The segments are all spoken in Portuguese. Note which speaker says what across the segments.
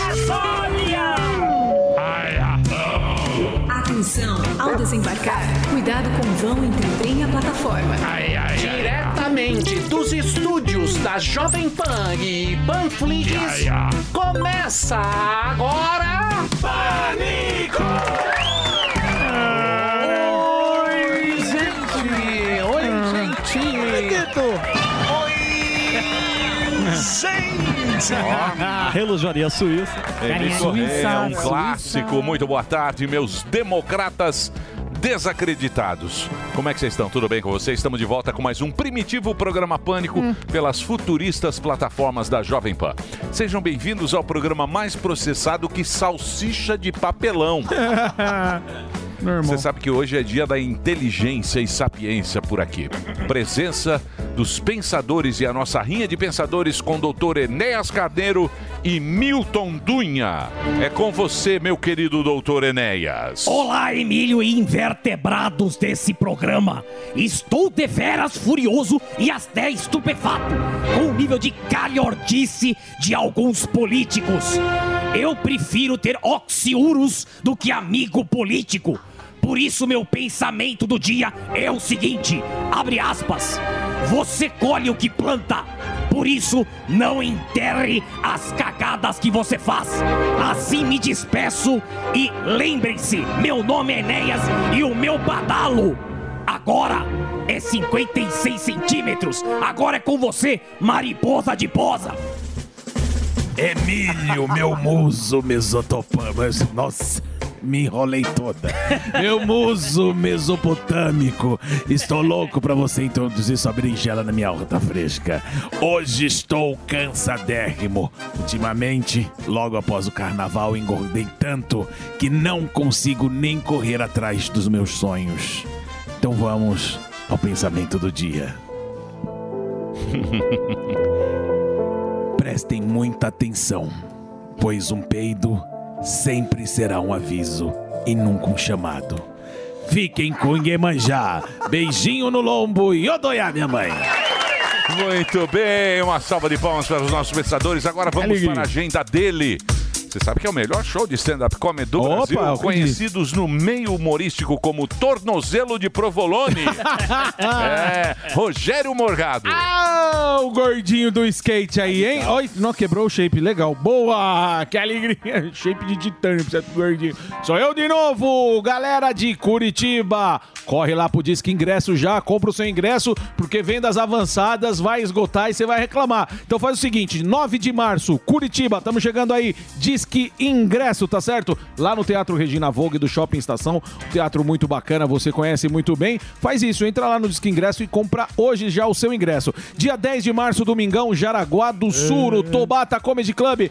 Speaker 1: Sônia!
Speaker 2: Atenção, ao desembarcar, cuidado com o vão entre o trem e a plataforma.
Speaker 3: Diretamente dos estúdios da Jovem Pan e Panflix, começa agora. Oi, gente! Oi, gente!
Speaker 4: Relojaria Suíça.
Speaker 5: É, isso, é um clássico. Muito boa tarde, meus democratas desacreditados. Como é que vocês estão? Tudo bem com vocês? Estamos de volta com mais um primitivo programa Pânico pelas futuristas plataformas da Jovem Pan. Sejam bem-vindos ao programa mais processado que salsicha de papelão. Você sabe que hoje é dia da inteligência e sapiência por aqui. Presença dos pensadores e a nossa rinha de pensadores com o doutor Enéas Carneiro e Milton Dunha. É com você, meu querido doutor Enéas.
Speaker 1: Olá, Emílio e invertebrados desse programa. Estou deveras furioso e até estupefato com o nível de calhordice de alguns políticos. Eu prefiro ter oxiuros do que amigo político. Por isso, meu pensamento do dia é o seguinte: abre aspas. Você colhe o que planta. Por isso, não enterre as cagadas que você faz. Assim me despeço e lembrem-se: meu nome é Enéas e o meu badalo agora é 56 centímetros. Agora é com você, mariposa de posa.
Speaker 6: Emílio, meu muso mesotopamas. Nossa, me enrolei toda. Meu muso mesopotâmico. Estou louco pra você introduzir sua berinjela na minha horta fresca. Hoje estou cansadérrimo. Ultimamente, logo após o carnaval, engordei tanto que não consigo nem correr atrás dos meus sonhos. Então vamos ao pensamento do dia. Prestem muita atenção, pois um peido sempre será um aviso e nunca um chamado. Fiquem com Iemanjá. Beijinho no lombo e odoiá, minha mãe.
Speaker 5: Muito bem, uma salva de palmas para os nossos pensadores. Agora vamos
Speaker 6: Alegria.
Speaker 5: para a agenda dele. Você sabe que é o melhor show de stand-up comedy do
Speaker 6: Opa, eu
Speaker 5: Brasil,
Speaker 6: acredito.
Speaker 5: conhecidos no meio humorístico como Tornozelo de Provolone. é, Rogério Morgado.
Speaker 4: Ah, o gordinho do skate aí, hein? Oi, não quebrou o shape, legal. Boa, que alegria. Shape de titânio, precisa do gordinho. Sou eu de novo, galera de Curitiba. Corre lá pro Disque Ingresso já, compra o seu ingresso, porque vendas avançadas vai esgotar e você vai reclamar. Então faz o seguinte, 9 de março, Curitiba, estamos chegando aí. Disque Ingresso, tá certo? Lá no Teatro Regina Vogue do Shopping Estação, um teatro muito bacana, você conhece muito bem. Faz isso, entra lá no Disque Ingresso e compra hoje já o seu ingresso. Dia 10 de março, domingão, Jaraguá do Sul, Tobata Comedy Club,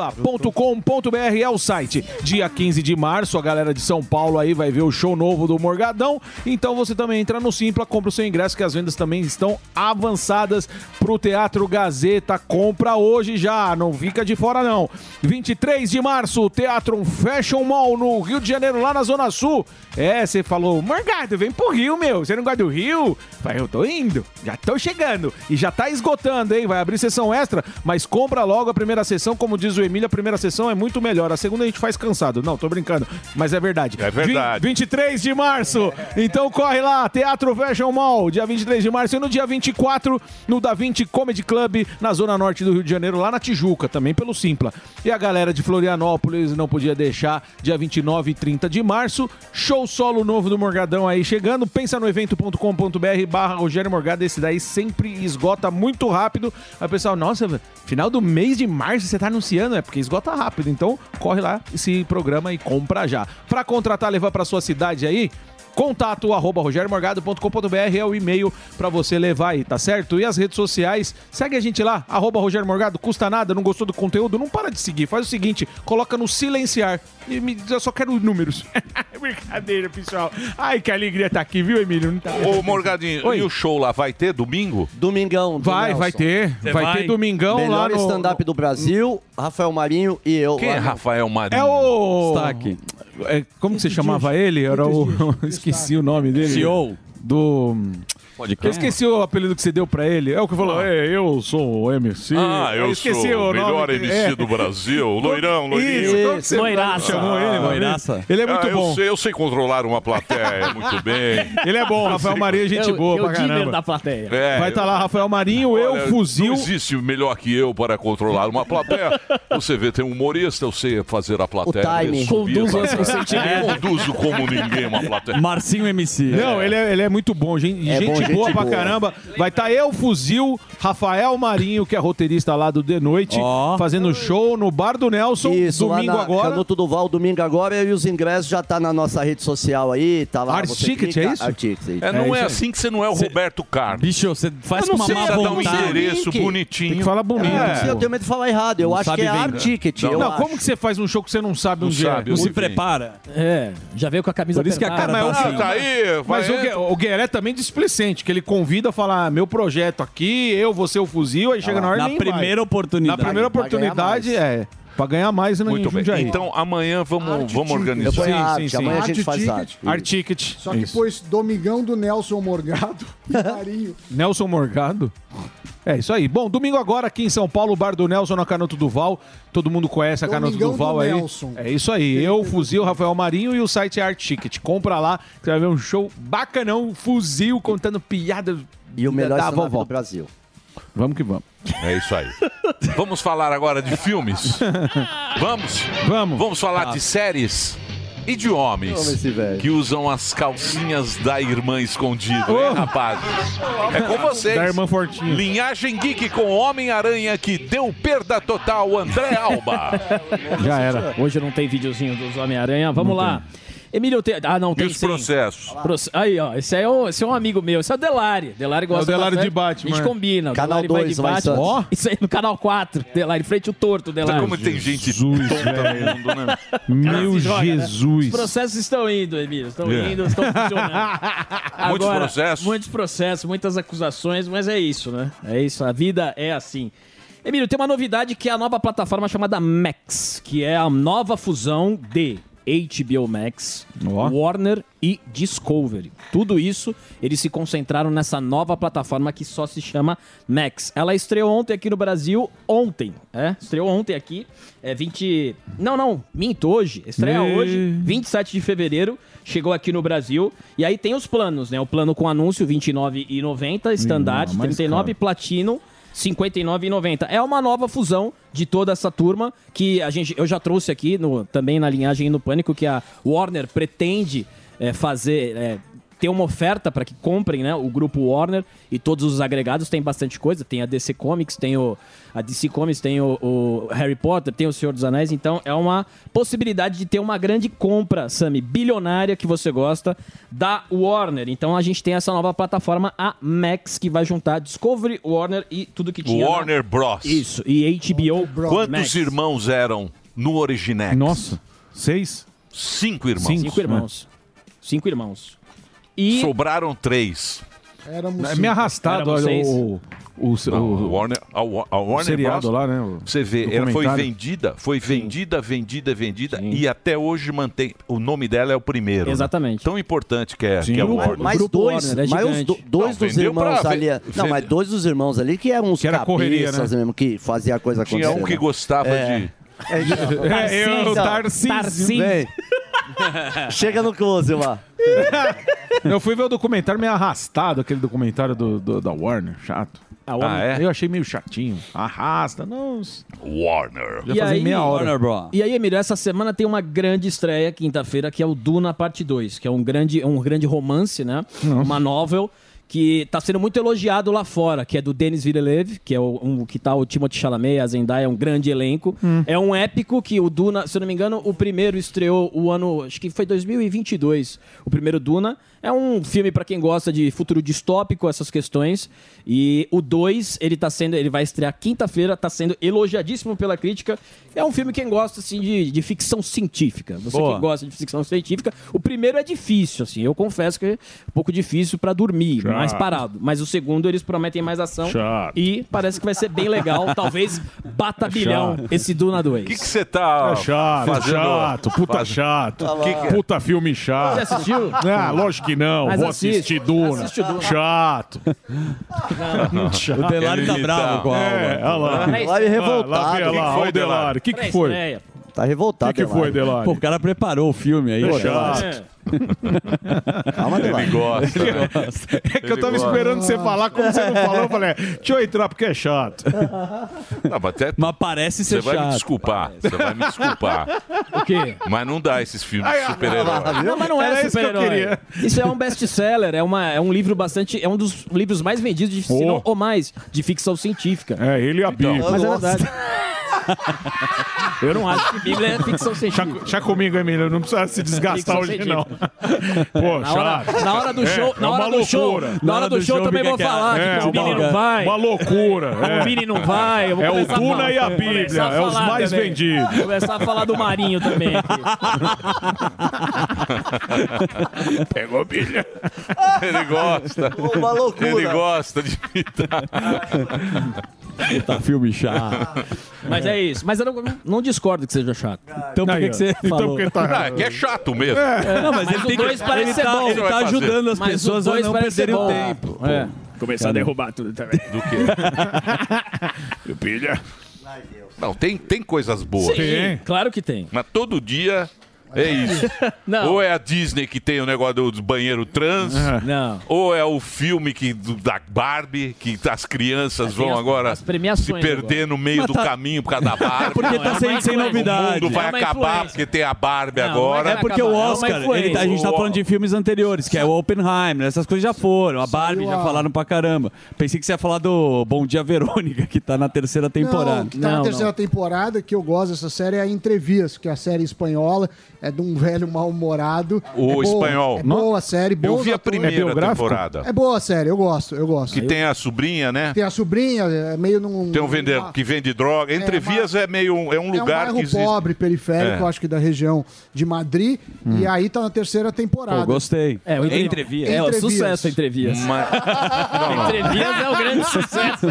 Speaker 4: simpla.com.br é o site. Dia 15 de março, a galera de São Paulo aí vai ver o show novo do Morgadão. Então você também entra no Simpla, compra o seu ingresso, que as vendas também estão avançadas pro Teatro Gazeta. Compra hoje já, não fica de fora não. 23 de março, Teatro Fashion Mall no Rio de Janeiro, lá na Zona Sul. É, você falou, Morgado, vem pro Rio, meu. Você não gosta do Rio? Vai, eu tô indo, já tô chegando. E já tá esgotando, hein? Vai abrir sessão extra, mas compra logo a primeira sessão. Como diz o Emílio, a primeira sessão é muito melhor. A segunda a gente faz cansado. Não, tô brincando, mas é verdade.
Speaker 5: É verdade.
Speaker 4: Vin- 23 de março. Então corre lá, Teatro Fashion Mall, dia 23 de março. E no dia 24, no Da Vinci Comedy Club, na Zona Norte do Rio de Janeiro, lá na Tijuca, também pelo Simpla. E a galera de Florianópolis não podia deixar, dia 29 e 30 de março. Show solo novo do Morgadão aí chegando. Pensa no evento.com.br barra Rogério Morgado. Esse daí sempre esgota muito rápido. Aí o pessoal, nossa, velho, final do mês de março você tá anunciando, é porque esgota rápido. Então corre lá, se programa e compra já. Pra contratar, levar pra sua cidade aí, contato arroba rogeriomorgado.com.br é o e-mail pra você levar aí, tá certo? E as redes sociais, segue a gente lá, arroba Rogério Morgado, custa nada, não gostou do conteúdo, não para de seguir, faz o seguinte, coloca no silenciar e me diz, eu só quero números. Brincadeira, pessoal. Ai, que alegria tá aqui, viu, Emílio? Não tá-
Speaker 5: Ô, Morgadinho,
Speaker 4: Oi.
Speaker 5: e o show lá vai ter domingo?
Speaker 7: Domingão. do
Speaker 4: Vai,
Speaker 7: Nelson.
Speaker 4: vai ter, vai,
Speaker 1: vai?
Speaker 4: ter domingão lá
Speaker 7: Melhor
Speaker 4: no...
Speaker 7: stand-up do Brasil, Rafael Marinho e eu.
Speaker 5: Quem é
Speaker 7: lá no-
Speaker 5: Rafael Marinho?
Speaker 4: É o...
Speaker 8: Destaque.
Speaker 4: É, como que você chamava ele? Era o. Esqueci o nome dele.
Speaker 8: CEO.
Speaker 4: Do. Eu esqueci o apelido que você deu pra ele. É o que falou, é, eu sou o MC.
Speaker 5: Ah, eu
Speaker 4: esqueci
Speaker 5: sou o
Speaker 4: nome
Speaker 5: melhor
Speaker 4: que-
Speaker 5: MC
Speaker 4: é.
Speaker 5: do Brasil. Loirão,
Speaker 4: Isso,
Speaker 5: loirinho. Então
Speaker 4: como que você chamou ele, mano? Ele é muito
Speaker 5: Ah, eu
Speaker 4: bom.
Speaker 5: sei- eu sei controlar uma plateia é muito bem.
Speaker 4: Ele é bom,
Speaker 5: Eu
Speaker 4: Rafael
Speaker 5: sei-
Speaker 4: Maria é gente boa
Speaker 9: eu
Speaker 4: pra
Speaker 9: dealer
Speaker 4: caramba.
Speaker 9: da plateia.
Speaker 5: É,
Speaker 4: Vai estar lá Rafael Marinho, eu,
Speaker 5: Olha,
Speaker 4: fuzil.
Speaker 5: Não existe melhor que eu para controlar uma plateia. Você vê, tem um humorista, eu sei fazer a plateia.
Speaker 7: O timing.
Speaker 5: eu subir
Speaker 9: Conduz
Speaker 5: a
Speaker 9: o
Speaker 5: plateia.
Speaker 9: sentimento.
Speaker 5: Conduzo como ninguém uma plateia.
Speaker 10: Marcinho MC.
Speaker 4: Não, ele é, ele é muito bom, gente,
Speaker 7: É
Speaker 4: gente
Speaker 7: bom, gente
Speaker 4: boa pra
Speaker 7: boa.
Speaker 4: caramba. Vai estar eu, Fuzil, Rafael Marinho, que é roteirista lá do De Noite,
Speaker 10: Ó.
Speaker 4: fazendo show no Bar do Nelson,
Speaker 7: Isso,
Speaker 4: domingo
Speaker 7: lá na
Speaker 4: agora.
Speaker 7: Canuto Duval, domingo agora, e os ingressos já tá na nossa rede social aí, tá lá.
Speaker 4: Art
Speaker 7: você
Speaker 4: Ticket,
Speaker 7: clica,
Speaker 4: é isso?
Speaker 7: Art Ticket, é isso.
Speaker 5: É, não
Speaker 4: isso
Speaker 5: é,
Speaker 4: aí.
Speaker 5: assim que você não é o Roberto Carlos.
Speaker 10: Bicho, você faz
Speaker 5: Você
Speaker 10: com uma má
Speaker 5: precisa dar um
Speaker 10: vontade.
Speaker 5: endereço
Speaker 7: Link.
Speaker 5: bonitinho. É.
Speaker 4: Tem que falar bonito.
Speaker 7: Não sei, É. eu tenho medo de falar errado. Eu acho
Speaker 10: sabe
Speaker 7: que é
Speaker 10: vender.
Speaker 7: Art Ticket.
Speaker 5: Não,
Speaker 7: eu
Speaker 4: Não,
Speaker 7: acho.
Speaker 4: como que você faz um show que você não sabe onde
Speaker 5: sabe, eu
Speaker 4: é?
Speaker 10: Não se
Speaker 5: Muito bem.
Speaker 10: prepara.
Speaker 9: É, já veio com a camisa
Speaker 10: Por isso que a
Speaker 9: apertada.
Speaker 10: cara
Speaker 4: mas
Speaker 10: tá
Speaker 4: eu-
Speaker 10: assim.
Speaker 5: Tá aí,
Speaker 4: Ah, Mas o,
Speaker 5: vai-
Speaker 4: Gue- o Gueré também é displicente, que ele convida a falar, "Ah, meu projeto aqui, eu, você, o fuzil, aí chega na hora e
Speaker 10: Na
Speaker 4: nem vai.
Speaker 10: primeira
Speaker 4: Na
Speaker 10: oportunidade.
Speaker 4: primeira
Speaker 7: Pra ganhar
Speaker 4: oportunidade, é. Pra ganhar mais não
Speaker 5: Muito bem.
Speaker 4: Jundiaí.
Speaker 5: Então amanhã vamos, vamos
Speaker 7: Eu
Speaker 5: organizar.
Speaker 7: ponho a
Speaker 4: Sim,
Speaker 7: arte,
Speaker 4: sim, sim.
Speaker 7: amanhã a
Speaker 11: Art
Speaker 7: gente faz
Speaker 11: Ticket.
Speaker 7: arte.
Speaker 4: Art Ticket.
Speaker 11: Só que
Speaker 4: É Isso.
Speaker 11: pôs Domingão do Nelson Morgado e Marinho.
Speaker 4: Nelson Morgado. É isso aí. Bom, domingo agora aqui em São Paulo, bar do Nelson na Canuto Duval. Todo mundo conhece a Canuto
Speaker 11: Domingão do
Speaker 4: Duval aí.
Speaker 11: Nelson.
Speaker 4: É isso aí. Eu, Fuzil, Rafael Marinho e o site Art Ticket. Compra lá, que você vai ver um show bacanão, Fuzil contando piada
Speaker 7: E o melhor é
Speaker 4: da
Speaker 7: stand-up
Speaker 4: vovó.
Speaker 7: do Brasil.
Speaker 4: Vamos que vamos.
Speaker 5: É isso aí. Vamos falar agora de filmes? Vamos?
Speaker 4: Vamos. Ah.
Speaker 5: Vamos falar de séries e de
Speaker 7: Vamos
Speaker 5: homens
Speaker 7: esse velho.
Speaker 5: que usam as calcinhas da irmã escondida, hein, rapaz? É com vocês.
Speaker 4: Oh. Da irmã Fortinho.
Speaker 5: Linhagem Geek com Homem-Aranha que deu perda total, André Alba.
Speaker 4: Já era.
Speaker 9: Hoje não tem videozinho dos Homem-Aranha. Vamos lá. Emílio, tem... ah, não,
Speaker 5: E
Speaker 9: tem
Speaker 5: os
Speaker 9: sim.
Speaker 5: processos?
Speaker 9: Proce- Aí, ó, esse aí é um, esse é um amigo meu, esse é o Delari. Delari gosta
Speaker 4: É Delari de
Speaker 9: bastante.
Speaker 4: Batman.
Speaker 9: A gente combina. o
Speaker 7: Canal
Speaker 9: Delari
Speaker 7: 2,
Speaker 9: de
Speaker 7: vai,
Speaker 9: Batman.
Speaker 7: Santos.
Speaker 4: Ó.
Speaker 9: Isso aí no canal 4, Delari, frente o torto,
Speaker 5: Tá
Speaker 9: Delari.
Speaker 5: como tem gente tonta no mundo, né?
Speaker 4: Meu
Speaker 9: joga, né? Os
Speaker 4: Jesus.
Speaker 9: processos estão indo, Emílio. Estão
Speaker 5: É.
Speaker 9: indo, estão funcionando.
Speaker 5: Muitos
Speaker 9: Agora,
Speaker 5: processos.
Speaker 9: Muitos processos, muitas acusações, mas é isso, né? É isso, a vida é assim. Emílio, tem uma novidade que é a nova plataforma chamada Max, que é a nova fusão de HBO Max,
Speaker 4: Ó.
Speaker 9: Warner e Discovery. Tudo isso eles se concentraram nessa nova plataforma que só se chama Max. Ela estreou ontem aqui no Brasil, ontem, é? Estreou ontem aqui, é 20... Não, não, minto, hoje. Estreia
Speaker 4: Me-
Speaker 9: hoje, 27 de fevereiro, chegou aqui no Brasil. E aí tem os planos, né? O plano com anúncio, R$29,90, standard,
Speaker 4: Ih, mais
Speaker 9: 39
Speaker 4: caro.
Speaker 9: platino, 59,90. É uma nova fusão de toda essa turma que a gente, eu já trouxe aqui no, também na linhagem e no pânico que a Warner pretende é, fazer. é, ter uma oferta para que comprem, né? O grupo Warner e todos os agregados tem bastante coisa. Tem a DC Comics, tem o a DC Comics, tem o, o Harry Potter, tem o Senhor dos Anéis. Então é uma possibilidade de ter uma grande compra, Sami, bilionária que você gosta da Warner. Então a gente tem essa nova plataforma, a Max, que vai juntar Discovery, Warner e tudo que tinha. na-
Speaker 5: Warner Bros.
Speaker 9: Isso, e HBO.
Speaker 5: Quantos
Speaker 9: Max.
Speaker 5: irmãos eram no Originex?
Speaker 4: Nossa. Seis? né?
Speaker 5: Cinco irmãos.
Speaker 9: Cinco irmãos. Cinco irmãos. E
Speaker 5: Sobraram três.
Speaker 7: Um
Speaker 11: Éramos
Speaker 4: É
Speaker 11: cinco.
Speaker 4: me arrastado,
Speaker 9: Éramos
Speaker 4: olha,
Speaker 9: seis.
Speaker 4: o, o, o-
Speaker 5: Não,
Speaker 4: o-
Speaker 5: a Warner, a, Wa- a
Speaker 4: o
Speaker 5: Warner
Speaker 4: seriado
Speaker 5: Bros.
Speaker 4: lá, né? o-
Speaker 5: Você vê,
Speaker 4: do
Speaker 5: ela foi
Speaker 4: comentário.
Speaker 5: vendida, foi vendida, vendida, vendida e até hoje mantém. O nome dela é o primeiro. né?
Speaker 9: Exatamente.
Speaker 5: Tão importante que é, que é o
Speaker 9: Grupo-
Speaker 5: Warner.
Speaker 7: Mas
Speaker 9: Grupo
Speaker 7: dois,
Speaker 9: Warner, é
Speaker 7: mas os
Speaker 9: gigante.
Speaker 7: do- dois
Speaker 5: Não,
Speaker 7: dos
Speaker 5: vendeu pra
Speaker 7: irmãos
Speaker 5: ve-
Speaker 7: ali. Não,
Speaker 5: vende-
Speaker 7: mas dois dos irmãos ali que eram uns
Speaker 4: Que era
Speaker 7: cabeças
Speaker 4: correria, né?
Speaker 7: mesmo, que fazia a coisa acontecer.
Speaker 5: Tinha um que
Speaker 7: né?
Speaker 5: gostava
Speaker 7: É. então,
Speaker 5: de.
Speaker 4: É, eu,
Speaker 7: Tarcísio. Vem. Chega no close lá.
Speaker 4: Eu fui ver o documentário meio arrastado, aquele documentário do, do- da Warner, chato.
Speaker 5: Ah, é?
Speaker 4: Eu achei meio chatinho. Arrasta, não. Já
Speaker 5: Warner.
Speaker 9: E
Speaker 4: fazem
Speaker 9: aí,
Speaker 4: meia hora.
Speaker 10: Warner Bros.
Speaker 9: E aí, Emílio, essa semana tem uma grande estreia, quinta-feira, que é o Duna Parte 2, que é um grande, um grande romance, né? Uma novel que tá sendo muito elogiado lá fora, que é do Denis Villeneuve, que é o um, que tá o Timothée Chalamet, a Zendaya, é um grande elenco. É um épico que o Duna, se eu não me engano, o primeiro estreou o ano, acho que foi 2022, o primeiro Duna. É um filme pra quem gosta de futuro distópico, essas questões. E o 2, ele tá sendo, ele vai estrear quinta-feira, tá sendo elogiadíssimo pela crítica. É um filme quem gosta assim de, de ficção científica. Você
Speaker 10: Boa.
Speaker 9: que gosta de ficção científica, o primeiro é difícil assim. Eu confesso que é um pouco difícil pra dormir, mais parado, mas o segundo eles prometem mais ação
Speaker 4: Chato.
Speaker 9: e parece que vai ser bem legal, talvez Batabilhão,
Speaker 4: chato.
Speaker 9: esse Duna 2.
Speaker 5: O que que você tá
Speaker 4: É chato,
Speaker 5: fazendo?
Speaker 4: chato, puta
Speaker 5: faz-
Speaker 4: chato.
Speaker 5: Que que é?
Speaker 4: Puta filme chato.
Speaker 9: Você assistiu?
Speaker 4: Ah, lógico que não.
Speaker 9: Mas
Speaker 4: Vou
Speaker 9: assiste,
Speaker 4: assistir Duna.
Speaker 9: assiste o Duna.
Speaker 4: Chato. Muito
Speaker 7: O
Speaker 4: chato.
Speaker 7: Delari tá
Speaker 5: Ele
Speaker 7: bravo
Speaker 5: tá-
Speaker 7: com a
Speaker 4: É,
Speaker 7: aula.
Speaker 4: olha lá.
Speaker 9: Pra
Speaker 7: Delari
Speaker 4: Lá vem, olha
Speaker 7: revoltado.
Speaker 4: lá,
Speaker 5: Que que foi,
Speaker 4: olha o Delari. O que, que foi? O
Speaker 9: estreia.
Speaker 7: Tá revoltado.
Speaker 4: que, que foi, Delari?
Speaker 6: Pô, o cara preparou o filme aí.
Speaker 4: É
Speaker 6: cara.
Speaker 4: chato.
Speaker 9: É.
Speaker 6: É.
Speaker 7: Calma,
Speaker 5: Ele
Speaker 7: Delari.
Speaker 5: gosta. né?
Speaker 4: É que eu
Speaker 5: Ele
Speaker 4: tava
Speaker 5: gosta.
Speaker 4: esperando você falar, como você não falou, eu falei, é, deixa eu entrar porque é chato.
Speaker 9: Então,
Speaker 5: Não, mas até
Speaker 6: Mas parece ser
Speaker 5: Você vai me
Speaker 6: chato.
Speaker 5: desculpar, você vai me desculpar.
Speaker 9: O quê?
Speaker 5: Mas não dá esses filmes
Speaker 4: Ai,
Speaker 5: de
Speaker 4: ai,
Speaker 5: super-herói.
Speaker 9: Não, mas não
Speaker 4: Ah, Era
Speaker 9: é
Speaker 4: isso que eu
Speaker 9: super-herói.
Speaker 4: queria.
Speaker 9: Isso é um best-seller, é, uma- é um livro bastante. É um dos livros mais vendidos, de, se
Speaker 4: Oh.
Speaker 9: não ou mais, de ficção científica.
Speaker 4: É, ele e a Bíblia.
Speaker 9: Mas
Speaker 7: Nossa.
Speaker 9: é verdade. Eu não acho que Bíblia é ficção
Speaker 4: Chá,
Speaker 9: científica.
Speaker 4: chá comigo, Emílio, não precisa se desgastar hoje, não. Pô,
Speaker 9: É, Na hora,
Speaker 4: chato.
Speaker 9: na hora do
Speaker 4: É,
Speaker 9: show,
Speaker 4: é
Speaker 9: na
Speaker 4: uma
Speaker 9: hora do show,
Speaker 4: loucura.
Speaker 9: na hora do show eu também
Speaker 6: fica
Speaker 9: vou
Speaker 6: aquela-
Speaker 9: falar
Speaker 4: É,
Speaker 9: que o Bini
Speaker 4: uma-
Speaker 9: não vai.
Speaker 4: Uma loucura.
Speaker 9: O
Speaker 4: É,
Speaker 9: Bini não vai. eu vou
Speaker 4: É o
Speaker 9: começar a
Speaker 4: Duna
Speaker 9: falar-
Speaker 4: e a
Speaker 9: vou começar
Speaker 4: Bíblia, é os
Speaker 9: falar
Speaker 4: mais
Speaker 9: também.
Speaker 4: vendidos.
Speaker 9: Vou começar a falar do Marinho também. aqui.
Speaker 5: Pegou pilha. Ele gosta.
Speaker 7: Uma loucura.
Speaker 5: Ele gosta de
Speaker 6: Tá filme chato.
Speaker 9: Mas é isso. Mas eu não, não discordo que seja chato.
Speaker 6: Então por
Speaker 4: Aí,
Speaker 6: que,
Speaker 4: ó.
Speaker 6: que você
Speaker 4: Então
Speaker 6: falou?
Speaker 4: porque tá.
Speaker 5: Ah, é que é chato mesmo.
Speaker 6: Não, mas,
Speaker 9: o dois parece
Speaker 6: ele
Speaker 9: ser
Speaker 6: tá,
Speaker 9: bom.
Speaker 6: ele
Speaker 5: Você
Speaker 6: tá
Speaker 5: vai fazer.
Speaker 6: ajudando as
Speaker 9: Mas o
Speaker 6: pessoas a
Speaker 9: dois
Speaker 6: não
Speaker 9: parece ser
Speaker 6: perderem o
Speaker 9: bom.
Speaker 6: tempo.
Speaker 9: É.
Speaker 12: Começar a derrubar tudo também.
Speaker 5: Do que? pilha. Não, tem, tem coisas boas.
Speaker 4: Tem.
Speaker 9: Claro que tem.
Speaker 5: Mas todo dia é isso.
Speaker 9: Não.
Speaker 5: Ou é a Disney que tem o negócio do banheiro trans.
Speaker 9: Não.
Speaker 5: Ou é o filme que, do- da Barbie, que as crianças
Speaker 9: tem
Speaker 5: vão
Speaker 9: as-
Speaker 5: agora
Speaker 9: as
Speaker 5: se
Speaker 9: premiações
Speaker 5: perder no meio
Speaker 6: Mas
Speaker 5: do
Speaker 6: tá-
Speaker 5: caminho por causa da Barbie.
Speaker 6: Porque
Speaker 9: Não, é
Speaker 6: tá
Speaker 9: uma
Speaker 6: sem, sem
Speaker 9: influência.
Speaker 5: O
Speaker 6: novidade.
Speaker 5: mundo vai
Speaker 9: É uma
Speaker 5: acabar
Speaker 9: influência.
Speaker 5: porque tem a Barbie
Speaker 9: Não, não
Speaker 5: agora.
Speaker 9: vai
Speaker 6: É porque o
Speaker 9: acabar, é uma
Speaker 6: Oscar, ele tá- a gente tá
Speaker 5: influência.
Speaker 6: falando de filmes anteriores, que é o Oppenheimer, essas coisas já foram, a Barbie já
Speaker 11: a-
Speaker 6: falaram pra caramba. Pensei que você ia falar do Bom Dia Verônica, que tá na terceira temporada.
Speaker 11: Não, que tá
Speaker 9: Não,
Speaker 11: na terceira temporada, que eu gosto dessa série, é a Entrevista, que é a série espanhola, é de um velho mal-humorado.
Speaker 5: O
Speaker 11: é boa,
Speaker 5: espanhol.
Speaker 11: É boa a série,
Speaker 5: Eu
Speaker 11: boa.
Speaker 5: vi a primeira
Speaker 4: biográfico?
Speaker 5: temporada.
Speaker 11: É boa a série, eu gosto, eu gosto.
Speaker 5: Que tem a sobrinha, né?
Speaker 11: Tem a sobrinha, é meio num...
Speaker 5: Tem um vendedor que vende droga. Entrevias é, meio um, é um lugar
Speaker 11: é
Speaker 5: que
Speaker 11: um bairro
Speaker 5: existe.
Speaker 11: pobre, periférico,
Speaker 5: É.
Speaker 11: acho que da região de Madrid.
Speaker 4: Hum.
Speaker 11: E aí tá na terceira temporada.
Speaker 6: Pô, gostei.
Speaker 9: É, o entre...
Speaker 6: Entrevia.
Speaker 9: É, o
Speaker 11: Entrevias.
Speaker 9: sucesso entrevias.
Speaker 5: Mas-
Speaker 9: Entrevias é o grande sucesso.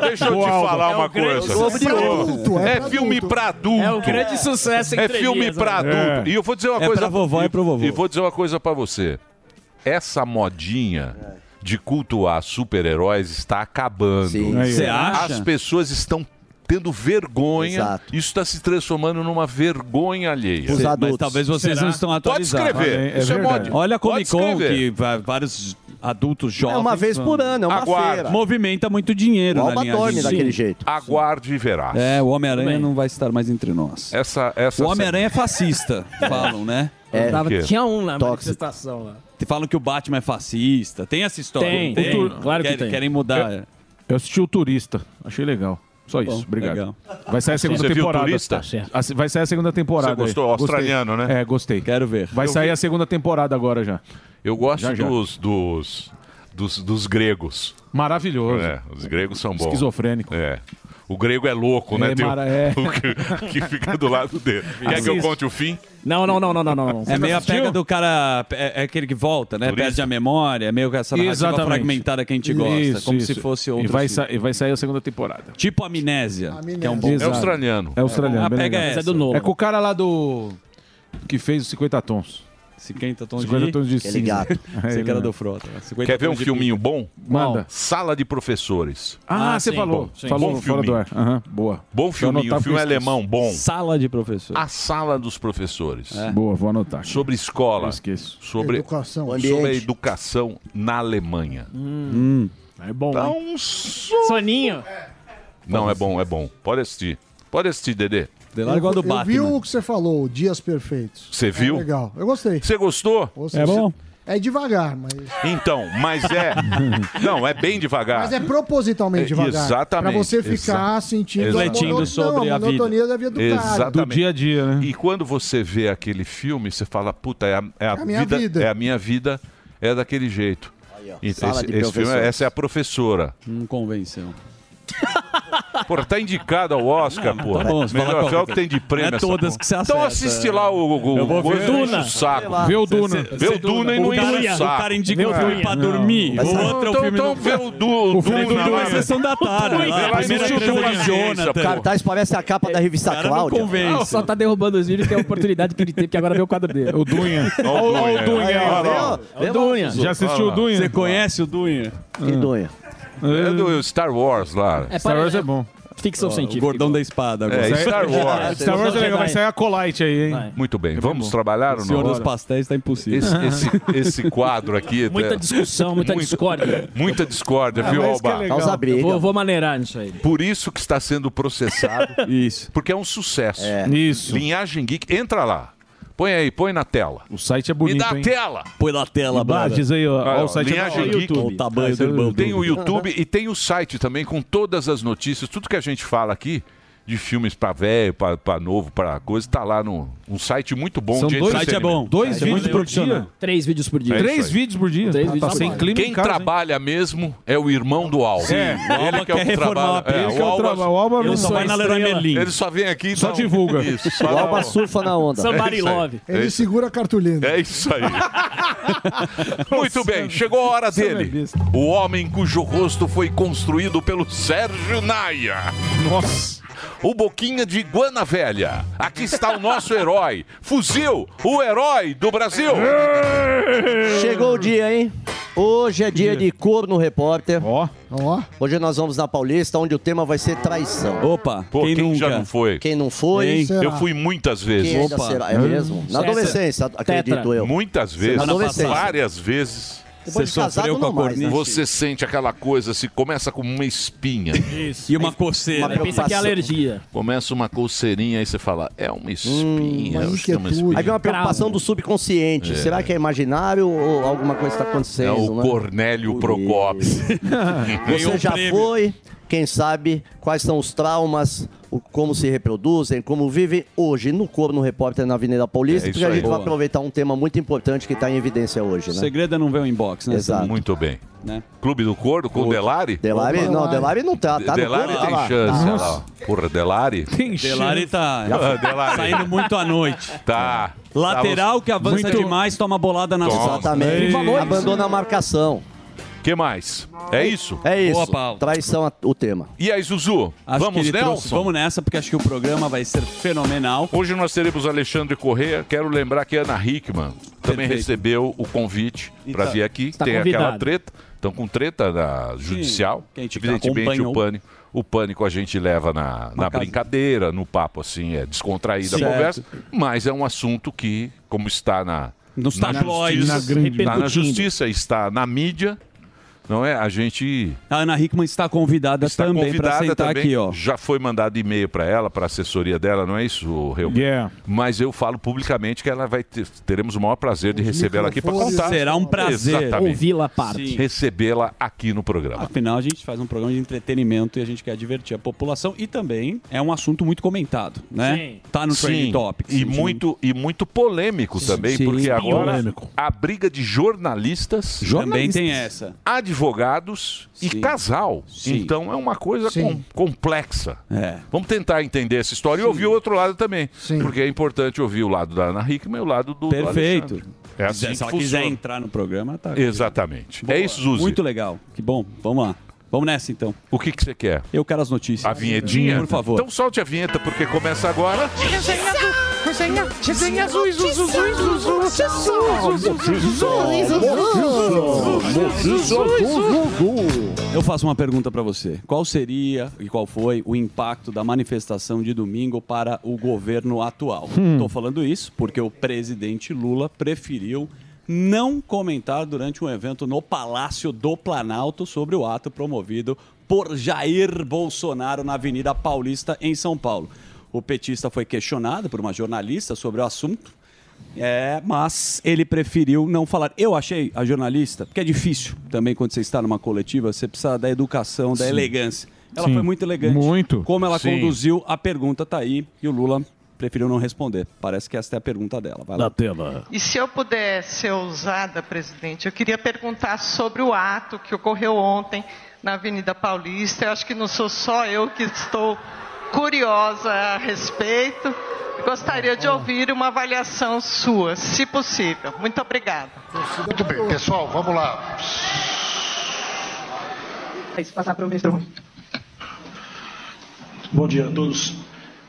Speaker 5: Deixa eu te
Speaker 4: Boa, Alba.
Speaker 5: falar
Speaker 9: É
Speaker 5: uma
Speaker 9: um grande
Speaker 5: coisa.
Speaker 11: sucesso. É pra adulto, é
Speaker 5: É
Speaker 11: pra
Speaker 5: filme
Speaker 11: adulto.
Speaker 5: pra adulto.
Speaker 9: É o grande sucesso
Speaker 5: É
Speaker 9: entrevias,
Speaker 5: filme pra
Speaker 9: né?
Speaker 5: adulto. E eu vou dizer uma
Speaker 6: É
Speaker 5: coisa.
Speaker 6: pra vovó e pro vovô.
Speaker 5: E vou dizer uma coisa pra você. Essa modinha de cultuar super-heróis está acabando.
Speaker 7: Sim.
Speaker 4: Aí,
Speaker 6: Você
Speaker 4: ó.
Speaker 5: As
Speaker 6: acha?
Speaker 5: pessoas estão tendo vergonha.
Speaker 7: Exato.
Speaker 5: Isso está se transformando numa vergonha alheia.
Speaker 7: Os
Speaker 6: Mas
Speaker 7: adultos.
Speaker 6: talvez vocês não estão
Speaker 5: Pode
Speaker 6: atualizados.
Speaker 5: escrever.
Speaker 4: É
Speaker 5: Isso é
Speaker 4: verdade.
Speaker 5: mod.
Speaker 6: Olha a Comic Con,
Speaker 5: Pode escrever.
Speaker 6: que vai- vários adultos
Speaker 7: É
Speaker 6: jovens...
Speaker 7: uma vez por ano, é uma
Speaker 5: Aguarde.
Speaker 7: feira.
Speaker 6: Movimenta muito dinheiro
Speaker 7: O
Speaker 6: na
Speaker 7: Alba
Speaker 6: linha
Speaker 7: dorme
Speaker 6: de-
Speaker 7: daquele
Speaker 6: Sim.
Speaker 7: jeito.
Speaker 5: Aguarde e verá.
Speaker 6: É, o Homem-Aranha
Speaker 9: Tudo bem.
Speaker 6: não vai estar mais entre nós.
Speaker 5: Essa, essa
Speaker 6: O Homem-Aranha é fascista, falam, né?
Speaker 7: É.
Speaker 9: Tava-
Speaker 5: quê?
Speaker 9: tinha um na
Speaker 7: Tóxico.
Speaker 9: manifestação lá.
Speaker 6: Falam que o Batman é fascista. Tem essa história.
Speaker 9: Tem,
Speaker 6: não
Speaker 9: tem, claro que
Speaker 6: querem,
Speaker 9: tem.
Speaker 6: Querem mudar. É.
Speaker 4: Eu assisti o Turista. Achei legal. Só isso. Obrigado.
Speaker 6: legal.
Speaker 4: Vai sair a segunda
Speaker 5: Você viu o
Speaker 4: temporada.
Speaker 5: Turista? Tá
Speaker 9: certo.
Speaker 4: Assim, Vai sair a segunda temporada.
Speaker 5: Você gostou?
Speaker 4: aí. Gostei.
Speaker 5: Australiano, né?
Speaker 4: É, gostei.
Speaker 6: Quero ver.
Speaker 4: Vai sair a segunda temporada agora já.
Speaker 5: Eu gosto
Speaker 4: Já, já.
Speaker 5: Dos, dos, dos, dos gregos.
Speaker 4: Maravilhoso.
Speaker 5: É, os gregos são bons.
Speaker 4: Esquizofrênico.
Speaker 5: É. O grego é louco, né?
Speaker 4: É,
Speaker 5: Tem o-
Speaker 4: mara- é.
Speaker 5: o que, que fica do lado dele. Quer que eu
Speaker 4: Assiste.
Speaker 5: conte o fim?
Speaker 9: Não, não, não, não, não, não.
Speaker 6: É meio a
Speaker 4: assistiu?
Speaker 6: pega do cara. É, é aquele que volta, né?
Speaker 5: Turista.
Speaker 6: Perde a memória. É meio que essa narrativa
Speaker 4: Exatamente.
Speaker 6: fragmentada que a gente gosta.
Speaker 4: Isso,
Speaker 6: como
Speaker 4: isso.
Speaker 6: se fosse
Speaker 4: E
Speaker 6: outro.
Speaker 4: vai,
Speaker 6: filme.
Speaker 4: sa- e vai sair a segunda temporada.
Speaker 6: Tipo amnésia,
Speaker 11: Amnésia.
Speaker 6: Que é um bom.
Speaker 5: É
Speaker 4: Exato.
Speaker 5: australiano.
Speaker 4: É australiano.
Speaker 6: A
Speaker 4: bem
Speaker 6: pega
Speaker 4: legal.
Speaker 9: Mas é do novo.
Speaker 4: É com o cara lá do. Que fez os 50 tons.
Speaker 6: 50 tons
Speaker 4: 50
Speaker 6: de.
Speaker 4: tons de
Speaker 7: Aquele
Speaker 4: cinza. É
Speaker 7: gato.
Speaker 6: Você
Speaker 4: ele
Speaker 6: que era
Speaker 4: mesmo.
Speaker 6: do Frota. né? 50
Speaker 5: Quer ver um
Speaker 6: tons de
Speaker 5: filminho bom?
Speaker 4: Manda.
Speaker 5: Sala de Professores.
Speaker 4: Ah,
Speaker 9: Ah,
Speaker 4: você
Speaker 9: sim,
Speaker 4: falou.
Speaker 9: bom, sim.
Speaker 4: Falou
Speaker 5: Bom
Speaker 4: fora do
Speaker 5: filminho.
Speaker 4: ar. Aham, boa.
Speaker 5: Bom filminho,
Speaker 4: anotar
Speaker 5: um filme
Speaker 4: porque eu
Speaker 5: alemão bom. Ah,
Speaker 6: Sala de professor.
Speaker 5: A Sala dos Professores.
Speaker 4: Boa, vou anotar.
Speaker 5: Sobre escola.
Speaker 4: Eu esqueço.
Speaker 5: Sobre,
Speaker 11: Educação.
Speaker 7: O
Speaker 5: sobre a
Speaker 7: ambiente.
Speaker 5: educação na Alemanha.
Speaker 9: É bom.
Speaker 5: Dá
Speaker 9: hein?
Speaker 5: um so-
Speaker 9: Soninho.
Speaker 5: Não, é bom, é bom. Pode assistir. Pode assistir, Dedê.
Speaker 6: Delar igual do
Speaker 11: eu vi
Speaker 6: Batman.
Speaker 11: o que você falou, Dias Perfeitos.
Speaker 5: Você viu?
Speaker 11: É Legal, eu gostei.
Speaker 5: Você gostou?
Speaker 11: Ou seja, É devagar, mas,
Speaker 5: Então, mas é. Não, é bem devagar.
Speaker 11: mas é propositalmente
Speaker 5: É,
Speaker 11: devagar.
Speaker 5: exatamente,
Speaker 11: Pra você ficar sentindo... a
Speaker 6: Refletindo
Speaker 11: mono-
Speaker 6: sobre
Speaker 11: não,
Speaker 6: a vida.
Speaker 11: monotonia da vida do cara.
Speaker 4: Do
Speaker 5: Exatamente.
Speaker 4: dia a dia, né?
Speaker 5: E quando você vê aquele filme, você fala, puta, é a, é a
Speaker 11: a minha vida.
Speaker 5: É a minha vida, é daquele jeito. E
Speaker 7: Sala
Speaker 5: esse
Speaker 7: de
Speaker 5: esse filme, é,
Speaker 7: professores.
Speaker 5: essa é a professora.
Speaker 6: Não convenceu.
Speaker 5: Pô, tá indicado ao Oscar, pô.
Speaker 10: tá bom, você fala
Speaker 5: Melhor
Speaker 10: qualquer
Speaker 5: filme que
Speaker 10: coisa.
Speaker 5: tem de prêmio.
Speaker 10: Não é
Speaker 5: essa
Speaker 10: todas
Speaker 5: porra.
Speaker 10: que você
Speaker 5: Então
Speaker 10: acerta,
Speaker 5: assiste
Speaker 10: é.
Speaker 5: lá o, o,
Speaker 10: Eu
Speaker 5: o,
Speaker 10: vou ver.
Speaker 5: Duna.
Speaker 10: Sei lá.
Speaker 5: saco.
Speaker 10: Vê o Duna.
Speaker 5: Vê o Duna e não
Speaker 10: O cara,
Speaker 5: enche o
Speaker 10: o
Speaker 5: saco.
Speaker 10: cara indica um filme pra dormir,
Speaker 5: Mas
Speaker 10: o
Speaker 5: sabe-
Speaker 10: outro é
Speaker 5: então,
Speaker 10: o filme
Speaker 5: então
Speaker 10: do...
Speaker 5: vê o Du- o
Speaker 10: filme
Speaker 5: Duna
Speaker 10: do
Speaker 5: lá,
Speaker 10: é
Speaker 5: né?
Speaker 10: Sessão da Tarde,
Speaker 5: Pois é,
Speaker 10: lá, a
Speaker 5: vai
Speaker 10: primeira
Speaker 5: assistir o
Speaker 10: treta
Speaker 5: Duna.
Speaker 10: de Jonathan.
Speaker 7: O cartaz parece a capa da revista
Speaker 10: cara não
Speaker 7: Cláudia.
Speaker 10: convence.
Speaker 1: Não, só tá derrubando os vídeos, tem a oportunidade que ele teve, que agora vê o quadro dele.
Speaker 4: O Dunha. Olha o Dunha.
Speaker 7: Aí,
Speaker 4: olha
Speaker 7: ó,
Speaker 4: lá.
Speaker 7: viu? Viu?
Speaker 4: Já assistiu o Dunha?
Speaker 10: Você
Speaker 5: Ah,
Speaker 10: conhece o Ah. Dunha?
Speaker 7: Que doia.
Speaker 5: É do Star Wars lá.
Speaker 4: Star Wars é bom.
Speaker 1: Ficção
Speaker 10: O
Speaker 1: científica.
Speaker 10: gordão da espada agora.
Speaker 5: É, Star Wars.
Speaker 4: Star Wars é legal, vai sair a Colite aí, hein?
Speaker 5: Muito bem, vamos trabalhar
Speaker 10: O
Speaker 5: ou
Speaker 10: senhor dos
Speaker 5: não?
Speaker 10: pastéis tá impossível.
Speaker 5: Esse, esse, esse quadro aqui.
Speaker 1: Muita
Speaker 5: tá-
Speaker 1: discussão, muita
Speaker 5: Muito.
Speaker 1: discórdia.
Speaker 5: muita discórdia, viu,
Speaker 4: mas que é
Speaker 5: Alba?
Speaker 4: legal.
Speaker 7: Causa briga.
Speaker 1: Vou, vou maneirar nisso aí.
Speaker 5: Por isso que está sendo processado,
Speaker 10: Isso.
Speaker 5: porque é um sucesso.
Speaker 4: Isso.
Speaker 5: Linhagem Geek, entra lá. Põe aí, põe na tela.
Speaker 4: O site é
Speaker 5: Me
Speaker 4: bonito,
Speaker 5: dá a
Speaker 4: hein?
Speaker 5: tela.
Speaker 10: Põe na tela,
Speaker 4: Ah,
Speaker 10: brother.
Speaker 4: diz aí, ó.
Speaker 5: Olha,
Speaker 4: ó, o é site é
Speaker 5: Linhagem
Speaker 4: bonito.
Speaker 5: Geek.
Speaker 10: Olha o tamanho do irmão
Speaker 5: Tem
Speaker 10: dele.
Speaker 5: o YouTube e tem o site também com todas as notícias, tudo que a gente fala aqui de filmes pra velho, pra pra novo, pra coisa, tá lá no um site muito bom
Speaker 4: São
Speaker 5: de
Speaker 4: dois-
Speaker 10: O site é bom.
Speaker 4: Dois
Speaker 10: É
Speaker 4: vídeos
Speaker 10: muito
Speaker 4: por
Speaker 10: profissional.
Speaker 4: dia.
Speaker 1: Três vídeos por dia.
Speaker 5: É isso
Speaker 4: Três
Speaker 5: aí.
Speaker 4: vídeos por dia.
Speaker 1: Três
Speaker 4: Tá
Speaker 1: vídeos
Speaker 4: sem
Speaker 1: por dia.
Speaker 4: clima em
Speaker 5: Quem
Speaker 4: casa, hein?
Speaker 5: trabalha mesmo é o irmão do Alba.
Speaker 10: O Alba quer reformar
Speaker 5: trabalha-
Speaker 10: a
Speaker 5: é,
Speaker 4: Ele que é o
Speaker 5: Alba-
Speaker 4: trava- o Alba
Speaker 10: Ele
Speaker 4: não
Speaker 10: só vai na Leroy Merlin.
Speaker 5: Ele só vem aqui e
Speaker 4: Só
Speaker 5: dá um-
Speaker 4: divulga.
Speaker 5: Isso, só
Speaker 7: O
Speaker 5: dá
Speaker 7: Alba
Speaker 5: um-
Speaker 7: surfa na onda.
Speaker 1: Somebody
Speaker 5: É isso aí.
Speaker 1: love.
Speaker 5: É
Speaker 11: Ele
Speaker 5: isso-
Speaker 11: segura a cartolina.
Speaker 5: É isso aí. Muito bem, chegou a hora dele.
Speaker 4: é besta.
Speaker 5: O homem cujo rosto foi construído pelo Sérgio Naia.
Speaker 4: Nossa.
Speaker 5: O Boquinha de Iguana Velha. Aqui está o nosso herói. Fuzil, o herói do Brasil.
Speaker 7: Chegou o dia, hein? Hoje é dia de Corno Repórter.
Speaker 4: Ó.
Speaker 11: Ó,
Speaker 7: Hoje nós vamos na Paulista, onde o tema vai ser traição.
Speaker 10: Opa,
Speaker 5: Pô,
Speaker 10: quem,
Speaker 5: quem,
Speaker 10: nunca?
Speaker 5: já não foi?
Speaker 7: Quem não foi,
Speaker 11: será?
Speaker 5: Eu fui muitas
Speaker 7: quem
Speaker 5: vezes.
Speaker 7: ainda
Speaker 10: Opa.
Speaker 7: será. É mesmo? Na
Speaker 1: Essa-
Speaker 7: adolescência, acredito
Speaker 1: Tetra.
Speaker 7: eu.
Speaker 5: Muitas vezes.
Speaker 7: adolescente.
Speaker 5: Várias vezes.
Speaker 10: Você
Speaker 7: Depois de casado,
Speaker 10: sofreu com a
Speaker 7: não mais,
Speaker 10: corneta?
Speaker 7: né?
Speaker 5: Você sente aquela coisa, se começa com uma espinha,
Speaker 10: E uma coceira.
Speaker 7: Uma-
Speaker 1: Pensa que é
Speaker 7: Preocupação. Hum,
Speaker 1: alergia.
Speaker 5: começa uma coceirinha, aí você fala, é uma espinha,
Speaker 11: uma
Speaker 5: eu acho que é uma
Speaker 11: inquietude.
Speaker 7: Aí vem
Speaker 5: espinha.
Speaker 7: uma preocupação
Speaker 1: Cravo.
Speaker 7: do subconsciente. Será que é imaginário ou alguma coisa está
Speaker 5: É
Speaker 7: acontecendo?
Speaker 5: o
Speaker 7: né?
Speaker 5: Cornélio
Speaker 7: Por
Speaker 5: Procopio.
Speaker 10: Ganhou
Speaker 7: Você
Speaker 10: um
Speaker 7: já
Speaker 10: prêmio.
Speaker 7: foi, quem sabe quais são os traumas, o- como se reproduzem, como vivem hoje no Corno Repórter na Avenida Paulista,
Speaker 5: É isso
Speaker 7: porque a
Speaker 5: aí.
Speaker 7: gente
Speaker 10: Boa.
Speaker 7: vai aproveitar um tema muito importante que está em evidência hoje,
Speaker 10: O
Speaker 7: né?
Speaker 10: segredo é não ver o inbox, né?
Speaker 7: Exato.
Speaker 10: Samir?
Speaker 5: Muito bem.
Speaker 10: Né?
Speaker 5: Clube do Corno com o Delari?
Speaker 7: Delari,
Speaker 11: Opa.
Speaker 7: não, Delari não tá, tá
Speaker 5: Delari
Speaker 7: no Corno,
Speaker 5: tem
Speaker 7: tá lá.
Speaker 5: chance, olha lá. ó. Porra, Delari?
Speaker 4: Tem
Speaker 10: Delari tá
Speaker 5: Ah, Delari.
Speaker 10: saindo muito à noite.
Speaker 5: Tá.
Speaker 10: Lateral que avança demais, toma bolada na
Speaker 5: Toma.
Speaker 10: sola.
Speaker 7: Exatamente.
Speaker 11: valor isso,
Speaker 7: Abandona a marcação.
Speaker 5: que mais? É isso?
Speaker 7: É isso.
Speaker 10: Boa, Paulo.
Speaker 7: Traição a- o tema.
Speaker 5: E aí, Zuzu?
Speaker 10: Acho que
Speaker 5: vamos,
Speaker 10: ele
Speaker 5: Nelson?
Speaker 10: trouxe- Vamos nessa, porque acho que o programa vai ser fenomenal.
Speaker 5: Hoje nós teremos Alexandre Corrêa. Quero lembrar que a Ana Hickman também
Speaker 10: Perfeito.
Speaker 5: recebeu o convite para
Speaker 10: tá-
Speaker 5: vir aqui.
Speaker 1: está
Speaker 5: Tem aquela
Speaker 1: convidado.
Speaker 5: treta. Estão com treta na judicial.
Speaker 10: quem te
Speaker 5: Evidentemente,
Speaker 10: acompanhou.
Speaker 5: o pânico, o pânico a gente leva na, na
Speaker 10: casa.
Speaker 5: brincadeira, no papo assim, é descontraída a
Speaker 10: Certo.
Speaker 5: conversa. Mas é um assunto que, como está na,
Speaker 10: Nos
Speaker 5: na
Speaker 10: tabloides.
Speaker 5: justiça, está na
Speaker 1: Repercutindo.
Speaker 5: justiça, está na mídia, não é? A gente
Speaker 10: A Ana Hickman está convidada
Speaker 5: está
Speaker 10: também para
Speaker 5: convidada
Speaker 10: sentar
Speaker 5: também.
Speaker 10: aqui, ó.
Speaker 5: Já foi mandado e-mail para ela, para assessoria dela, não é isso, Reu?
Speaker 4: Yeah.
Speaker 5: Mas eu falo publicamente que ela vai ter, teremos o maior prazer de recebê-la aqui para
Speaker 11: microfones.
Speaker 5: contar.
Speaker 10: Será um prazer.
Speaker 5: Exatamente.
Speaker 1: Ouvi-la à parte.
Speaker 10: Sim.
Speaker 5: Recebê-la aqui no programa.
Speaker 10: Afinal, a gente faz um programa de entretenimento e a gente quer divertir a população e também é um assunto muito comentado, né?
Speaker 1: Sim.
Speaker 10: Tá no Trending Topics.
Speaker 5: e
Speaker 10: gente.
Speaker 5: muito, e muito polêmico também,
Speaker 10: sim,
Speaker 5: porque agora
Speaker 4: polêmico.
Speaker 5: a briga de jornalistas,
Speaker 10: Também tem essa.
Speaker 5: advogados e
Speaker 10: Sim.
Speaker 5: casal.
Speaker 10: Sim.
Speaker 5: Então é uma coisa
Speaker 11: Sim.
Speaker 5: com- complexa.
Speaker 10: É.
Speaker 5: Vamos tentar entender essa história e ouvir o outro lado também.
Speaker 11: Sim.
Speaker 5: Porque é importante ouvir o lado da Ana Hickman e o lado do do
Speaker 10: Perfeito.
Speaker 5: Alexandre. É assim que
Speaker 10: Se ela
Speaker 5: funciona.
Speaker 10: quiser entrar no programa, tá.
Speaker 5: Exatamente.
Speaker 10: Boa.
Speaker 5: É isso, Zuzi.
Speaker 10: Muito legal. Que bom. Vamos lá. Vamos nessa então.
Speaker 5: O que que você quer?
Speaker 10: Eu quero as notícias.
Speaker 5: A vinhetinha?
Speaker 10: Por favor.
Speaker 5: Então solte a vinheta, porque começa agora. Então,
Speaker 10: Eu faço uma pergunta pra você. Qual seria e qual foi o impacto da manifestação de domingo para o governo atual? Tô falando isso porque o presidente Lula preferiu não comentar durante um evento no Palácio do Planalto sobre o ato promovido por Jair Bolsonaro na Avenida Paulista em São Paulo. O petista foi questionado por uma jornalista sobre o assunto é, mas ele preferiu não falar. Eu achei a jornalista, porque é difícil também quando você está numa coletiva, você precisa da educação, da elegância. Ela
Speaker 4: Sim.
Speaker 10: foi muito elegante.
Speaker 4: Muito.
Speaker 10: Como ela
Speaker 5: Sim.
Speaker 10: conduziu a pergunta, tá aí. E o Lula preferiu não responder. Parece que esta é a pergunta dela. Vai
Speaker 6: Na tela.
Speaker 13: E se eu puder ser ousada, presidente, eu queria perguntar sobre o ato que ocorreu ontem na Avenida Paulista. Eu acho que não sou só eu que estou curiosa a respeito. Gostaria de ouvir uma avaliação sua, se possível. Muito obrigada.
Speaker 14: Muito bem, pessoal, vamos lá.
Speaker 13: Isso passar para o metrô.
Speaker 15: Bom dia a todos.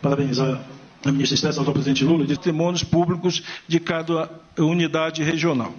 Speaker 15: Parabenizar a ministra Estressa, ao presidente Lula, de testemunhos públicos de cada unidade regional.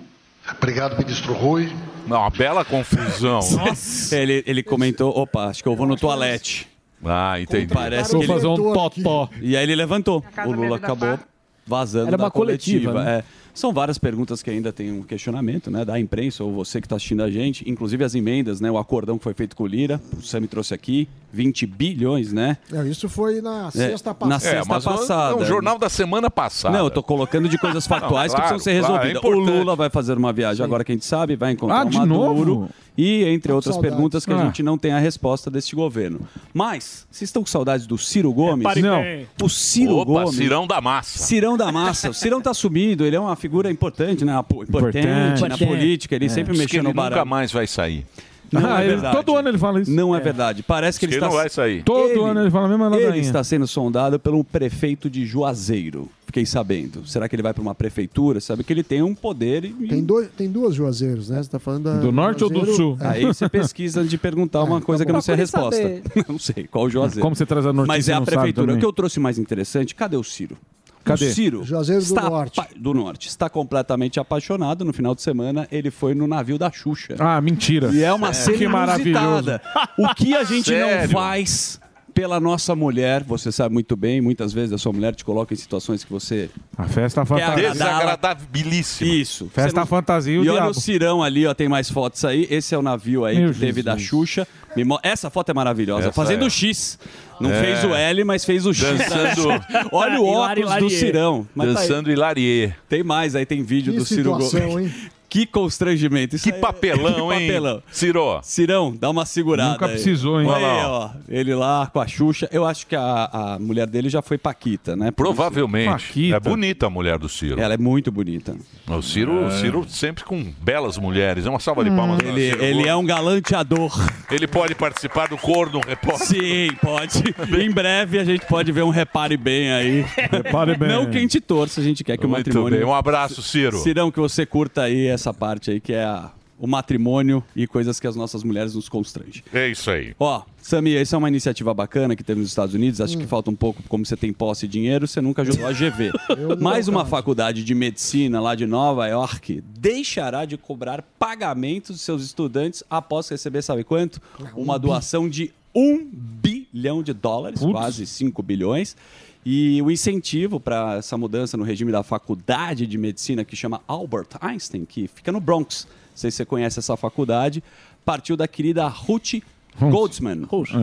Speaker 14: Obrigado, ministro Rui.
Speaker 5: Não, uma bela confusão.
Speaker 10: Nossa. Ele, ele comentou, opa, acho que eu vou no toalete.
Speaker 5: Ah, entendi.
Speaker 10: Parece que ele...
Speaker 4: totó.
Speaker 10: E aí ele levantou. O Lula
Speaker 4: da
Speaker 10: acabou vazando
Speaker 1: Era uma
Speaker 10: da coletiva.
Speaker 1: coletiva, né?
Speaker 10: é. São várias perguntas que ainda tem um questionamento, né? Da imprensa ou você que está assistindo a gente. Inclusive as emendas, né? O acordão que foi feito com o Lira. O Sam trouxe aqui. 20 bilhões, né?
Speaker 11: Não, isso foi na
Speaker 10: É,
Speaker 11: sexta
Speaker 10: na
Speaker 11: passada.
Speaker 10: sexta passada.
Speaker 5: é um jornal da semana passada.
Speaker 10: Não, eu tô colocando de coisas factuais
Speaker 5: Não, claro,
Speaker 10: que precisam ser
Speaker 5: claro, é
Speaker 10: resolvidas. o
Speaker 5: importante.
Speaker 10: Lula vai fazer uma viagem agora que a gente sabe, vai encontrar
Speaker 5: Ah,
Speaker 10: o
Speaker 5: de
Speaker 10: Maduro.
Speaker 5: novo? Tá
Speaker 10: E entre outras
Speaker 5: saudades.
Speaker 10: perguntas que a
Speaker 5: Ah.
Speaker 10: gente não tem a resposta deste governo. Mas, vocês estão com saudades do Ciro Gomes?
Speaker 5: Pare
Speaker 10: não.
Speaker 5: bem.
Speaker 10: O Ciro
Speaker 5: Opa,
Speaker 10: Gomes.
Speaker 5: Cirão da Massa.
Speaker 10: Cirão da Massa. O Cirão tá sumido, ele é uma figura importante, né? Apo- Importante, na
Speaker 4: né?
Speaker 5: Importante.
Speaker 10: política, ele
Speaker 5: É.
Speaker 10: sempre
Speaker 5: Diz que
Speaker 10: mexeu no
Speaker 5: ele nunca
Speaker 10: baralho.
Speaker 5: mais vai sair.
Speaker 10: Não
Speaker 4: Ah,
Speaker 10: é
Speaker 4: ele-
Speaker 10: verdade.
Speaker 4: todo ano ele fala isso.
Speaker 10: Não é, verdade. Parece que ele
Speaker 5: Diz que
Speaker 10: está.
Speaker 5: não vai sair.
Speaker 4: Todo ano ele fala a mesma ladainha.
Speaker 10: Ele está sendo sondado pelo prefeito de Juazeiro. Fiquei sabendo. Será que ele vai para uma prefeitura? Sabe que ele tem um poder. E...
Speaker 11: Tem, dois, tem duas Juazeiros, né? Você tá falando da- Juazeiro- É.
Speaker 10: Aí você pesquisa antes de perguntar uma coisa que eu não sei a
Speaker 11: Procure
Speaker 10: resposta.
Speaker 11: saber.
Speaker 10: Não sei qual o Juazeiro.
Speaker 4: Como você traz a notícia,
Speaker 10: Mas é a
Speaker 4: não sabe
Speaker 10: prefeitura.
Speaker 4: também.
Speaker 10: O que eu trouxe mais interessante, cadê o Ciro?
Speaker 4: Cadê?
Speaker 10: O Ciro
Speaker 11: Juazeiro do
Speaker 10: está
Speaker 11: Norte.
Speaker 10: apa- do Norte. Está completamente apaixonado. No final de semana, ele foi no navio da Xuxa.
Speaker 4: Ah, mentira.
Speaker 10: E é uma cena
Speaker 4: Sério? Que maravilhoso.
Speaker 10: inusitada. O que a gente não
Speaker 4: Sério?
Speaker 10: faz pela nossa mulher, você sabe muito bem, muitas vezes a sua mulher te coloca em situações que você
Speaker 4: A festa
Speaker 10: Quer
Speaker 4: fantasia.
Speaker 10: agradá-la.
Speaker 5: Desagradabilíssimo.
Speaker 10: Isso. Você
Speaker 4: Festa
Speaker 10: não-
Speaker 4: fantasia e o
Speaker 10: E olha o
Speaker 4: diabo.
Speaker 10: Cirão ali, ó, tem mais fotos aí. Esse é o navio aí
Speaker 4: Meu
Speaker 10: que teve da Xuxa. Me mo- Essa foto é maravilhosa.
Speaker 5: Essa
Speaker 10: Fazendo
Speaker 5: é.
Speaker 10: o X. Não
Speaker 5: É.
Speaker 10: fez o L, mas fez o X.
Speaker 5: Dançando.
Speaker 10: olha o
Speaker 5: Hilari,
Speaker 10: óculos do
Speaker 5: Hilarier.
Speaker 10: Cirão. Mas tá aí.
Speaker 5: Dançando Hilarier.
Speaker 10: Tem mais aí, tem vídeo
Speaker 5: Que
Speaker 10: do Ciro
Speaker 5: situação,
Speaker 10: Gomes. Que constrangimento. Isso
Speaker 5: Que
Speaker 10: aí é-
Speaker 5: papelão,
Speaker 10: que
Speaker 5: hein?
Speaker 10: papelão.
Speaker 5: Ciro.
Speaker 10: Cirão, dá uma segurada.
Speaker 5: Nunca
Speaker 10: aí.
Speaker 5: precisou, hein?
Speaker 10: Olha
Speaker 5: Olha
Speaker 10: aí,
Speaker 5: lá,
Speaker 10: ó. Ele lá com a Xuxa. Eu acho que a, a mulher dele já foi Paquita, né? Por isso-
Speaker 5: Provavelmente. É bonita a mulher do Ciro.
Speaker 10: Ela é muito bonita.
Speaker 5: O Ciro,
Speaker 10: É.
Speaker 5: Ciro sempre com belas mulheres. É uma salva
Speaker 4: Hum.
Speaker 5: de palmas. para
Speaker 10: Ele,
Speaker 5: Ciro
Speaker 10: ele
Speaker 5: Gomes.
Speaker 10: é um galanteador.
Speaker 5: Ele pode participar do Corno Repórter.
Speaker 10: Sim, pode. em breve a gente pode ver um repare bem aí. Repare
Speaker 5: bem.
Speaker 10: Não que a gente torça, a gente quer que o
Speaker 5: Muito
Speaker 10: matrimônio.
Speaker 5: bem. Um abraço, Ciro.
Speaker 10: Cirão, que você curta aí essa parte aí que é a- o matrimônio e coisas que as nossas mulheres nos constrangem.
Speaker 5: É isso aí.
Speaker 10: Ó, Sami, essa é uma iniciativa bacana que teve nos Estados Unidos. Acho que falta um pouco, como você tem posse e dinheiro, você nunca ajudou a GV. Mais uma faculdade de medicina lá de Nova York deixará de cobrar pagamentos dos seus estudantes após receber, sabe quanto? Uma doação de um bilhão de dólares, quase 5 bilhões. E o incentivo para essa mudança no regime da faculdade de medicina que chama Albert Einstein, que fica no Bronx. Não sei se você conhece essa faculdade. Partiu da querida Ruth Goldsman. Ruth.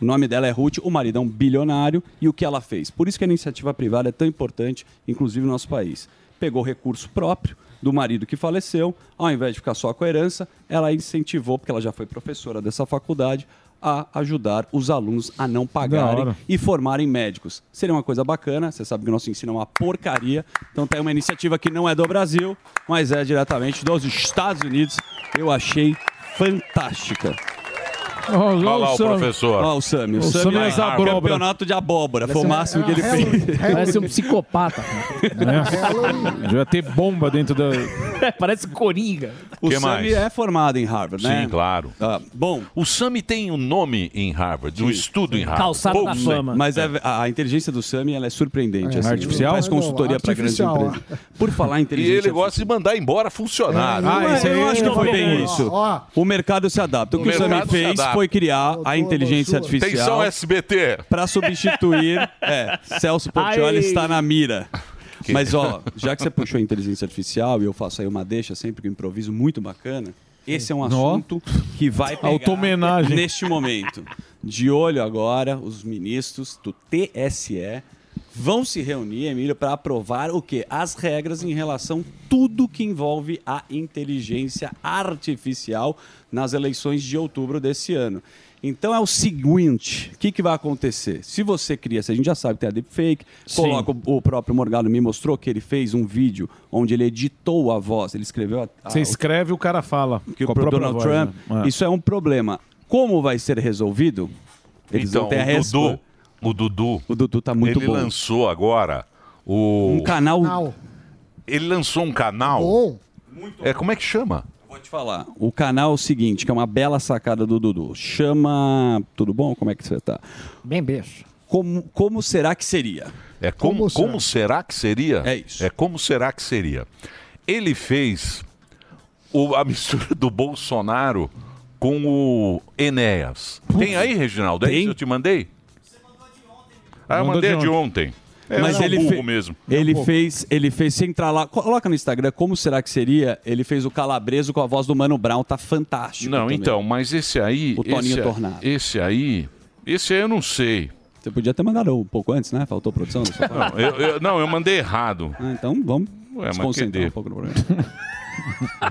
Speaker 10: O nome dela é Ruth, o marido é um bilionário. E o que ela fez? Por isso que a iniciativa privada é tão importante, inclusive no nosso país. Pegou recurso próprio do marido que faleceu, ao invés de ficar só com a herança, ela incentivou, porque ela já foi professora dessa faculdade, a ajudar os alunos a não pagarem
Speaker 4: hora.
Speaker 10: e formarem médicos. Seria uma coisa bacana, você sabe que o nosso ensino é uma porcaria. Então tem uma iniciativa que não é do Brasil, mas é diretamente dos Estados Unidos. Eu achei fantástica.
Speaker 5: Olha lá o professor.
Speaker 10: Olha o Sami. O,
Speaker 5: O
Speaker 10: Sami
Speaker 5: Sami é
Speaker 10: é
Speaker 4: Ah,
Speaker 5: essa abóbora.
Speaker 10: campeonato de abóbora. Foi o máximo que ele
Speaker 1: Parece um-
Speaker 10: fez.
Speaker 1: Parece um psicopata.
Speaker 4: É. Devia ter bomba dentro da.
Speaker 1: Parece coringa.
Speaker 10: O
Speaker 5: Que
Speaker 10: Sami
Speaker 5: mais?
Speaker 10: é formado em Harvard, né?
Speaker 5: Sim, claro.
Speaker 10: bom.
Speaker 5: O Sami tem um nome em Harvard, um estudo em Harvard. Poucos têm.
Speaker 10: Mas é- a, a inteligência do Sami ela é surpreendente.
Speaker 5: É,
Speaker 10: assim.
Speaker 5: artificial?
Speaker 10: Faz consultoria para grandes
Speaker 5: Artificial, É,
Speaker 10: empresas. Por falar em
Speaker 5: E
Speaker 10: inteligência
Speaker 5: ele gosta de mandar embora funcionário.
Speaker 10: Ah, isso eu não acho que
Speaker 5: é
Speaker 10: foi bem isso. O mercado se adapta. O
Speaker 5: O
Speaker 10: que o Sami
Speaker 5: mercado se
Speaker 10: fez
Speaker 5: adapta.
Speaker 10: foi criar a inteligência artificial
Speaker 5: Atenção, SBT.
Speaker 10: para substituir é, Celso Portioli
Speaker 5: Ai.
Speaker 10: está na mira. Mas ó, já que você puxou a inteligência artificial e eu faço aí uma deixa sempre que eu improviso muito bacana, esse é um
Speaker 4: Nó.
Speaker 10: assunto que vai pegar
Speaker 4: Auto-homenagem.
Speaker 10: neste momento. De olho agora, os ministros do TSE vão se reunir, Emílio, para aprovar o quê? As regras em relação a tudo que envolve a inteligência artificial nas eleições de outubro desse ano. Então é o seguinte, o que, que vai acontecer? Se você cria, se a gente já sabe que tem a deepfake,
Speaker 4: Sim.
Speaker 10: coloca o, o próprio Morgado me mostrou que ele fez um vídeo onde ele editou a voz, ele escreveu a, a,
Speaker 4: Você escreve, o cara fala.
Speaker 10: que o
Speaker 4: com a própria
Speaker 10: Donald
Speaker 4: voz,
Speaker 10: Trump.
Speaker 4: né? É.
Speaker 10: Isso é um problema. Como vai ser resolvido? Eles
Speaker 5: Então,
Speaker 10: não têm a
Speaker 5: o Dudu,
Speaker 10: resposta.
Speaker 5: o Dudu,
Speaker 10: o Dudu tá muito
Speaker 5: ele
Speaker 10: bom.
Speaker 5: lançou agora o
Speaker 10: Um canal- Canal.
Speaker 5: Ele lançou um canal. É como é que chama?
Speaker 10: Vou te falar. O canal é o seguinte, que é uma bela sacada do Dudu. Chama. Tudo bom? Como é que você tá?
Speaker 1: Bem, beijo.
Speaker 10: Como, como será que seria?
Speaker 5: É como, como, será que seria? É isso. É como será que seria? Ele fez o- a mistura do Bolsonaro com o Enéas. Tem aí, Reginaldo? É isso que eu te mandei? Ah, eu
Speaker 10: Mandou
Speaker 5: mandei
Speaker 10: de
Speaker 5: a de
Speaker 10: ontem.
Speaker 5: ontem. É,
Speaker 10: Mas
Speaker 5: eu sou
Speaker 10: ele,
Speaker 5: é um burro
Speaker 10: fe-
Speaker 5: mesmo.
Speaker 10: ele fez, ele fez sem entrar lá. Coloca no Instagram como será que seria? Ele fez o calabreso com a voz do Mano Brown, tá fantástico.
Speaker 5: Não,
Speaker 10: também.
Speaker 5: então, mas esse aí.
Speaker 10: O Toninho
Speaker 5: esse, é- a-
Speaker 10: Tornado.
Speaker 5: Esse aí. Esse aí eu não sei.
Speaker 10: Você podia ter mandado um pouco antes, né? Faltou produção. Não, sei
Speaker 5: Não,
Speaker 10: falar.
Speaker 5: eu, eu- não, eu mandei errado.
Speaker 10: Ah, então vamos
Speaker 5: Ué, mas
Speaker 10: se
Speaker 5: quem
Speaker 10: concentrar
Speaker 5: dê?
Speaker 10: um pouco no programa.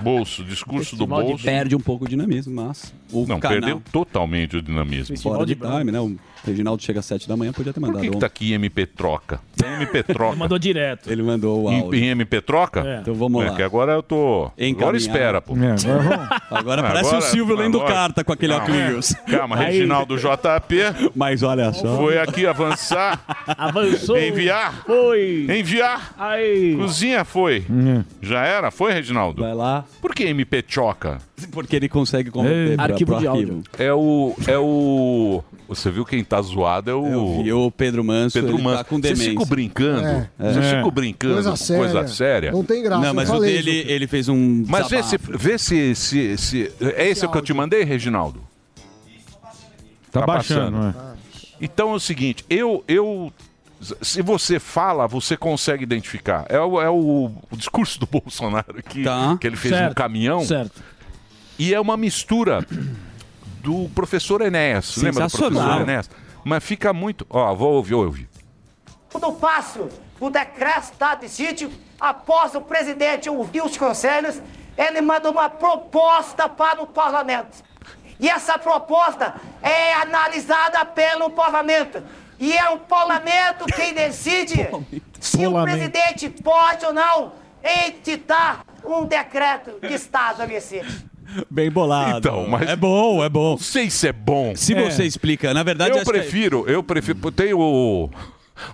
Speaker 5: Bolso, discurso do
Speaker 10: Festival de
Speaker 5: bolso.
Speaker 10: perde um pouco o dinamismo, mas o
Speaker 5: Não,
Speaker 10: canal...
Speaker 5: perdeu totalmente o dinamismo.
Speaker 10: Fora de time, né? O Reginaldo chega às 7 da manhã, podia ter mandado um.
Speaker 5: Por que, que
Speaker 10: ontem.
Speaker 5: tá aqui MP Troca? Tem MP Troca.
Speaker 10: mandou
Speaker 5: direto.
Speaker 10: Ele mandou o áudio.
Speaker 5: Em, em MP Troca?
Speaker 10: É. Então vamos
Speaker 5: É
Speaker 10: lá.
Speaker 5: que agora eu tô. Agora
Speaker 10: Encaminhado.
Speaker 5: espera, pô. é
Speaker 10: É, agora vamos. Agora parece o Silvio lendo carta com aquele óculos.
Speaker 5: Calma,
Speaker 10: Aí.
Speaker 5: Reginaldo JP.
Speaker 10: Mas olha só.
Speaker 5: Foi aqui avançar.
Speaker 12: Avançou.
Speaker 5: Enviar.
Speaker 12: Foi.
Speaker 5: Enviar.
Speaker 12: Aí.
Speaker 5: Cozinha foi.
Speaker 10: Hum.
Speaker 5: Já era? Foi, Reginaldo? Vai
Speaker 10: lá.
Speaker 5: Por que MP Choca?
Speaker 10: Porque ele consegue converter pra,
Speaker 5: Arquivo
Speaker 10: pro
Speaker 5: de
Speaker 10: arquivo.
Speaker 5: áudio. É o. É o. Você viu quem tá zoado é o. Eu
Speaker 10: vi o Pedro Manso.
Speaker 5: Pedro
Speaker 10: ele
Speaker 5: Manso.
Speaker 10: tá com
Speaker 5: Vocês
Speaker 10: demência.
Speaker 5: ficam brincando?
Speaker 10: É.
Speaker 5: Vocês
Speaker 10: É.
Speaker 5: ficam brincando
Speaker 10: Coisa
Speaker 5: com
Speaker 10: séria.
Speaker 5: coisa séria?
Speaker 10: Não tem graça, Não, eu mas o falei, dele, Zucca. ele fez um
Speaker 5: Mas vê se,
Speaker 10: desabafo.
Speaker 5: vê se, se, se- É esse, o que eu te mandei, Reginaldo?
Speaker 4: Tá baixando,
Speaker 10: Ah.
Speaker 5: Então é o seguinte, eu. eu se você fala, você consegue identificar. É o, é o, o discurso do Bolsonaro que,
Speaker 10: Tá.
Speaker 5: que ele fez no
Speaker 12: Certo,
Speaker 5: caminhão.
Speaker 12: certo.
Speaker 5: E é uma mistura do professor Enéas. Lembra do professor
Speaker 12: Sensacional.
Speaker 5: Enéas? Mas fica muito. Ó, vou ouvir, vou ouvir.
Speaker 16: Quando faço um decreto de estado de sítio, após o presidente ouvir os conselhos, ele manda uma proposta para o parlamento. E essa proposta é analisada pelo parlamento. E é o parlamento quem decide se o
Speaker 17: Parlamento.
Speaker 16: presidente pode ou não editar um decreto de estado de sítio.
Speaker 10: Bem bolado.
Speaker 5: Então, mas
Speaker 10: É bom, é bom. Não
Speaker 5: sei se é bom.
Speaker 10: Se você
Speaker 5: É.
Speaker 10: explica, na verdade...
Speaker 5: eu
Speaker 10: acho que- é-
Speaker 5: prefiro, eu prefiro. Tem o.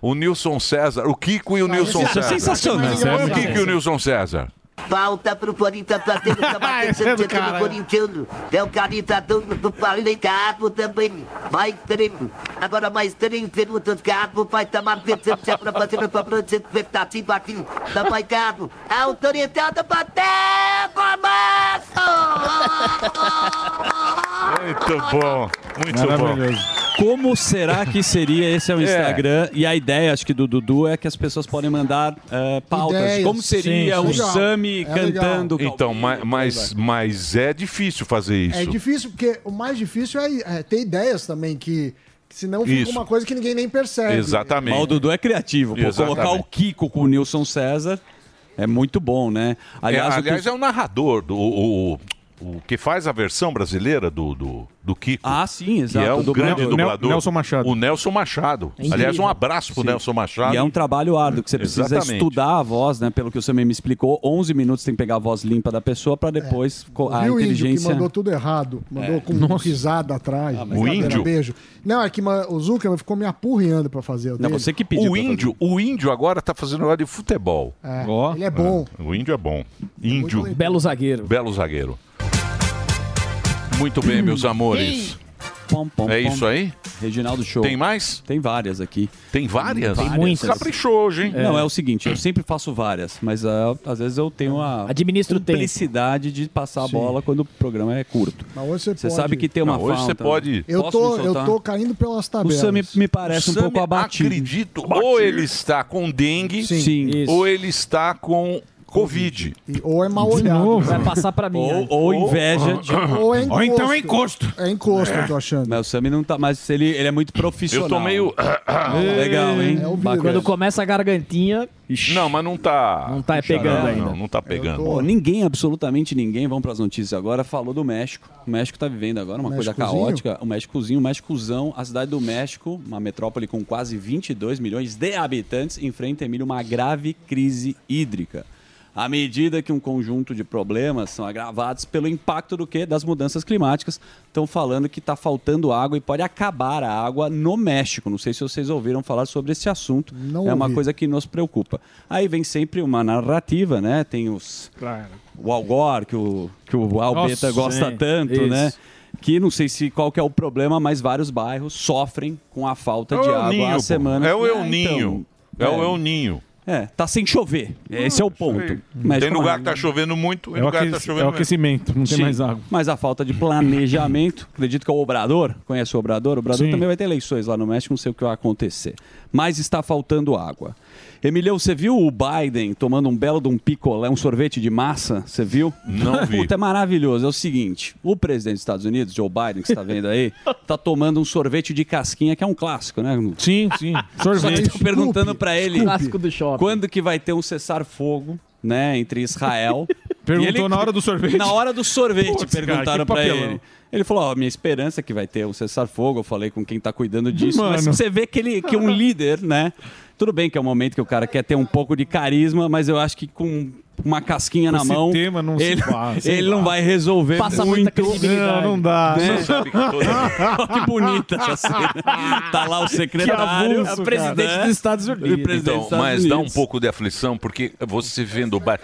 Speaker 5: O Nilson César, o Kiko e o Nilson
Speaker 10: isso é
Speaker 5: César.
Speaker 10: sensacional.
Speaker 5: Põe o Kiko e o Nilson César.
Speaker 18: Falta pro Corinthians bater no
Speaker 5: Esse é
Speaker 18: Sabatão,
Speaker 5: do
Speaker 18: do
Speaker 5: cara.
Speaker 18: corintiano. É o caritadão do Palencarvo também. Mais três. Agora mais três minutos. Carvo vai tomar decisão é pra bater no Pablante. Expectativa aqui. Da Pai Carvo. Autorizado bater.
Speaker 5: Muito bom, muito bom.
Speaker 10: Como será que seria? Esse é o
Speaker 5: É.
Speaker 10: Instagram. E a ideia, acho que do Dudu, é que as pessoas podem mandar eh, pautas.
Speaker 5: Ideias.
Speaker 10: Como seria
Speaker 5: Sim,
Speaker 10: o
Speaker 5: legal.
Speaker 10: Sami
Speaker 11: É
Speaker 10: cantando...
Speaker 5: Então, ma- mas, mas é difícil fazer isso.
Speaker 11: É difícil, porque o mais difícil é, é ter ideias também, que, que senão fica
Speaker 5: Isso.
Speaker 11: uma coisa que ninguém nem percebe.
Speaker 5: Exatamente.
Speaker 10: Mas o Dudu é criativo. Pô,
Speaker 5: Exatamente.
Speaker 10: colocar o Kiko com o Nilson César é muito bom, né?
Speaker 5: Aliás, é,
Speaker 10: o
Speaker 5: aliás,
Speaker 10: que-
Speaker 5: é o narrador, do, o, o- o que faz a versão brasileira do, do, do Kiko.
Speaker 10: Ah, sim,
Speaker 5: Que é
Speaker 10: exato,
Speaker 5: um
Speaker 10: o
Speaker 5: grande
Speaker 10: dublador.
Speaker 5: dublador.
Speaker 10: Nel- Nelson
Speaker 5: Machado. O Nelson Machado.
Speaker 10: É incrível.
Speaker 5: aliás, um abraço pro
Speaker 10: Sim.
Speaker 5: Nelson Machado.
Speaker 10: E é um trabalho árduo que você precisa
Speaker 5: Exatamente.
Speaker 10: estudar a voz, né? Pelo que o Samir me explicou, 11 minutos tem que pegar a voz limpa da pessoa para depois co- a
Speaker 11: É. Viu
Speaker 10: Ah,
Speaker 11: o índio que
Speaker 10: inteligência.
Speaker 11: mandou tudo errado? Mandou
Speaker 10: É. Ah,
Speaker 11: com risada atrás.
Speaker 10: mas-
Speaker 11: brincadeira,
Speaker 10: O índio?
Speaker 11: Beijo. Não, é que ma- o Zuckerman ficou me apurrinhando pra fazer. O dele.
Speaker 5: O índio, o índio agora tá fazendo hora de futebol.
Speaker 11: É, Ó. ele é bom.
Speaker 5: É, O índio é bom. Índio.
Speaker 11: legal.
Speaker 5: Belo zagueiro. Belo zagueiro. Muito bem, meus amores.
Speaker 10: Pom, pom,
Speaker 5: É
Speaker 10: pom.
Speaker 5: isso aí?
Speaker 10: Reginaldo Show.
Speaker 5: Tem mais?
Speaker 10: Tem várias aqui.
Speaker 5: Tem várias?
Speaker 10: Tem
Speaker 5: muitas.
Speaker 10: muitas.
Speaker 5: Caprichou hoje, hein?
Speaker 10: Não, é o seguinte, eu sempre faço várias, mas ah, às vezes eu tenho a Administro cumplicidade de passar a bola quando o programa é curto.
Speaker 11: Mas hoje você,
Speaker 10: Você
Speaker 11: pode-
Speaker 10: sabe que tem uma
Speaker 5: Não, hoje
Speaker 10: falta.
Speaker 5: você pode-
Speaker 11: Eu
Speaker 10: Posso
Speaker 11: tô,
Speaker 10: me
Speaker 11: eu
Speaker 10: soltar?
Speaker 11: tô caindo pelas
Speaker 10: O
Speaker 11: tabelas.
Speaker 10: Sam me- me parece um
Speaker 5: Sami,
Speaker 10: pouco abatido.
Speaker 5: Acredito, ou ele está com dengue,
Speaker 10: Sim. Sim.
Speaker 5: ou ele está com Covid.
Speaker 11: Ou é mal olhado.
Speaker 1: Vai passar pra mim.
Speaker 10: Ou, né? ou inveja de.
Speaker 11: Ou é encosto.
Speaker 4: então
Speaker 11: É encosto,
Speaker 10: É.
Speaker 11: eu tô achando.
Speaker 10: Mas o Sammy não tá mais. Ele, ele é muito profissional.
Speaker 5: Eu tô meio-
Speaker 10: Legal, hein?
Speaker 5: É o vírus.
Speaker 10: Bacana.
Speaker 11: né?
Speaker 1: Quando começa a gargantinha,
Speaker 5: Não, mas não tá. Não
Speaker 1: tá pegando
Speaker 5: não,
Speaker 1: ainda.
Speaker 5: Não, não tá pegando.
Speaker 10: Pô, ninguém, absolutamente ninguém, vamos para as notícias agora, falou do México. O México tá vivendo agora uma coisa
Speaker 5: Méxicozinho?
Speaker 10: caótica. O Méxicozinho, o Méxicozão, a cidade do México, uma metrópole com quase 22 milhões de habitantes, enfrenta, Emílio, uma grave crise hídrica. À medida que um conjunto de problemas são agravados pelo impacto do quê? Das mudanças climáticas. Estão falando que está faltando água e pode acabar a água no México. Não sei se vocês ouviram falar sobre esse assunto.
Speaker 11: Não
Speaker 10: é uma
Speaker 11: ouvi.
Speaker 10: coisa que nos preocupa. Aí vem sempre uma narrativa, né? Tem os o Algor, que o, que o Albeta
Speaker 1: Nossa,
Speaker 10: gosta
Speaker 1: sim.
Speaker 10: tanto, né?
Speaker 1: Isso.
Speaker 10: Que não sei se qual que é o problema, mas vários bairros sofrem com a falta
Speaker 5: É o
Speaker 10: de
Speaker 5: El
Speaker 10: água
Speaker 5: Ninho,
Speaker 10: a
Speaker 5: pô.
Speaker 10: semana.
Speaker 5: É o El
Speaker 10: então,
Speaker 5: Ninho. É o El Ninho.
Speaker 10: É, tá sem chover. Esse é o ponto. Mas
Speaker 5: tem
Speaker 10: com
Speaker 5: lugar
Speaker 10: água.
Speaker 5: que tá chovendo muito, tem
Speaker 10: É o
Speaker 5: lugar que tá
Speaker 10: aqueci-
Speaker 5: chovendo
Speaker 10: é o aquecimento,
Speaker 4: não tem
Speaker 10: Sim,
Speaker 4: mais água.
Speaker 10: Mas a falta de planejamento, acredito que é o Obrador, conhece o Obrador? O Obrador
Speaker 4: Sim.
Speaker 10: também vai ter eleições lá no México, não sei o que vai acontecer. Mas está faltando água. Emilio, você viu o Biden tomando um belo de um picolé, um sorvete de massa? Você viu?
Speaker 5: Não vi.
Speaker 10: Puta, é maravilhoso. É o seguinte, o presidente dos Estados Unidos, Joe Biden, que você está vendo aí, está tomando um sorvete de casquinha, que é um clássico, né? Sim, sim. Só que
Speaker 1: Sorvete.
Speaker 10: estão perguntando
Speaker 1: Scoop.
Speaker 10: para ele
Speaker 1: Clássico do shopping.
Speaker 10: quando que vai ter um cessar-fogo né, entre Israel.
Speaker 4: Perguntou
Speaker 10: E
Speaker 4: na hora do sorvete?
Speaker 10: Na hora do sorvete,
Speaker 4: Putz, cara,
Speaker 10: perguntaram
Speaker 4: que
Speaker 10: pra
Speaker 4: papelão.
Speaker 10: ele. Ele falou: Ó, minha esperança é que vai ter um cessar-fogo. Eu falei com quem tá cuidando disso. Mas
Speaker 4: Mano.
Speaker 10: você vê que, ele, que um líder, né? Tudo bem que é um momento que o cara quer ter um pouco de carisma, mas eu acho que com uma casquinha
Speaker 4: Com
Speaker 10: na
Speaker 4: esse
Speaker 10: mão.
Speaker 4: tema não se
Speaker 10: ele
Speaker 4: faz, sei
Speaker 10: ele
Speaker 4: lá.
Speaker 10: não vai resolver
Speaker 4: Passa
Speaker 10: muito.
Speaker 4: muita credibilidade. Não, não dá.
Speaker 10: Né?
Speaker 4: Você sabe que
Speaker 10: Olha que bonita essa cena. Tá lá o secretário.
Speaker 1: avulso, É o presidente cara. dos Estados Unidos.
Speaker 10: E né? o presidente
Speaker 5: Então,
Speaker 10: dos Estados
Speaker 5: mas dá um
Speaker 10: Unidos.
Speaker 5: pouco de aflição, porque você vendo o bar.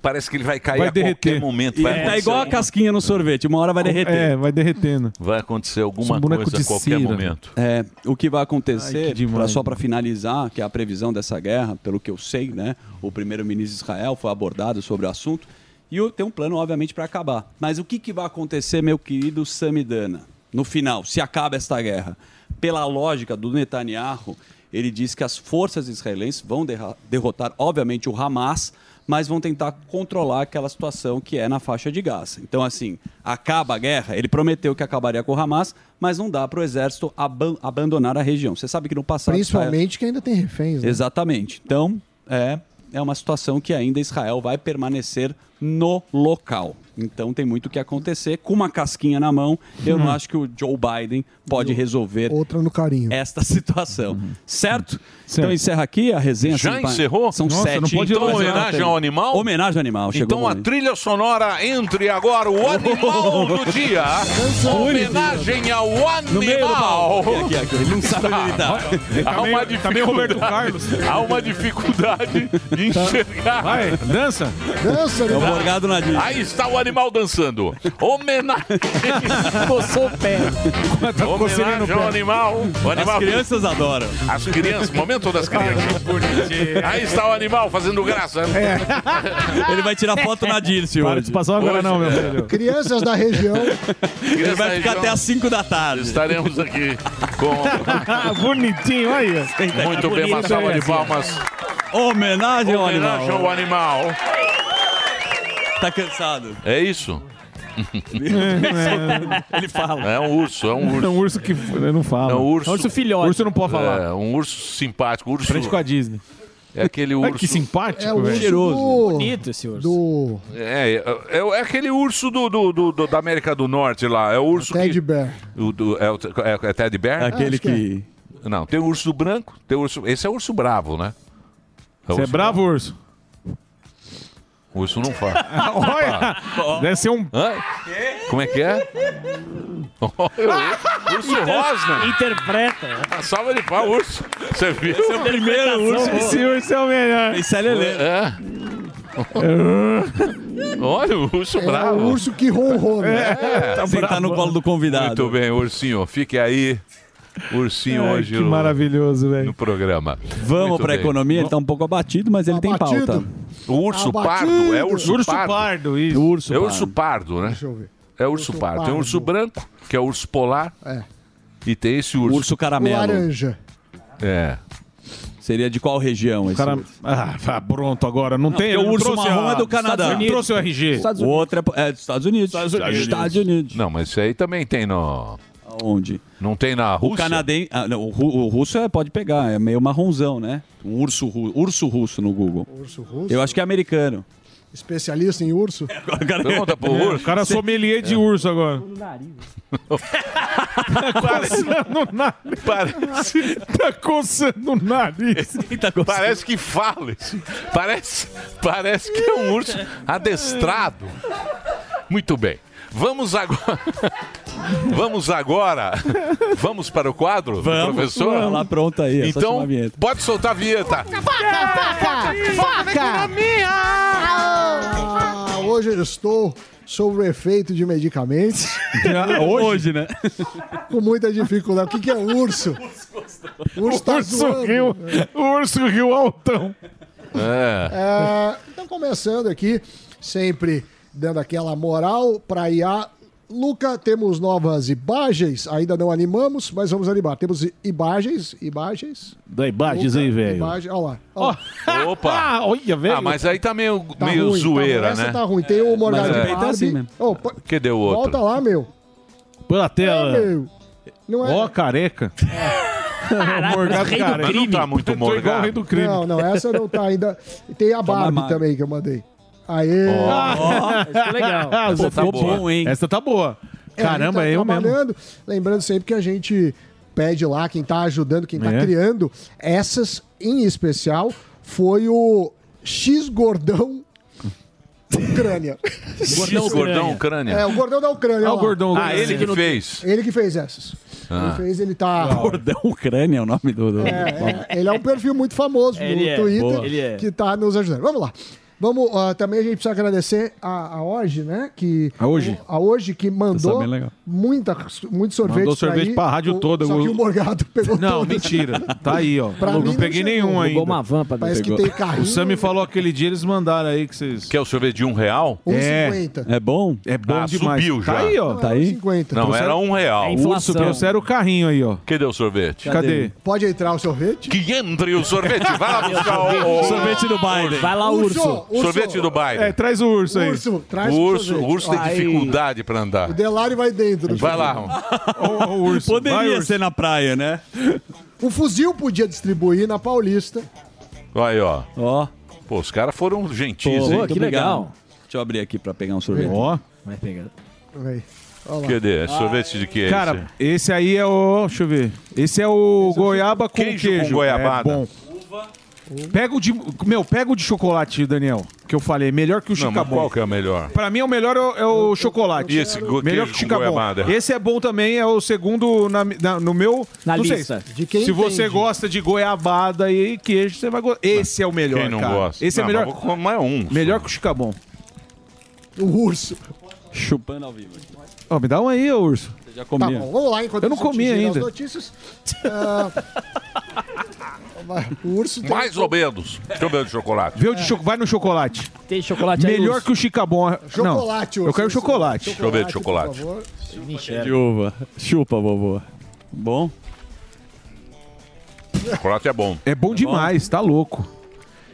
Speaker 5: Parece que ele vai cair
Speaker 10: Vai
Speaker 5: a
Speaker 10: derreter.
Speaker 5: qualquer momento.
Speaker 10: E
Speaker 5: Vai
Speaker 10: tá
Speaker 5: acontecer
Speaker 10: igual a
Speaker 5: alguma-
Speaker 10: casquinha no sorvete, uma hora vai derreter.
Speaker 4: É, vai derretendo.
Speaker 5: Vai acontecer
Speaker 4: Esse
Speaker 5: alguma
Speaker 4: boneco
Speaker 5: coisa a
Speaker 4: de
Speaker 5: qualquer
Speaker 4: cera.
Speaker 5: momento.
Speaker 10: É, o que vai
Speaker 4: Ai, que
Speaker 10: acontecer,
Speaker 4: demais.
Speaker 10: pra- só para finalizar, que é a previsão dessa guerra, pelo que eu sei, né? O primeiro-ministro de Israel foi abordado sobre o assunto e o- tem um plano, obviamente, para acabar. Mas o que, que vai acontecer, meu querido Samidana, no final, se acaba esta guerra? Pela lógica do Netanyahu, ele diz que as forças israelenses vão derra- derrotar, obviamente, o Hamas, mas vão tentar controlar aquela situação que é na faixa de Gaza. Então, assim, acaba a guerra, ele prometeu que acabaria com o Hamas, mas não dá para o exército aban- abandonar a região. Você sabe que no passado...
Speaker 11: Principalmente que ainda tem reféns. né?
Speaker 10: Exatamente. Então, é, é uma situação que ainda Israel vai permanecer no local. Então tem muito o que acontecer. Com uma casquinha na mão, eu não acho que o Joe Biden pode resolver
Speaker 11: Uhum. Outra no carinho.
Speaker 10: esta situação. Certo? Então encerra aqui a resenha.
Speaker 5: Uhum. Já
Speaker 10: assim, pá.
Speaker 5: encerrou?
Speaker 10: São
Speaker 5: Nossa,
Speaker 10: sete.
Speaker 5: não pode Então, homenagem
Speaker 10: exatamente.
Speaker 5: ao animal?
Speaker 10: Homenagem ao animal. Chegou o
Speaker 5: Então a
Speaker 10: momento.
Speaker 5: trilha sonora entre agora o animal do dia.
Speaker 10: Canção
Speaker 5: Homenagem ao
Speaker 10: No meio do
Speaker 5: animal.
Speaker 10: pau. Aqui, aqui, aqui. Ele não sabe onde ele tá.
Speaker 5: Há uma dificuldade. Há uma dificuldade de
Speaker 10: Tá.
Speaker 5: enxergar.
Speaker 4: Vai, dança.
Speaker 11: Dança,
Speaker 10: É o Morgado na Disney.
Speaker 5: Aí está o animal dançando. Homenagem.
Speaker 1: coçou o pé.
Speaker 4: coceirinha no
Speaker 5: Homenagem ao
Speaker 4: pé.
Speaker 5: animal. O
Speaker 4: As
Speaker 5: animal-
Speaker 4: crianças
Speaker 10: adoram.
Speaker 5: As crianças, momento das crianças. Aí está o animal fazendo graça.
Speaker 10: É. Ele vai tirar foto na Dirce hoje.
Speaker 4: Participação agora não, meu filho.
Speaker 11: Crianças da região.
Speaker 10: Ele vai ficar até às 5 da tarde.
Speaker 5: Estaremos aqui com
Speaker 4: Bonitinho, olha.
Speaker 5: muito bem uma salva de palmas.
Speaker 10: Homenagem ao
Speaker 5: Homenagem
Speaker 10: animal.
Speaker 5: ao animal.
Speaker 10: Tá cansado.
Speaker 5: É isso.
Speaker 10: Ele fala.
Speaker 5: É um urso, é um
Speaker 4: É
Speaker 5: urso.
Speaker 4: um urso que f- não fala.
Speaker 5: É um urso.
Speaker 4: filhote. Urso não pode falar.
Speaker 5: É, um urso simpático. Urso...
Speaker 4: Frente com a Disney.
Speaker 5: É aquele urso.
Speaker 4: Ai, que simpático,
Speaker 11: É o urso
Speaker 4: velho.
Speaker 11: do...
Speaker 1: Bonito esse urso.
Speaker 11: Do
Speaker 5: É, é, é, é aquele urso do, do- do- do- da América do Norte lá. É o urso
Speaker 11: Ted
Speaker 5: que.
Speaker 11: Bear.
Speaker 5: O do- é, o, é- é Ted Bear?
Speaker 10: É aquele Acho que
Speaker 5: Não, tem o urso branco, tem o urso. Esse é o urso bravo, né?
Speaker 4: Você é bravo, urso?
Speaker 5: O urso não fala.
Speaker 4: Olha! Deve ser um.
Speaker 5: Hã? Como é que é? urso Rosner.
Speaker 1: Interpreta.
Speaker 5: A salva de pau, urso. Você viu?
Speaker 10: Esse é o primeiro urso.
Speaker 4: Esse urso é o melhor.
Speaker 10: Esse é Lelê.
Speaker 5: É. Olha o urso
Speaker 11: É
Speaker 5: bravo.
Speaker 11: o urso que né? ronrona.
Speaker 4: tá
Speaker 5: É.
Speaker 10: Sentar tá no colo do convidado.
Speaker 5: Muito bem, ursinho. Fique aí. Ursinho
Speaker 4: Ai,
Speaker 5: hoje
Speaker 4: que
Speaker 5: no-
Speaker 4: maravilhoso, velho.
Speaker 5: no programa.
Speaker 10: Vamos
Speaker 5: Muito
Speaker 10: pra
Speaker 5: bem.
Speaker 10: economia, ele tá um pouco abatido, mas ele tem
Speaker 11: Tá Abatido. Tá
Speaker 10: pauta.
Speaker 5: O urso
Speaker 11: Abatido.
Speaker 5: pardo, é urso,
Speaker 4: Tá Urso
Speaker 5: pardo.
Speaker 4: pardo, isso.
Speaker 10: Urso
Speaker 5: É
Speaker 10: pardo.
Speaker 5: urso pardo, né?
Speaker 11: Deixa eu ver.
Speaker 5: É urso pardo. Tem
Speaker 11: pardo.
Speaker 5: urso branco, que é urso polar,
Speaker 11: É.
Speaker 5: e tem esse urso.
Speaker 10: Urso
Speaker 11: O
Speaker 10: caramelo.
Speaker 11: laranja.
Speaker 5: É.
Speaker 10: Seria de qual região esse?
Speaker 4: cara- Ah, tá pronto agora. Não, tem.
Speaker 10: porque
Speaker 4: eu
Speaker 10: o urso
Speaker 4: trouxe
Speaker 10: marrom
Speaker 4: a-
Speaker 10: é do Canadá.
Speaker 4: Eu não trouxe o RG.
Speaker 10: O outro é- é, dos Estados Unidos.
Speaker 4: Estados Unidos. Estados
Speaker 5: Não, mas isso aí também tem no.
Speaker 10: Onde?
Speaker 5: Não tem na
Speaker 10: O
Speaker 5: Rússia.
Speaker 10: canadense. ah, não, o, ru- o russo é- pode pegar, é meio marronzão, né? Um urso, ru- urso russo no Google.
Speaker 11: Urso russo?
Speaker 10: Eu acho que é americano.
Speaker 11: Especialista em urso?
Speaker 5: Pergunta pro
Speaker 4: É,
Speaker 5: urso.
Speaker 4: o cara sommelier de urso agora. Coçando o nariz.
Speaker 5: Parece.
Speaker 4: Tá coçando o nariz.
Speaker 5: Parece que fala. isso. Parece, parece que é um urso adestrado. Muito bem. Vamos agora. Vamos agora. Vamos para o quadro,
Speaker 10: Vamos,
Speaker 5: professor?
Speaker 10: vamos lá, pronta aí, é só chamar
Speaker 5: Então,
Speaker 10: a vinheta.
Speaker 5: pode soltar a vinheta.
Speaker 17: Faca, faca,
Speaker 5: Ah,
Speaker 17: faca! minha!
Speaker 11: Ah, hoje eu estou sobre o efeito de medicamentos.
Speaker 10: Hoje, né?
Speaker 11: Com muita dificuldade. O que, que é urso? O urso tá zoando.
Speaker 4: riu. O urso riu altão.
Speaker 5: É.
Speaker 11: É, então, começando aqui, sempre dando aquela moral para IA. Luca, temos novas imagens. Ainda não animamos, mas vamos animar. Temos i- imagens, imagens.
Speaker 4: Dá imagens
Speaker 11: Luca,
Speaker 4: aí, velho.
Speaker 11: imagem, Olha lá. ó.
Speaker 5: Opa! Ah,
Speaker 4: olha,
Speaker 11: velho.
Speaker 5: mas aí tá meio,
Speaker 11: Tá
Speaker 5: meio
Speaker 11: ruim, tá ruim.
Speaker 5: zoeira,
Speaker 11: Essa
Speaker 5: né?
Speaker 11: tá ruim. Tem o Morgado
Speaker 5: Mas o
Speaker 11: de
Speaker 5: peito é
Speaker 11: Barbie.
Speaker 5: assim mesmo.
Speaker 11: Ô, pô-
Speaker 5: Que deu outro.
Speaker 11: volta lá, meu.
Speaker 4: Põe na tela.
Speaker 11: É, meu. Não é.
Speaker 4: Ó, careca.
Speaker 11: Caraca,
Speaker 4: Morgado
Speaker 11: rei do
Speaker 4: careca.
Speaker 11: crime.
Speaker 4: Não tá muito
Speaker 11: Tô igual
Speaker 4: morgado.
Speaker 11: o rei do crime. Não, não, essa não tá ainda. E Tem a Barbie
Speaker 4: amargo.
Speaker 11: também que eu mandei. Aê!
Speaker 4: Ó. Essa Pô,
Speaker 11: Isso é
Speaker 4: tá ficou boa. bom, hein? Essa tá boa.
Speaker 11: É, a gente
Speaker 4: Caramba, eu mesmo.
Speaker 11: trabalhando. Lembrando sempre que a gente pede lá, quem tá ajudando, quem tá
Speaker 4: É.
Speaker 11: criando, essas em especial foi o X Gordão Ucrânia.
Speaker 5: Gordão X Gordão Ucrânia.
Speaker 11: É, o Gordão da Ucrânia.
Speaker 5: Ah, o
Speaker 11: lá.
Speaker 5: Gordão Ah, Ucrânia. ele que fez.
Speaker 11: Ele que fez essas.
Speaker 5: Ah.
Speaker 11: Ele fez, ele tá.
Speaker 10: Gordão Ucrânia é o nome do. do-
Speaker 11: É, é, ele é um perfil muito famoso no
Speaker 10: Ele é,
Speaker 11: Twitter
Speaker 10: boa. Ele é.
Speaker 11: que está nos ajudando. Vamos lá. Vamos, ah, também a gente precisa agradecer a, a Hoje, né? Que,
Speaker 4: A Hoje.
Speaker 11: A Hoje que mandou
Speaker 4: sabendo legal.
Speaker 11: muita, muito sorvete.
Speaker 4: Mandou sorvete
Speaker 11: aí,
Speaker 4: pra rádio
Speaker 11: o-
Speaker 4: toda.
Speaker 11: Só que o Morgado pegou
Speaker 4: Não,
Speaker 11: todos.
Speaker 4: mentira. Tá aí, ó.
Speaker 11: Pra
Speaker 4: não,
Speaker 11: mim
Speaker 4: não
Speaker 11: não
Speaker 4: peguei
Speaker 11: chegou.
Speaker 4: nenhum
Speaker 11: Roubou
Speaker 4: ainda.
Speaker 11: uma van pra Parece que tem carrinho.
Speaker 4: O Sam me falou aquele dia, eles mandaram aí que vocês...
Speaker 5: Que é o sorvete de um real?
Speaker 4: É bom? É bom
Speaker 5: Ah,
Speaker 4: demais.
Speaker 5: subiu já.
Speaker 4: Tá aí, ó.
Speaker 5: Não,
Speaker 4: tá
Speaker 5: era
Speaker 4: aí.
Speaker 11: 50.
Speaker 5: Não, era um real.
Speaker 4: O urso trouxeram o carrinho aí, ó.
Speaker 5: Cadê o sorvete?
Speaker 4: Cadê?
Speaker 11: Pode entrar o sorvete?
Speaker 5: Que entre o sorvete. Vai lá buscar o... o-
Speaker 4: Sorvete do Biden.
Speaker 5: Vai lá,
Speaker 11: Urso, urso. urso.
Speaker 5: Sorvete do Biden.
Speaker 4: É, traz o urso aí.
Speaker 11: Urso, traz
Speaker 5: o
Speaker 11: o
Speaker 5: urso,
Speaker 11: sorvete.
Speaker 5: o urso tem
Speaker 11: Aí.
Speaker 5: dificuldade pra andar.
Speaker 11: O Delari vai dentro.
Speaker 5: Vai lá.
Speaker 10: Poderia
Speaker 5: Vai, urso.
Speaker 10: ser na praia, né?
Speaker 11: O fuzil podia distribuir na Paulista.
Speaker 5: Olha aí, ó.
Speaker 10: Ó.
Speaker 5: Pô, os caras foram gentis,
Speaker 10: Pô,
Speaker 5: hein?
Speaker 10: muito obrigado. Deixa eu abrir aqui pra pegar um sorvete.
Speaker 4: Ó.
Speaker 10: Vai pegar.
Speaker 11: Vai. Olha lá.
Speaker 5: Cadê? É sorvete de que é
Speaker 4: Cara, esse aí é o... Deixa eu ver. Esse é o goiaba com
Speaker 5: Queijo
Speaker 4: queijo.
Speaker 5: com goiabada.
Speaker 4: É bom. Pega o de... Meu, pega o de chocolate, Daniel. Que eu falei. Melhor que o
Speaker 5: esse? Não, mas
Speaker 4: chicabon.
Speaker 5: qual que é o melhor?
Speaker 4: Pra mim, o melhor é o, é o chocolate.
Speaker 5: E esse go-
Speaker 4: melhor
Speaker 5: queijo
Speaker 4: que
Speaker 5: com
Speaker 4: o Chicabon.
Speaker 5: goiabada.
Speaker 4: Esse é bom também, é o segundo na, na- no meu.
Speaker 5: Na
Speaker 4: não
Speaker 5: lista.
Speaker 4: Sei,
Speaker 5: De quem
Speaker 4: se você
Speaker 5: entende.
Speaker 4: gosta de goiabada e queijo, você vai gostar. Esse é o melhor.
Speaker 5: Quem não
Speaker 4: cara.
Speaker 5: gosta?
Speaker 4: Esse
Speaker 5: Não,
Speaker 4: é melhor.
Speaker 5: mas vou comer mais um.
Speaker 4: Melhor que o Chicabon.
Speaker 11: O urso.
Speaker 10: Chupando ao vivo.
Speaker 4: Ó, me dá um aí, ô urso.
Speaker 10: Você já
Speaker 11: Tá
Speaker 10: comeu.
Speaker 11: bom, vamos lá enquanto
Speaker 4: Eu não
Speaker 11: isso, a gente
Speaker 4: comi
Speaker 11: gira
Speaker 4: ainda.
Speaker 11: As notícias. Ah, o urso tem-
Speaker 5: Mais ou menos. Deixa eu ver o de chocolate.
Speaker 4: Vê o de cho- Vai no chocolate.
Speaker 1: Tem chocolate aí,
Speaker 4: Melhor
Speaker 1: urso?
Speaker 4: que o
Speaker 11: É.
Speaker 4: Chicabon.
Speaker 1: Chocolate,
Speaker 4: não,
Speaker 1: urso,
Speaker 4: Eu quero
Speaker 1: urso.
Speaker 4: chocolate.
Speaker 5: Deixa eu ver o de chocolate.
Speaker 10: De uva. Chupa, vovô. Bom?
Speaker 5: Chocolate é bom.
Speaker 4: É bom demais, tá louco.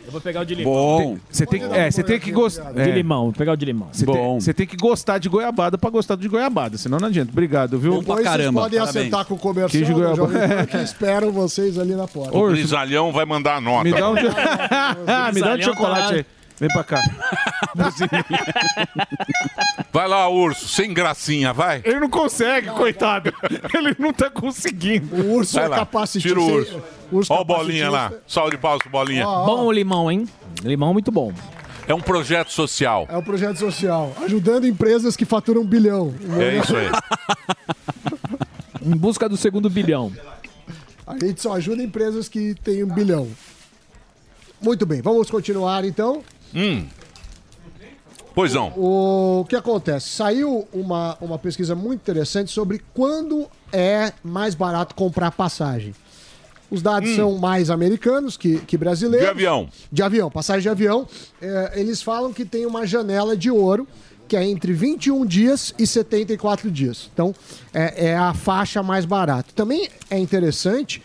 Speaker 1: Eu vou pegar o de limão.
Speaker 4: Bom. Você tem, que- é, você tem que gostar.
Speaker 1: De limão, vou pegar o de limão.
Speaker 4: Você tem, você tem que gostar de goiabada pra gostar de goiabada, senão não adianta. Obrigado, viu?
Speaker 11: Depois vocês podem acertar com o comercial
Speaker 4: Queijo
Speaker 11: da Jovem
Speaker 4: goiabada.
Speaker 11: Pan, que esperam vocês ali na porta.
Speaker 5: O grisalhão vai mandar a nota.
Speaker 4: Me dá um, de- me dá um
Speaker 5: Grisalhão
Speaker 4: de
Speaker 5: tá lá.
Speaker 4: chocolate aí. Vem pra cá.
Speaker 5: Vai lá, urso, sem gracinha, vai.
Speaker 4: Ele não consegue, coitado. Ele não tá conseguindo.
Speaker 11: O é
Speaker 5: vai lá. Tira o urso. Ó o bolinha lá. Salve de palmas, pro bolinha.
Speaker 1: Bom o limão, hein? Limão muito bom.
Speaker 5: É um projeto social.
Speaker 11: É um projeto social, ajudando empresas que faturam um bilhão.
Speaker 5: É isso aí.
Speaker 1: Em busca do segundo bilhão.
Speaker 11: A gente só ajuda empresas que têm um bilhão. Muito bem, vamos continuar então.
Speaker 5: Hum. Pois não.
Speaker 11: O que acontece? Saiu uma, uma pesquisa muito interessante sobre quando é mais barato comprar passagem. Os dados são mais americanos que, que brasileiros.
Speaker 5: Hum. De avião.
Speaker 11: De avião, passagem de avião. É, eles falam que tem uma janela de ouro, que é entre 21 dias e 74 dias. Então, é, é a faixa mais barata. Também é interessante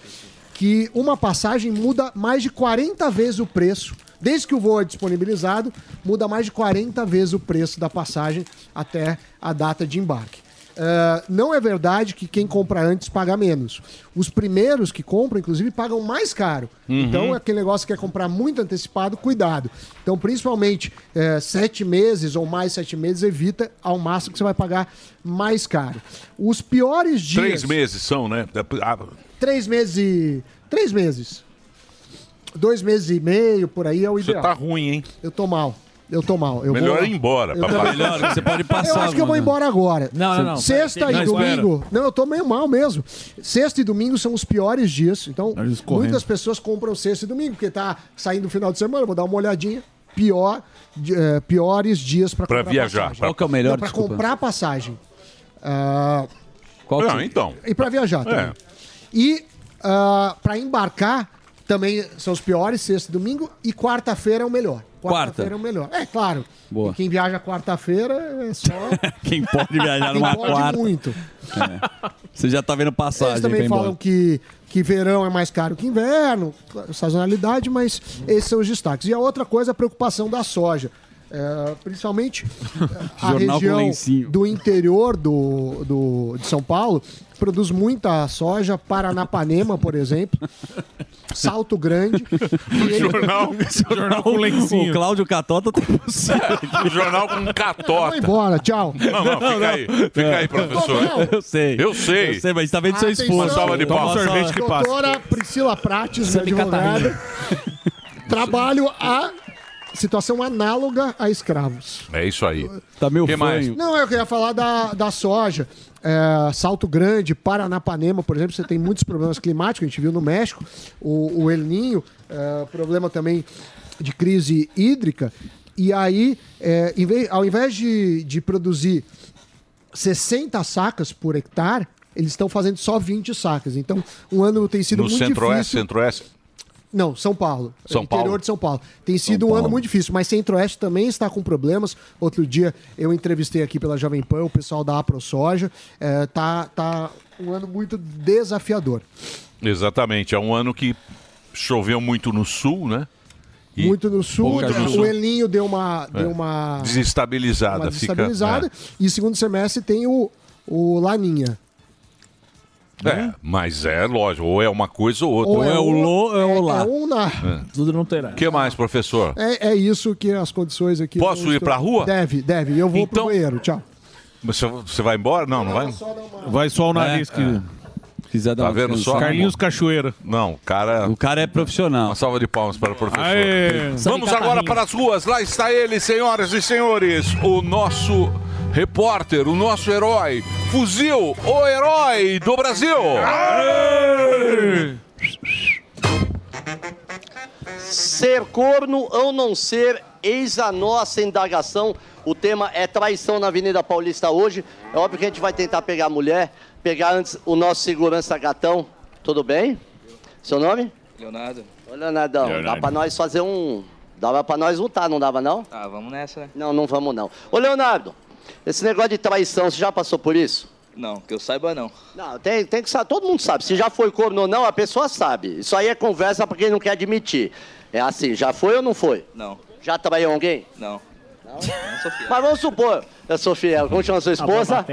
Speaker 11: que uma passagem muda mais de 40 vezes o preço. Desde que o voo é disponibilizado, muda mais de 40 vezes o preço da passagem até a data de embarque. Ah, não é verdade que quem compra antes paga menos. Os primeiros que compram, inclusive, pagam mais caro.
Speaker 19: Uhum.
Speaker 11: Então, aquele negócio que quer comprar muito antecipado, cuidado. Então, principalmente, eh, sete meses ou mais sete meses, evita ao máximo que você vai pagar mais caro. Os piores dias...
Speaker 5: Três meses são, né? Ah,
Speaker 11: Três meses e. Três meses. Dois meses e meio, por aí é o
Speaker 5: Você
Speaker 11: ideal.
Speaker 5: tá ruim, hein?
Speaker 11: Eu tô mal. Eu tô mal. Eu
Speaker 5: Melhor
Speaker 11: vou...
Speaker 5: ir embora.
Speaker 11: Eu
Speaker 5: pra
Speaker 11: também-
Speaker 5: Melhor, você pode
Speaker 11: eu acho que eu vou embora agora.
Speaker 5: né? Não, não, não. Não,
Speaker 11: Sexta e
Speaker 5: espera.
Speaker 11: domingo. Não, eu tô meio mal mesmo. Sexta e domingo são os piores dias. Então,
Speaker 6: correndo.
Speaker 11: muitas pessoas compram sexta e domingo, porque tá saindo o final de semana, vou dar uma olhadinha. Pior, di- eh, piores dias pra
Speaker 5: Pra
Speaker 11: comprar
Speaker 5: viajar,
Speaker 11: passagem.
Speaker 5: pra- Qual que é o melhor,
Speaker 11: Não, Pra
Speaker 5: desculpa?
Speaker 11: comprar passagem. Ah,
Speaker 5: Qual Não, que- então.
Speaker 11: E pra viajar também.
Speaker 5: É.
Speaker 11: E ah, pra embarcar, também são os piores, sexta e domingo. E quarta-feira é o melhor. Quarta-feira é o melhor. É, claro.
Speaker 10: Boa.
Speaker 11: E quem viaja quarta-feira é só...
Speaker 10: Quem pode viajar
Speaker 11: Quem
Speaker 10: numa
Speaker 11: pode
Speaker 10: quarta.
Speaker 11: muito.
Speaker 10: É. Você já tá vendo passagem.
Speaker 11: Eles também
Speaker 10: vem
Speaker 11: falam
Speaker 10: embora.
Speaker 11: que, que verão é mais caro que inverno, claro, sazonalidade, mas esses são os destaques. E a outra coisa é a preocupação da soja. É, principalmente a
Speaker 10: Jornal com
Speaker 11: região
Speaker 10: lencinho.
Speaker 11: do interior do, do, de São Paulo produz muita soja, Paranapanema, por exemplo, Salto Grande. E ele-
Speaker 5: jornal com lencinho.
Speaker 10: O Cláudio Catota tem
Speaker 5: O jornal com
Speaker 11: Eu
Speaker 5: catota.
Speaker 11: vou embora, tchau.
Speaker 5: Não, não, fica aí. Fica aí, professor.
Speaker 10: Eu sei.
Speaker 5: Eu sei.
Speaker 10: Eu sei, mas tá vendo seu
Speaker 11: Ah, Atenção,
Speaker 10: esforço.
Speaker 5: Uma salva de palmas. Sorvete que passa.
Speaker 11: Doutora Priscila Prates, minha
Speaker 10: Santa
Speaker 11: advogada. Trabalho a situação análoga a escravos.
Speaker 5: É isso aí. Tá meu que mais?
Speaker 11: Não, é eu queria falar da, da soja. É, Salto Grande, Paranapanema, por exemplo, você tem muitos problemas climáticos, a gente viu no México, o, o El Ninho, é, problema também de crise hídrica. E aí, é, em vez- ao invés de, de produzir 60 sacas por hectare, eles estão fazendo só 20 sacas. Então, um ano tem sido
Speaker 5: No
Speaker 11: muito
Speaker 5: centro-oeste,
Speaker 11: difícil.
Speaker 5: centro-oeste.
Speaker 11: Não, São Paulo.
Speaker 5: São
Speaker 11: interior
Speaker 5: Paulo.
Speaker 11: de São Paulo. Tem sido um ano muito difícil, mas Centro-Oeste também está com problemas. Outro dia eu entrevistei aqui pela Jovem Pan o pessoal da AproSoja. É, tá, tá um ano muito desafiador.
Speaker 5: Exatamente. É um ano que choveu muito no sul, né? E
Speaker 11: muito no sul, então
Speaker 5: pouca no
Speaker 11: o
Speaker 5: sul.
Speaker 11: Elinho deu uma,
Speaker 5: É.
Speaker 11: deu uma,
Speaker 5: Desestabilizada.
Speaker 11: uma
Speaker 5: fica-
Speaker 11: desestabilizada. E segundo semestre tem o, o Laninha.
Speaker 5: É. É, mas é lógico. Ou é uma coisa ou outra.
Speaker 11: Ou é o
Speaker 5: lo,
Speaker 11: é o lá. É um na-
Speaker 5: Tudo não terá. O que mais, professor?
Speaker 11: É, é isso que as condições aqui.
Speaker 5: Posso
Speaker 11: não
Speaker 5: ir
Speaker 11: estão-
Speaker 5: pra rua?
Speaker 11: Deve, deve. Eu vou pro banheiro. Tchau.
Speaker 5: Você, você vai embora? Não, não vai?
Speaker 4: Vai só o nariz que-
Speaker 5: Quiser dar tá
Speaker 4: uma
Speaker 5: vendo só?
Speaker 4: descansada. Carlinhos
Speaker 5: Cachoeira. Não, o cara. O
Speaker 10: cara é profissional.
Speaker 5: Uma salva de palmas para o professor.
Speaker 4: Aê.
Speaker 5: Vamos agora para as ruas. Lá está ele, senhoras e senhores. O nosso repórter, o nosso herói. Fuzil, o herói do Brasil.
Speaker 7: Ser corno ou não ser, eis a nossa indagação. O tema é traição na Avenida Paulista hoje. É óbvio que a gente vai tentar pegar a mulher, pegar antes o nosso segurança gatão. Tudo bem? Seu nome?
Speaker 20: Leonardo?
Speaker 7: Olha, Nadão, dá
Speaker 20: Leonardo.
Speaker 7: pra nós fazer um. Dava pra nós lutar, não dava não?
Speaker 20: Ah, vamos nessa, né?
Speaker 7: Não, não vamos não. Ô Leonardo, esse negócio de traição, você já passou por isso?
Speaker 20: Não, que eu saiba não.
Speaker 7: Não, tem, tem que saber, todo mundo sabe. Se já foi corno ou não, a pessoa sabe. Isso aí é conversa pra quem não quer admitir. É assim, já foi ou não foi?
Speaker 20: Não.
Speaker 7: Já traiu alguém?
Speaker 20: Não.
Speaker 7: Mas vamos supor, eu sou fiel. Como chama sua esposa?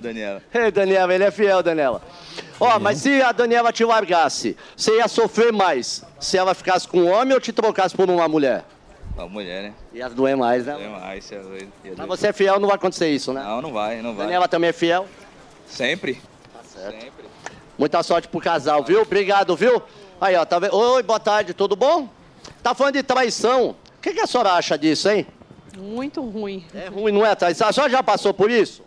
Speaker 20: Daniela.
Speaker 7: Ei, Daniela, ele é fiel, Daniela. Ó, mas se a Daniela te largasse, você ia sofrer mais se ela ficasse com um homem ou te trocasse por uma mulher?
Speaker 20: Uma mulher, né?
Speaker 7: Ia doer mais, né?
Speaker 20: Doer mais, você é doido. Ia
Speaker 7: Mas
Speaker 20: doer.
Speaker 7: você é fiel, não vai acontecer isso, né?
Speaker 20: Não, não vai, não vai.
Speaker 7: Daniela também é fiel.
Speaker 20: Sempre?
Speaker 7: Muita sorte pro casal, viu? Obrigado, viu? Aí, ó, tá vendo? Oi, boa tarde, tudo bom? Tá falando de traição. O que, que a senhora acha disso, hein?
Speaker 21: Muito ruim.
Speaker 7: É ruim, não é traição? A senhora já passou por isso?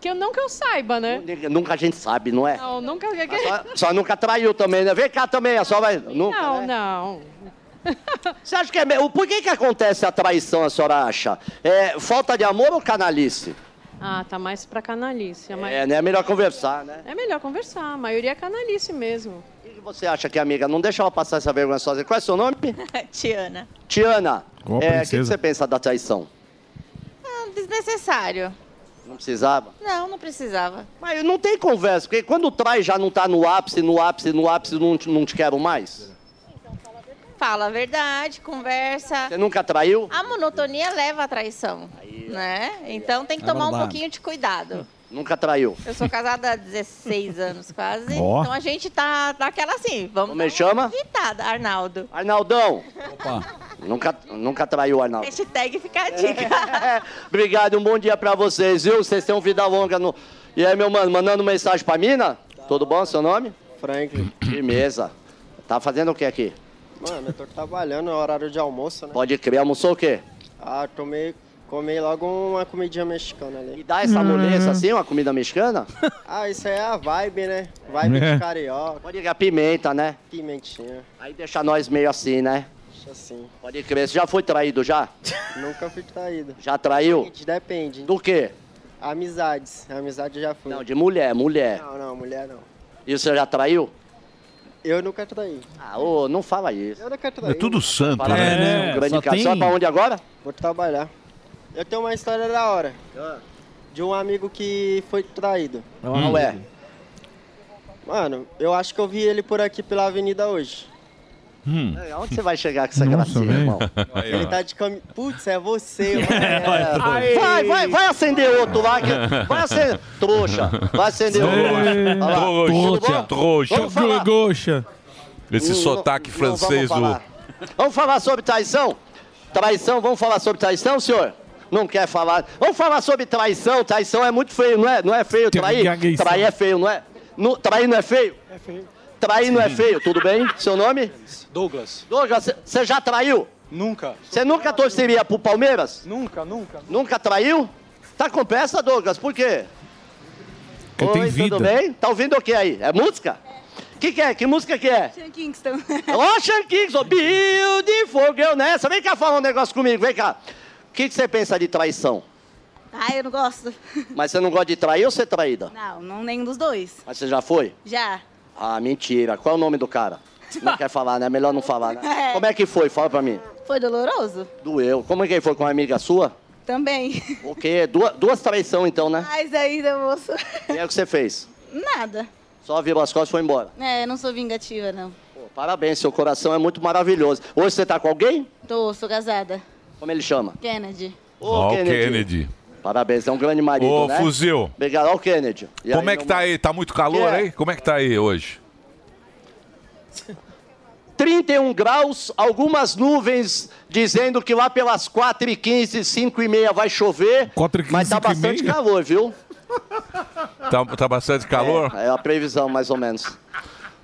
Speaker 21: Que eu, não que eu saiba, né?
Speaker 7: Nunca a gente sabe, não é?
Speaker 21: Não, nunca.
Speaker 7: A senhora nunca traiu também, né? Vem cá também, a senhora vai. Nunca,
Speaker 21: Não,
Speaker 7: né?
Speaker 21: não.
Speaker 7: Você acha que é. me- Por que, que acontece a traição, a senhora acha? É falta de amor ou canalice?
Speaker 21: Ah, tá mais pra canalice. A ma-
Speaker 7: É, né? É melhor conversar, né?
Speaker 21: É melhor conversar. A maioria é canalice mesmo.
Speaker 7: O que você acha que, amiga? Não deixa ela passar essa vergonha sozinha. Qual é seu nome?
Speaker 22: Tiana.
Speaker 7: Tiana.
Speaker 21: Igual a
Speaker 7: é, O que que
Speaker 22: princesa.
Speaker 7: você pensa da traição?
Speaker 22: Ah, desnecessário.
Speaker 7: Não precisava.
Speaker 19: Não, não precisava.
Speaker 7: Mas não tem conversa, porque quando trai já não tá no ápice, no ápice, no ápice, não te, não te quero mais.
Speaker 19: Fala a verdade, conversa.
Speaker 7: Você nunca traiu?
Speaker 19: A monotonia leva à traição, né? Então tem que
Speaker 7: É
Speaker 19: tomar um
Speaker 7: babado.
Speaker 19: pouquinho de cuidado.
Speaker 7: Nunca traiu.
Speaker 19: Eu sou casada há 16 anos quase,
Speaker 7: Ó.
Speaker 19: então a gente tá naquela assim, vamos
Speaker 7: Como ele chama?
Speaker 19: quitada, Arnaldo.
Speaker 7: Arnaldão! Nunca, nunca traiu, Arnaldo.
Speaker 19: Hashtag fica
Speaker 7: É.
Speaker 19: a dica.
Speaker 7: Obrigado, um bom dia pra vocês, viu? Vocês têm um vida longa no. E aí, meu mano, mandando mensagem pra mina? Tudo bom, seu nome? Franklin. Firmeza. Tá fazendo o que aqui?
Speaker 22: Mano, eu tô trabalhando, é horário de almoço, né?
Speaker 7: Pode crer, almoçou o quê?
Speaker 22: Ah, tomei, comi logo uma comidinha mexicana ali. E
Speaker 7: dá Essa moleza assim, uma comida mexicana?
Speaker 22: Ah, isso aí é a vibe, né? Vibe
Speaker 7: É.
Speaker 22: de carioca.
Speaker 7: Pode ligar pimenta, né?
Speaker 22: Pimentinha. Aí
Speaker 7: Deixa nós meio assim, né?
Speaker 22: deixa assim.
Speaker 7: Pode crer, você já foi traído já?
Speaker 22: Nunca fui traído.
Speaker 7: Já traiu?
Speaker 22: Gente, depende.
Speaker 7: Do quê?
Speaker 22: Amizades. Amizade eu já fui.
Speaker 7: Não, de mulher, mulher.
Speaker 22: Não, não, mulher não.
Speaker 7: E você já traiu?
Speaker 22: Eu nunca traí.
Speaker 7: Ah, ô, não fala isso.
Speaker 22: Eu nunca traí.
Speaker 5: É santo,
Speaker 7: Fala,
Speaker 5: né?
Speaker 7: né?
Speaker 5: É,
Speaker 7: Um grande
Speaker 5: só
Speaker 7: cara.
Speaker 5: tem-
Speaker 7: Você vai pra onde agora?
Speaker 22: Vou trabalhar. Eu tenho uma história da hora.
Speaker 7: Ah.
Speaker 22: De um amigo que foi traído. Hum.
Speaker 7: Não é.
Speaker 22: Mano, eu acho que eu vi ele por aqui pela avenida hoje.
Speaker 7: É, Aonde você vai chegar com essa gracinha, irmão?
Speaker 22: Ele tá de cami... Putz, é você, mano.
Speaker 7: Vai, vai, vai, vai acender outro lá. que- Vai acender. Trouxa. Vai acender outro. lá. Tudo
Speaker 5: Trouxa,
Speaker 7: bom?
Speaker 5: trouxa.
Speaker 7: Vamos falar.
Speaker 5: Esse
Speaker 7: Não,
Speaker 5: sotaque
Speaker 7: não vamos
Speaker 5: francês do.
Speaker 7: falar. Vamos falar sobre traição? Traição, vamos falar sobre traição, senhor? Não quer falar. Vamos falar sobre traição. Traição é muito feio, não é? Não é feio trair?
Speaker 17: gagueição.
Speaker 7: Trair é feio, não é? No, trair não é feio?
Speaker 22: um É feio.
Speaker 7: Trair não é feio, tudo bem? Seu nome?
Speaker 22: Douglas.
Speaker 7: Douglas, você já traiu?
Speaker 22: Nunca.
Speaker 7: Você nunca torceria pro Palmeiras?
Speaker 22: Nunca, nunca.
Speaker 7: Nunca traiu? Tá com peça, Douglas? Por quê? Oi, tudo bem? Tá ouvindo o que aí? É música? O que, que é? Que música que é?
Speaker 23: Sean Kingston.
Speaker 7: Ó, Sean Kingston, beautiful girl nessa. Vem cá falar um negócio comigo, vem cá. O que, que você pensa de traição?
Speaker 23: Ah, eu não gosto.
Speaker 7: Mas você não gosta de trair ou ser traída?
Speaker 23: Não, não nenhum dos dois.
Speaker 7: Mas você já foi?
Speaker 23: Já.
Speaker 7: Ah, mentira. Qual é o nome do cara? Não quer falar, né? Melhor não falar, né?
Speaker 23: É.
Speaker 7: Como é que foi? Fala pra mim.
Speaker 23: Foi doloroso?
Speaker 7: Doeu. Como é que foi com uma amiga sua?
Speaker 23: Também.
Speaker 7: O quê? Duas, duas traições, então, né?
Speaker 23: Mas ainda, moço.
Speaker 7: E aí o que você fez?
Speaker 23: Nada.
Speaker 7: Só virou as costas e foi embora.
Speaker 23: É, eu não sou vingativa, não.
Speaker 7: Pô, parabéns, seu coração é muito maravilhoso. Hoje você tá com alguém?
Speaker 23: Tô, sou casada.
Speaker 7: Como ele chama?
Speaker 23: Kennedy.
Speaker 5: Ó, o Kennedy.
Speaker 7: Parabéns, é um grande marido,
Speaker 5: Ô,
Speaker 7: né?
Speaker 5: fuzil.
Speaker 7: Obrigado, ó, o Kennedy. E
Speaker 5: Como
Speaker 7: aí,
Speaker 5: é que
Speaker 7: meu
Speaker 5: tá
Speaker 7: mano?
Speaker 5: aí? Tá muito calor
Speaker 7: Que é?
Speaker 5: aí? Como é que tá aí hoje?
Speaker 7: 31 graus, algumas nuvens dizendo que lá pelas 4h15, 5h30 vai chover. 4h15, mas tá bastante calor, viu?
Speaker 5: Tá, tá bastante calor?
Speaker 7: É a previsão, mais ou menos.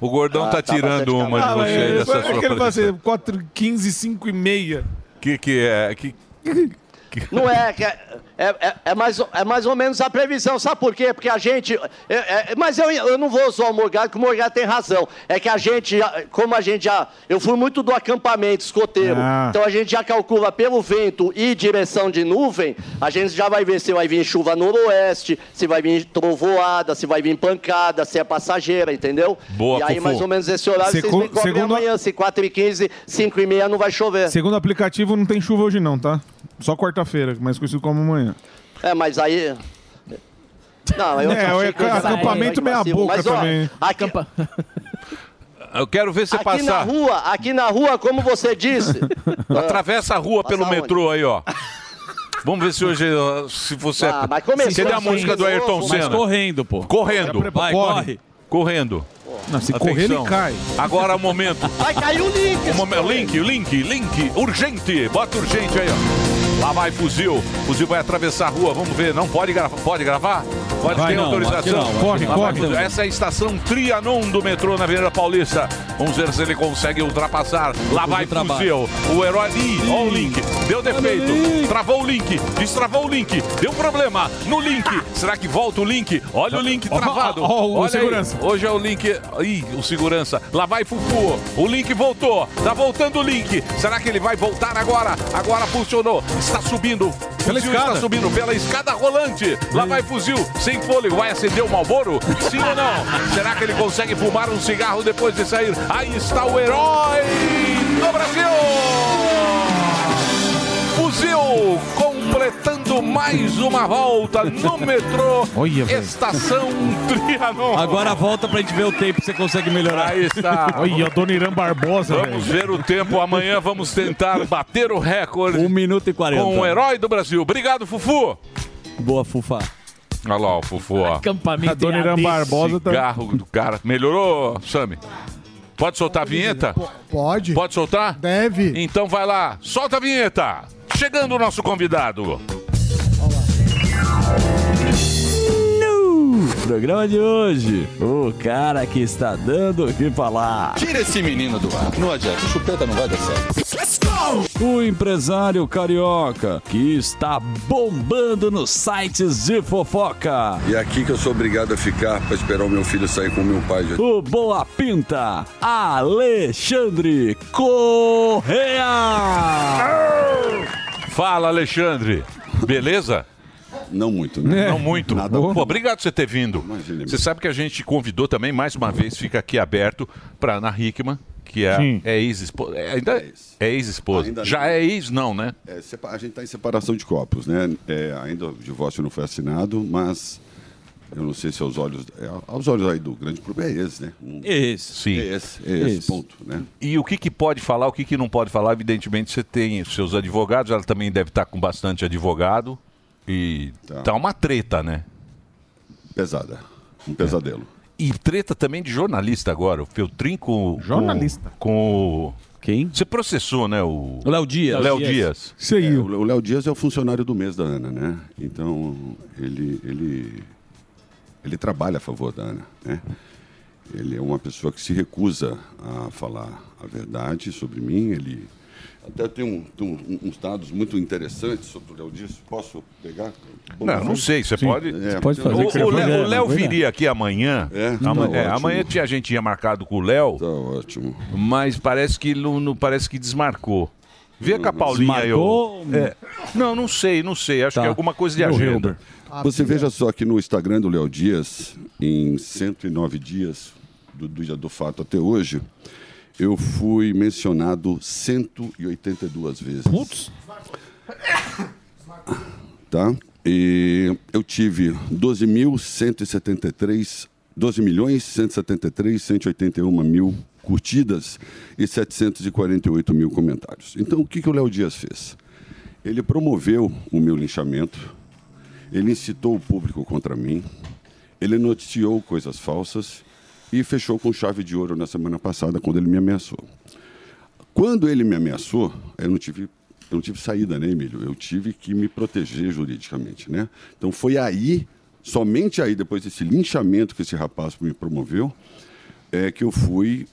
Speaker 5: O gordão
Speaker 7: Ah,
Speaker 5: tá,
Speaker 7: tá
Speaker 5: tirando
Speaker 7: bastante
Speaker 5: uma de
Speaker 7: calor. Ah,
Speaker 5: você aí
Speaker 7: mas
Speaker 5: dessa
Speaker 7: é
Speaker 5: sua
Speaker 7: que ele fala assim,
Speaker 5: previsão.
Speaker 4: 4, 15, 5 e meia.
Speaker 5: Que que é? Que...
Speaker 7: Não é, que é, é- é- é mais, ou- é mais ou menos a previsão, sabe por quê? Porque a gente. é- é- mas eu, eu não vou usar o Morgado, porque o Morgado tem razão. É que a gente, já- como a gente já. Eu fui muito do acampamento escoteiro.
Speaker 17: Ah.
Speaker 7: Então a gente já calcula pelo vento e direção de nuvem, a gente já vai ver se vai vir chuva noroeste, se vai vir trovoada, se vai vir pancada, se é passageira, entendeu?
Speaker 4: Boa,
Speaker 7: E aí,
Speaker 4: Fufu.
Speaker 7: mais ou menos esse horário, vocês
Speaker 4: Secu-
Speaker 7: me cobrem
Speaker 4: segundo a-
Speaker 7: amanhã, se 4h15, 5h30 não vai chover.
Speaker 4: Segundo o aplicativo, não tem chuva hoje não, tá? Só quarta-feira, mais conhecido como amanhã.
Speaker 7: É, mas aí. Não, eu
Speaker 4: É,
Speaker 7: achei
Speaker 4: o
Speaker 7: que eu ia sair
Speaker 4: acampamento
Speaker 7: mais pra
Speaker 4: meia
Speaker 7: cima,
Speaker 4: boca
Speaker 7: mas, ó,
Speaker 4: também.
Speaker 7: Aqui,
Speaker 5: Eu quero ver você
Speaker 7: aqui na
Speaker 5: passar.
Speaker 7: rua, aqui na rua, como você disse.
Speaker 5: Atravessa a rua pelo
Speaker 7: Passar
Speaker 5: metrô aí, ó. Vamos ver se hoje ó, se você.
Speaker 7: Ah, mas começou
Speaker 5: Cadê a
Speaker 7: assim,
Speaker 5: música do Ayrton
Speaker 7: mas
Speaker 5: Senna?
Speaker 10: correndo, pô.
Speaker 5: Correndo.
Speaker 10: Vai, corre.
Speaker 5: Correndo.
Speaker 4: Não, se
Speaker 5: Atenção.
Speaker 4: correr, ele cai.
Speaker 5: Agora é o momento.
Speaker 7: Vai cair o link.
Speaker 5: O momento, link, link, link. Urgente. Bota urgente aí, ó. Lá vai fuzil. Fuzil vai atravessar a rua. Vamos ver. Não pode gravar. Pode gravar? Pode
Speaker 10: Vai
Speaker 5: ter
Speaker 10: não,
Speaker 5: autorização.
Speaker 10: acho que não, acho que
Speaker 5: Lá
Speaker 10: não.
Speaker 5: vai
Speaker 10: Corre,
Speaker 5: Fuzil.
Speaker 10: corre.
Speaker 5: Essa é a estação Trianon do metrô na Avenida Paulista. Vamos ver se ele consegue ultrapassar. Lá vai
Speaker 10: trabalho.
Speaker 5: fuzil. O herói. Ih, ó o link. Deu defeito. Travou o link. Destravou o link. Deu problema no link. Será que volta o link? Olha o link
Speaker 4: Ó,
Speaker 5: travado.
Speaker 4: ó, ó, o
Speaker 5: Olha aí.
Speaker 4: segurança.
Speaker 5: Hoje é o link. Ih, o segurança. Lá vai Fufu. O link voltou. Tá voltando o link. Será que ele vai voltar agora? Agora funcionou. Está subindo.
Speaker 4: Pela
Speaker 5: fuzil
Speaker 4: escada. Hum.
Speaker 5: Está subindo pela escada rolante. Lá vai fuzil. Sem fôlego. Vai acender o Malboro? Sim ou não? Será que ele consegue fumar um cigarro depois de sair? Aí está o herói do Brasil! Fuzil completando dando mais uma volta no metrô
Speaker 10: Olha, velho.
Speaker 5: Estação Trianon.
Speaker 10: Agora volta pra gente ver o tempo que você consegue melhorar.
Speaker 5: Aí está.
Speaker 4: Olha, Dona Irã Barbosa.
Speaker 5: Ah. Vamos ver o tempo. Amanhã vamos tentar bater o recorde.
Speaker 10: 1 minuto e 40.
Speaker 5: Com o herói do Brasil. Obrigado, Fufu.
Speaker 10: Boa, Fufa.
Speaker 5: Olha lá o Fufu, ó.
Speaker 1: Acampamento
Speaker 4: A Dona Irã Barbosa tá-
Speaker 5: Cigarro do cara. Melhorou, Sami? Pode soltar a vinheta?
Speaker 11: Pode.
Speaker 5: Pode soltar?
Speaker 11: Deve.
Speaker 5: Então vai lá, solta a vinheta. Chegando o nosso convidado.
Speaker 10: No programa de hoje, o cara que está dando o que falar.
Speaker 24: Tira esse menino do ar. Não adianta, o chupeta não vai dar certo.
Speaker 10: O empresário carioca que está bombando nos sites de fofoca.
Speaker 25: E é aqui que eu sou obrigado a ficar pra esperar o meu filho sair com o meu pai. já.
Speaker 10: O Boa Pinta, Alexandre Correa.
Speaker 5: Fala, Alexandre. Beleza?
Speaker 24: Não muito,
Speaker 5: né? Não muito. Pô, obrigado por você ter vindo. Você sabe que a gente convidou também, mais uma vez, fica aqui aberto para Ana Hickman, que é,
Speaker 24: Sim.
Speaker 5: é ex-esposa. É, ainda é ex-esposa.
Speaker 24: Ainda
Speaker 5: Já
Speaker 24: não.
Speaker 5: é ex, não, né?
Speaker 24: É, sepa- a gente está em separação de corpos, né? É, ainda o divórcio não foi assinado, mas eu não sei se aos olhos, é, aos olhos aí do grande público é esse, né? Um-
Speaker 10: Esse.
Speaker 5: Sim.
Speaker 24: É esse, é esse, ponto, né?
Speaker 5: E o que, que pode falar, o que, que não pode falar? Evidentemente, você tem os seus advogados, ela também deve estar com bastante advogado. E tá, uma treta, né?
Speaker 24: Pesada. Um pesadelo.
Speaker 5: E treta também de jornalista agora. O Feltrin com.
Speaker 24: Jornalista.
Speaker 5: Com, o.
Speaker 10: Quem?
Speaker 5: Você processou, né? O.
Speaker 10: Léo
Speaker 5: Léo Dias.
Speaker 24: É, o o Léo Dias é o funcionário do mês da Ana, né? Então, ele, ele, ele trabalha a favor da Ana, né? Ele é uma pessoa que se recusa a falar a verdade sobre mim. Ele até tem, um- tem um- uns dados muito interessantes sobre o Léo Dias. Posso pegar?
Speaker 5: Não, não sei, você
Speaker 24: Sim.
Speaker 5: pode.
Speaker 24: É,
Speaker 5: Pode
Speaker 24: tem-
Speaker 5: fazer, O- que o eu vou Léo- ver, o Léo
Speaker 24: né?
Speaker 5: eu vou ver. viria aqui amanhã.
Speaker 24: É,
Speaker 5: Ama-
Speaker 24: Tá
Speaker 5: é,
Speaker 24: ótimo.
Speaker 5: amanhã tinha- a gente tinha marcado com o Léo.
Speaker 24: Tá ótimo.
Speaker 5: Mas parece que não, não- parece que desmarcou. Vê
Speaker 24: Hum,
Speaker 5: com a Paulinha
Speaker 24: Desmarcou? Tá.
Speaker 5: eu. É. Não, não sei, não sei. Acho que é alguma coisa de agenda.
Speaker 24: Ah, Você veja só que no Instagram do Léo Dias, em 109 dias, do, do dia do fato até hoje, eu fui mencionado 182 vezes. Putz! Tá? E eu tive 12.173, 12 milhões 173, 181 mil curtidas e 748 mil comentários. Então, o que, que o Léo Dias fez? Ele promoveu o meu linchamento, ele incitou o público contra mim, ele noticiou coisas falsas e fechou com chave de ouro na semana passada, quando ele me ameaçou. Quando ele me ameaçou, eu não tive, eu não tive saída, né, Emílio? Eu tive que me proteger juridicamente, né? Então foi aí, somente aí, depois desse linchamento que esse rapaz me promoveu, é que eu fui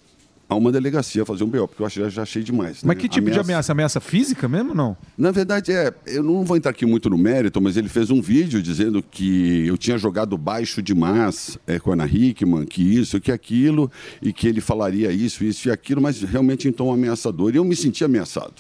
Speaker 24: a uma delegacia fazer um BO, porque eu achei- já achei demais.
Speaker 4: Mas
Speaker 24: né?
Speaker 4: que tipo de ameaça? Ameaça física mesmo não?
Speaker 24: Na verdade, é, eu não vou entrar aqui muito no mérito, mas ele fez um vídeo dizendo que eu tinha jogado baixo demais é, com a Ana Hickman, que isso, que aquilo, e que ele falaria isso, isso e aquilo, mas realmente em tom ameaçador. E eu me senti ameaçado.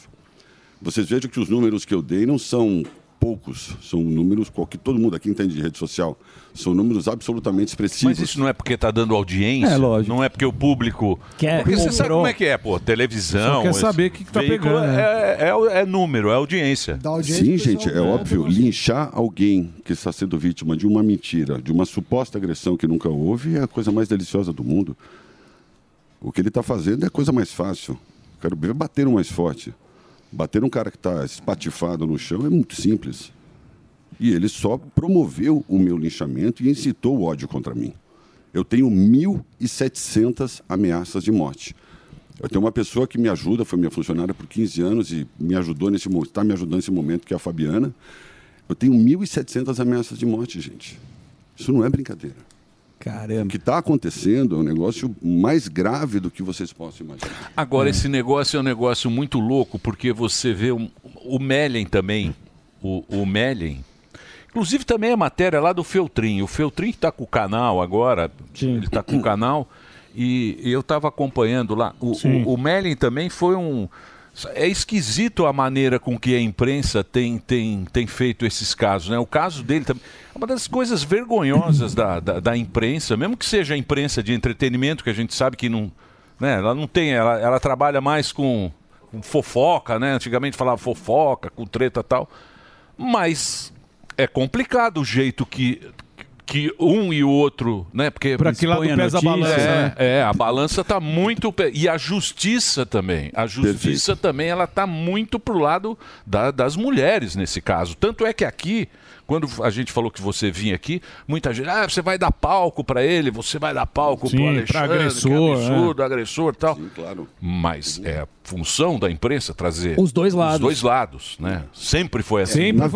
Speaker 24: Vocês vejam que os números que eu dei não são poucos, são números qual- que todo mundo aqui entende de rede social, são números absolutamente expressivos.
Speaker 5: Mas isso não é porque tá dando audiência.
Speaker 24: É, lógico.
Speaker 5: Não é porque o público.
Speaker 24: Quer-
Speaker 5: porque você
Speaker 24: comprou.
Speaker 5: sabe como é que é, pô? Televisão.
Speaker 24: Só quer
Speaker 5: esse
Speaker 24: saber o que que tá
Speaker 5: veículo
Speaker 24: pegando,
Speaker 5: É, é- é número, é audiência.
Speaker 24: Sim, gente, é óbvio. Linchar alguém que está sendo vítima de uma mentira, de uma suposta agressão que nunca houve, é a coisa mais deliciosa do mundo. O que ele está fazendo é a coisa mais fácil. Quero ver bater um mais forte. Bater um cara que está espatifado no chão é muito simples. E ele só promoveu o meu linchamento e incitou o ódio contra mim. Eu tenho 1.700 ameaças de morte. Eu tenho uma pessoa que me ajuda, foi minha funcionária por 15 anos e me ajudou nesse momento, está me ajudando nesse momento, que é a Fabiana. Eu tenho 1.700 ameaças de morte, gente. Isso não é brincadeira.
Speaker 10: Caramba.
Speaker 24: O que está acontecendo é um negócio mais grave do que vocês possam imaginar.
Speaker 5: Agora, esse negócio é um negócio muito louco, porque você vê um- o Mellen também. O, o Mellen. Inclusive, também a matéria lá do Feltrin. O Feltrin está com o canal agora. Ele está com o canal. E eu estava acompanhando lá. O,
Speaker 3: Sim.
Speaker 5: o, o Mellen também foi um. É esquisito a maneira com que a imprensa tem, tem, tem feito esses casos, né? O caso dele também. É uma das coisas vergonhosas da, da, da imprensa, mesmo que seja a imprensa de entretenimento, que a gente sabe que não. Né? Ela não tem. Ela, ela trabalha mais com, com fofoca, né? Antigamente falava fofoca, com treta e tal. Mas é complicado o jeito que, que um e o outro, né? Porque
Speaker 4: Pra que lado Expõe a pesa a notícia, balança,
Speaker 5: É,
Speaker 4: né?
Speaker 5: é, a balança tá muito pe- e a justiça também. A justiça também ela tá muito pro lado da- das mulheres nesse caso. Tanto é que aqui quando a gente falou que você vinha aqui, muita gente, ah, você vai dar palco pra ele, você vai dar palco
Speaker 4: Sim,
Speaker 5: pro
Speaker 4: pra
Speaker 5: Alexandre,
Speaker 4: agressor, é."
Speaker 5: que absurdo, agressor, e tal. claro. Mas é a função da imprensa trazer
Speaker 24: Os dois lados.
Speaker 5: Os dois lados, né? Sempre foi assim.
Speaker 24: Na-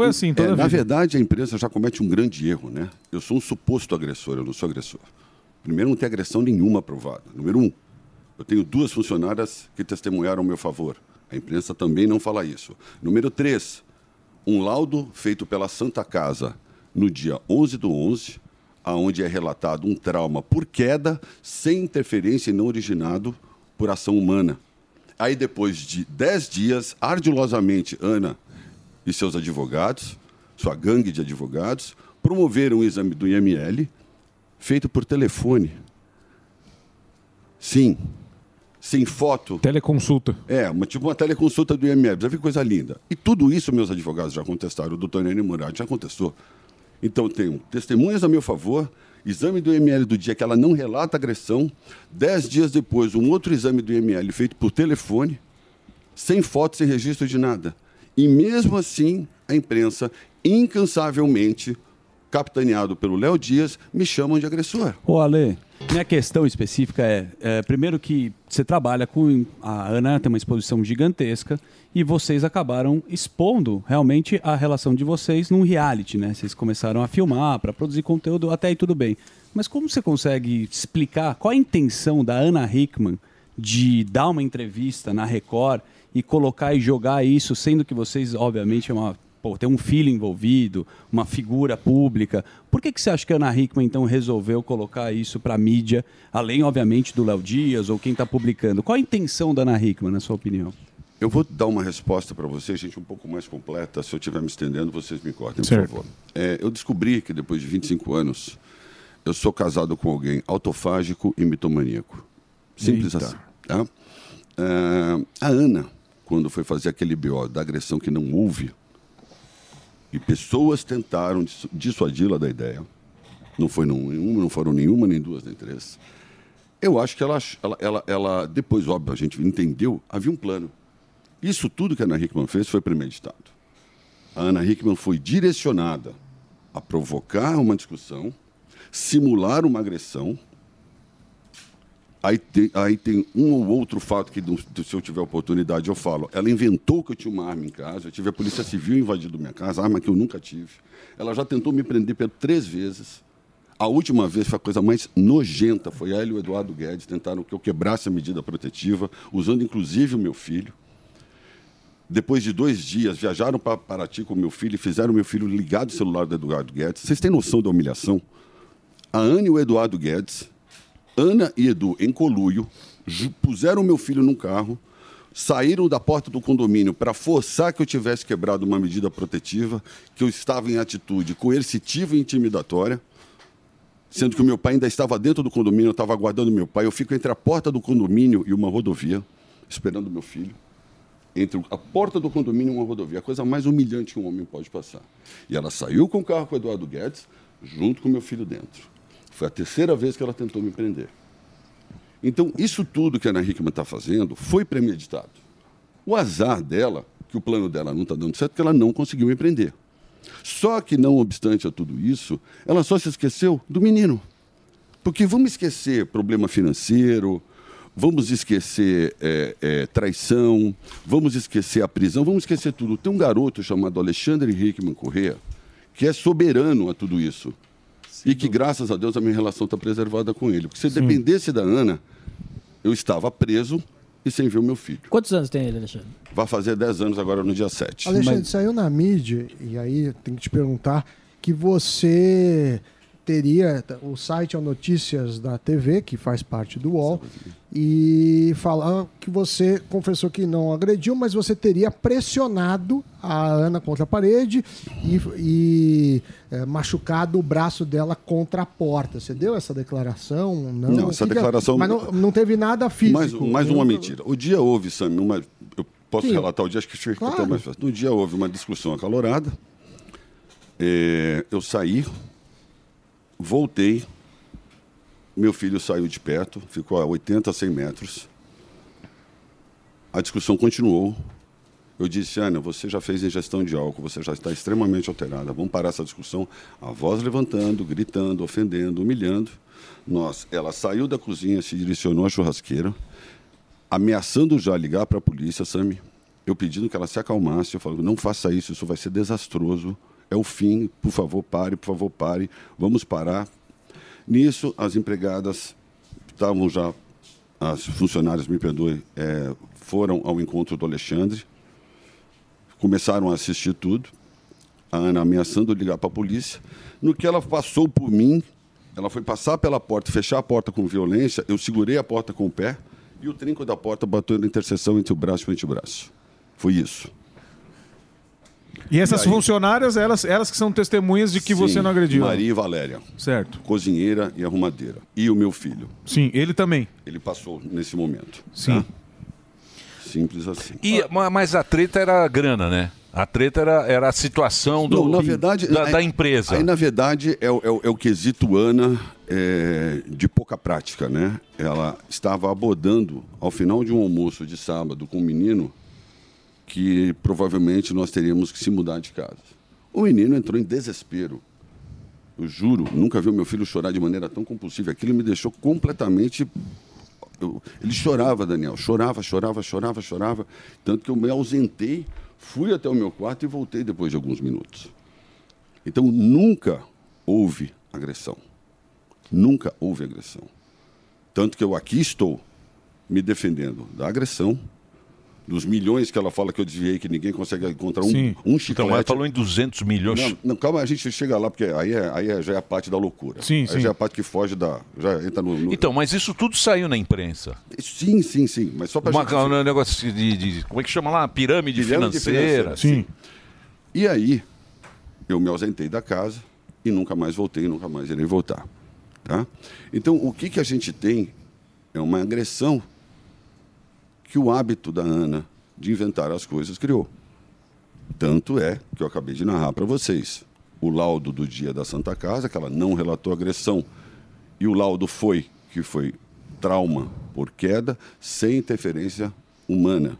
Speaker 24: é, Na verdade, a imprensa já comete um grande erro, né? Eu sou um suposto agressor, eu não sou agressor. Primeiro, não tem agressão nenhuma aprovada. Número um, eu tenho duas funcionárias que testemunharam ao meu favor. A imprensa também não fala isso. Número três, um laudo feito pela Santa Casa no dia 11 do 11, aonde é relatado um trauma por queda, sem interferência e não originado por ação humana. Aí, depois de 10 dias, ardilosamente, Ana e seus advogados, sua gangue de advogados, promoveram um exame do IML feito por telefone. Sim. Sem foto.
Speaker 4: Teleconsulta.
Speaker 24: É, uma, tipo uma teleconsulta do IML. Já vi coisa linda. E tudo isso meus advogados já contestaram. O doutor Nene Murad já contestou. Então, tenho testemunhas a meu favor, exame do IML do dia que ela não relata agressão. Dez dias depois, um outro exame do IML feito por telefone, sem foto, sem registro de nada. E mesmo assim, a imprensa, incansavelmente, capitaneado pelo Léo Dias, me chamam de agressor.
Speaker 10: Ô, Ale, minha questão específica é, é, primeiro que você trabalha com a Ana tem uma exposição gigantesca e vocês acabaram expondo realmente a relação de vocês num reality, né? Vocês começaram a filmar para produzir conteúdo, até aí tudo bem. Mas como você consegue explicar qual a intenção da Ana Hickman de dar uma entrevista na Record e colocar e jogar isso, sendo que vocês obviamente é uma Pô, tem um filho envolvido, uma figura pública. Por que, que você acha que a Ana Hickman, então, resolveu colocar isso para mídia, além, obviamente, do Léo Dias ou quem está publicando? Qual a intenção da Ana Hickman, na sua opinião?
Speaker 24: Eu vou dar uma resposta para vocês, gente, um pouco mais completa. Se eu estiver me estendendo, vocês me cortem, por
Speaker 4: Certo.
Speaker 24: favor. É, eu descobri que depois de 25 anos, eu sou casado com alguém autofágico e mitomaníaco. Simples
Speaker 4: Eita.
Speaker 24: assim. Tá? Ah, a Ana, quando foi fazer aquele BO da agressão que não houve, e pessoas tentaram dis- dissuadi-la da ideia, não foi nenhuma, não foram nenhuma, nem duas, nem três. Eu acho que ela, ach- ela, ela, ela- depois, óbvio, a gente entendeu, havia um plano. Isso tudo que a Ana Hickman fez foi premeditado. A Ana Hickman foi direcionada a provocar uma discussão, simular uma agressão. Aí tem, aí tem um ou outro fato que, do- do- se eu tiver oportunidade, eu falo. Ela inventou que eu tinha uma arma em casa, eu tive a Polícia Civil invadindo minha casa, arma que eu nunca tive. Ela já tentou me prender pe- três vezes. A última vez foi a coisa mais nojenta, foi ela e o Eduardo Guedes tentaram que eu quebrasse a medida protetiva, usando inclusive o meu filho. Depois de dois dias, viajaram para Paraty com meu filho e fizeram meu filho ligar do celular do Eduardo Guedes. Vocês têm noção da humilhação? A Ana e o Eduardo Guedes, Ana e Edu em coluio, ju- puseram meu filho num carro, saíram da porta do condomínio para forçar que eu tivesse quebrado uma medida protetiva, que eu estava em atitude coercitiva e intimidatória sendo que o meu pai ainda estava dentro do condomínio, eu estava aguardando meu pai. Eu fico entre a porta do condomínio e uma rodovia, esperando meu filho. Entre a porta do condomínio e uma rodovia, a coisa mais humilhante que um homem pode passar. E ela saiu com o carro com o Eduardo Guedes, junto com meu filho dentro. Foi a terceira vez que ela tentou me prender. Então, isso tudo que a Ana Hickman está fazendo foi premeditado. O azar dela, que o plano dela não está dando certo, que ela não conseguiu empreender. Só que, não obstante a tudo isso, ela só se esqueceu do menino. Porque vamos esquecer problema financeiro, vamos esquecer é, é, traição, vamos esquecer a prisão, vamos esquecer tudo. Tem um garoto chamado Alexandre Hickman Correa que é soberano a tudo isso. e que, graças a Deus, a minha relação está preservada com ele. Porque se dependesse da Ana, eu estava preso e sem ver o meu filho.
Speaker 9: Quantos anos tem ele, Alexandre?
Speaker 24: Vai fazer 10 anos agora no dia 7.
Speaker 9: Mas-
Speaker 11: Alexandre, saiu na mídia, e aí tem que te perguntar, que você teria. O site é o Notícias da TV, que faz parte do UOL, e falar que você confessou que não agrediu, mas você teria pressionado a Ana contra a parede e, e, eh, machucado o braço dela contra a porta. Você deu essa declaração? Não,
Speaker 24: Não,
Speaker 11: O
Speaker 24: essa
Speaker 11: que que-
Speaker 24: declaração-
Speaker 11: Mas não, não teve nada é físico. né?
Speaker 24: Mais, um, mais uma mentira. O dia houve, Sam, uma. Eu posso
Speaker 11: Sim.
Speaker 24: relatar o dia, acho que fica
Speaker 11: Claro.
Speaker 24: até mais fácil. No dia houve uma discussão acalorada. É, eu saí, voltei, meu filho saiu de perto, ficou a 80, 100 metros. A discussão continuou. Eu disse, Ana, você já fez ingestão de álcool, você já está extremamente alterada. Vamos parar essa discussão. A voz levantando, gritando, ofendendo, humilhando. Nós, ela saiu da cozinha, se direcionou à churrasqueira, ameaçando já ligar para a polícia, Sami. Eu pedindo que ela se acalmasse, eu falando, não faça isso, isso vai ser desastroso. É o fim, por favor, pare, por favor, pare. Vamos parar, Nisso, as empregadas estavam já, as funcionárias, me perdoe, eh, foram ao encontro do Alexandre, começaram a assistir tudo, a Ana ameaçando ligar para a polícia. No que ela passou por mim, ela foi passar pela porta, fechar a porta com violência, eu segurei a porta com o pé e o trinco da porta bateu na interseção entre o braço e o antebraço. Foi isso.
Speaker 4: E essas
Speaker 24: E aí?
Speaker 4: funcionárias, elas, elas que são testemunhas de que você
Speaker 24: Sim,
Speaker 4: não agrediu.
Speaker 24: Maria e Valéria.
Speaker 4: Certo.
Speaker 24: Cozinheira e arrumadeira. E o meu filho.
Speaker 4: Sim, ele também.
Speaker 24: Ele passou nesse momento. tá?
Speaker 4: Sim.
Speaker 24: Simples assim.
Speaker 5: E, ma- mas a treta era a grana, né? A treta era, era a situação do,
Speaker 24: Não, na verdade,
Speaker 5: da,
Speaker 24: aí-
Speaker 5: da empresa.
Speaker 24: Aí, na verdade, é, o- é, o- é o quesito Ana é, de pouca prática, né? Ela estava abordando, ao final de um almoço de sábado com um menino, que provavelmente nós teríamos que se mudar de casa. O menino entrou em desespero. Eu juro, nunca vi o meu filho chorar de maneira tão compulsiva. Aquilo me deixou completamente eu- ele chorava, Daniel, chorava, chorava, chorava, chorava, tanto que eu me ausentei, fui até o meu quarto e voltei depois de alguns minutos. Então nunca houve agressão. Nunca houve agressão. Tanto que eu aqui estou me defendendo da agressão, dos milhões que ela fala que eu desviei, que ninguém consegue encontrar um,
Speaker 5: Sim.
Speaker 24: um
Speaker 5: Então, ela
Speaker 24: chiclete.
Speaker 5: falou em 200 milhões.
Speaker 24: Não, não, calma, a gente chega lá, porque aí, é- aí é- já é a parte da loucura.
Speaker 5: Sim,
Speaker 24: aí
Speaker 5: sim.
Speaker 24: já é a parte que foge da. Já entra no. no-
Speaker 5: Então, mas isso tudo saiu na imprensa.
Speaker 24: Sim, sim, sim. Mas só pra
Speaker 5: Uma,
Speaker 24: gente- assim.
Speaker 5: Um negócio de, de- Como é que chama lá? Pirâmide,
Speaker 24: Pirâmide
Speaker 5: financeira. assim.
Speaker 24: financeira, sim. E aí, eu me ausentei da casa e nunca mais voltei, nunca mais irei voltar. Tá? Então, o que, que a gente tem é uma agressão que o hábito da Ana de inventar as coisas criou. Tanto é que eu acabei de narrar para vocês. O laudo do dia da Santa Casa, que ela não relatou agressão, e o laudo foi que foi trauma por queda, sem interferência humana,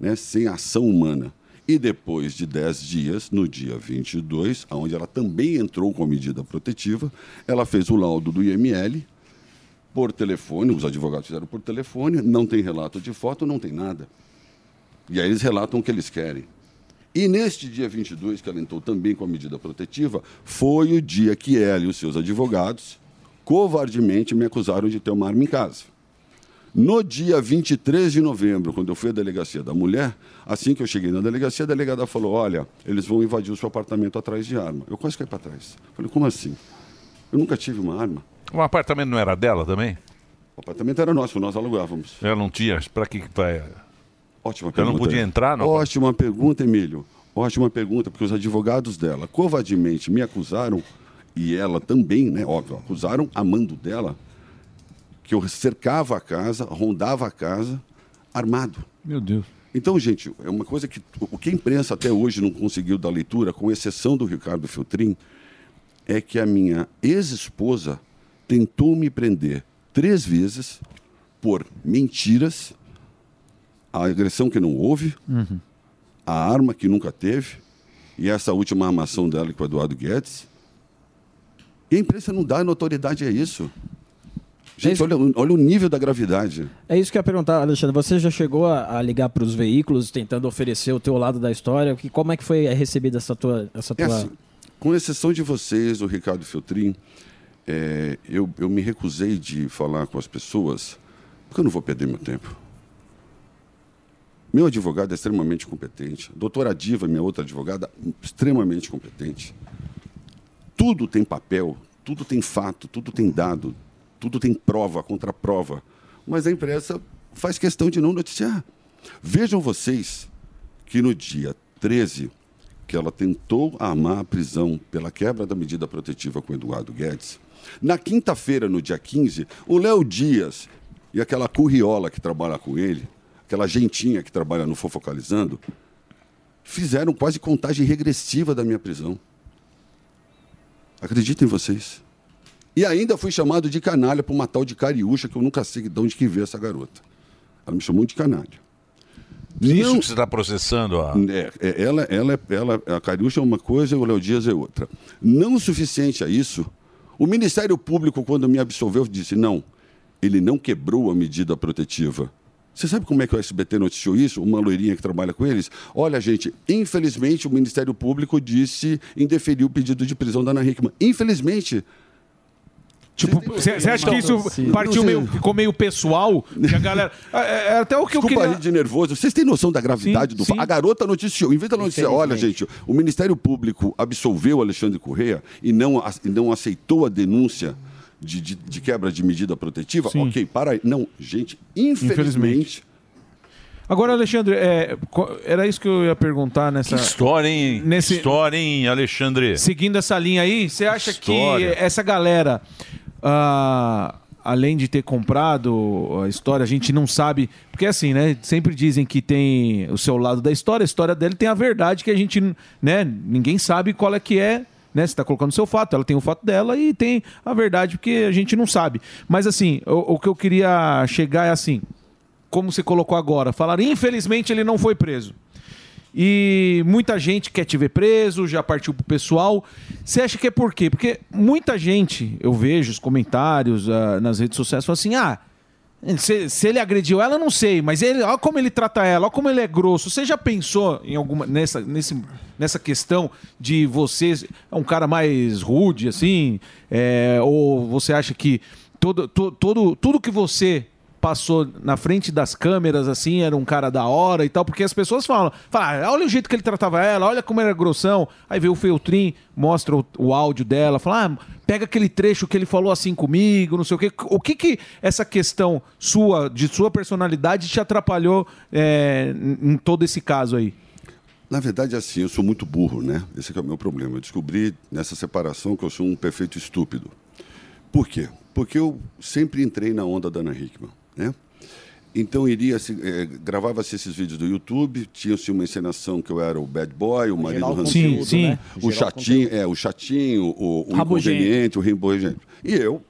Speaker 24: né? sem ação humana. E depois de 10 dias, no dia 22, onde ela também entrou com a medida protetiva, ela fez o laudo do IML por telefone, os advogados fizeram por telefone, não tem relato de foto, não tem nada. E aí eles relatam o que eles querem. E neste dia 22, que ela entrou também com a medida protetiva, foi o dia que ela e os seus advogados covardemente me acusaram de ter uma arma em casa. No dia 23 de novembro, quando eu fui à delegacia da mulher, assim que eu cheguei na delegacia, a delegada falou: Olha, eles vão invadir o seu apartamento atrás de arma. Eu quase caí para trás. Falei: Como assim? Eu nunca tive uma arma.
Speaker 5: O apartamento não era dela também?
Speaker 24: O apartamento era nosso, nós alugávamos.
Speaker 5: Ela não tinha. Para que. Pra...
Speaker 24: Ótima é.
Speaker 5: Ela não podia entrar, não?
Speaker 24: Ótima pergunta, Emílio. Ótima pergunta, porque os advogados dela covardemente me acusaram, e ela também, né? Óbvio, acusaram a mando dela, que eu cercava a casa, rondava a casa, armado.
Speaker 4: Meu Deus.
Speaker 24: Então, gente, é uma coisa que o que a imprensa até hoje não conseguiu dar leitura, com exceção do Ricardo Feltrin, é que a minha ex-esposa tentou me prender três vezes por mentiras, a agressão que não houve,
Speaker 5: Uhum.
Speaker 24: a arma que nunca teve e essa última armação dela com o Eduardo Guedes. E a imprensa não dá notoriedade a isso. Gente, olha, o- olha o nível da gravidade.
Speaker 1: É isso que eu ia perguntar, Alexandre. Você já chegou a, a ligar para os veículos tentando oferecer o teu lado da história? Que, como é que foi recebida essa tua... Essa
Speaker 24: É
Speaker 1: tua...
Speaker 24: assim, com exceção de vocês, o Ricardo Feltrin, é, eu, eu me recusei de falar com as pessoas, porque eu não vou perder meu tempo. Meu advogado é extremamente competente. Doutora Diva, minha outra advogada, extremamente competente. Tudo tem papel, tudo tem fato, tudo tem dado, tudo tem prova, contraprova. Mas a imprensa faz questão de não noticiar. Vejam vocês que no dia 13 que ela tentou armar a prisão pela quebra da medida protetiva com Eduardo Guedes. Na quinta-feira, no dia 15, o Léo Dias e aquela curriola que trabalha com ele, aquela gentinha que trabalha no Fofocalizando, fizeram quase contagem regressiva da minha prisão. Acredito em vocês. E ainda fui chamado de canalha por uma tal de cariúcha que eu nunca sei de onde que veio essa garota. Ela me chamou de canalha.
Speaker 5: Isso que você está processando. ó.
Speaker 24: É, é, ela, ela, ela, a Cariúcha é uma coisa, o Léo Dias é outra. Não suficiente a isso, o Ministério Público, quando me absolveu, disse: não, ele não quebrou a medida protetiva. Você sabe como é que o SBT noticiou isso? Uma loirinha que trabalha com eles? Olha, gente, infelizmente o Ministério Público disse indeferiu o pedido de prisão da Ana Hickman. Infelizmente.
Speaker 4: Tipo, Você acha que isso partiu meio, ficou meio pessoal? Que a galera. É, é até o que eu
Speaker 24: Desculpa
Speaker 4: queria.
Speaker 24: aí de nervoso. Vocês têm noção da gravidade
Speaker 4: Sim,
Speaker 24: do
Speaker 4: sim.
Speaker 24: fato? A garota noticiou. Em vez da notícia, olha, gente, o Ministério Público absolveu Alexandre Correia e não, a- e não aceitou a denúncia de, de- de quebra de medida protetiva.
Speaker 4: Sim.
Speaker 24: Ok, para aí. Não, gente, infelizmente.
Speaker 4: Agora, Alexandre, é, co- era isso que eu ia perguntar nessa.
Speaker 5: Que história, hein?
Speaker 4: Tá. Nesse-
Speaker 5: História, hein, Alexandre?
Speaker 4: Seguindo essa linha aí, você acha
Speaker 5: História.
Speaker 4: que essa galera, ah, além de ter comprado a história, a gente não sabe. Porque assim, né? Sempre dizem que tem o seu lado da história, a história dele tem a verdade que a gente, né? Ninguém sabe qual é que é. Né? Você está colocando o seu fato, ela tem o fato dela e tem a verdade, porque a gente não sabe. Mas assim, o- o que eu queria chegar é assim: como você colocou agora, falaram, infelizmente ele não foi preso. E muita gente quer te ver preso, já partiu pro pessoal. Você acha que é por quê? Porque muita gente, eu vejo os comentários ah, nas redes sociais, fala assim: ah, se, se ele agrediu ela, eu não sei, mas ele, olha como ele trata ela, olha como ele é grosso. Você já pensou em alguma nessa, nesse, nessa questão de você é um cara mais rude, assim? É, ou você acha que todo, to- todo, tudo que você passou na frente das câmeras, assim, era um cara da hora e tal, porque as pessoas falam, fala, "Ah, olha o jeito que ele tratava ela, olha como era grossão. Aí vê o Feltrin, mostra o, o áudio dela, fala, ah, pega aquele trecho que ele falou assim comigo, não sei o quê. O que que essa questão sua, de sua personalidade, te atrapalhou é, em em todo esse caso aí?
Speaker 24: Na verdade, é assim, eu sou muito burro, né? Esse que é o meu problema. Eu descobri nessa separação que eu sou um perfeito estúpido. Por quê? Porque eu sempre entrei na onda da Ana Hickman, né? Então iria se- eh, gravava-se esses vídeos do YouTube, tinha-se uma encenação que eu era o bad boy, o marido
Speaker 9: gerar o
Speaker 24: ranzinho,
Speaker 9: conteúdo, Sim, né?
Speaker 24: o
Speaker 9: Gerar o
Speaker 24: chatinho, é, o chatinho, o, o
Speaker 5: Rabugento.
Speaker 24: inconveniente, o rebojento. E eu,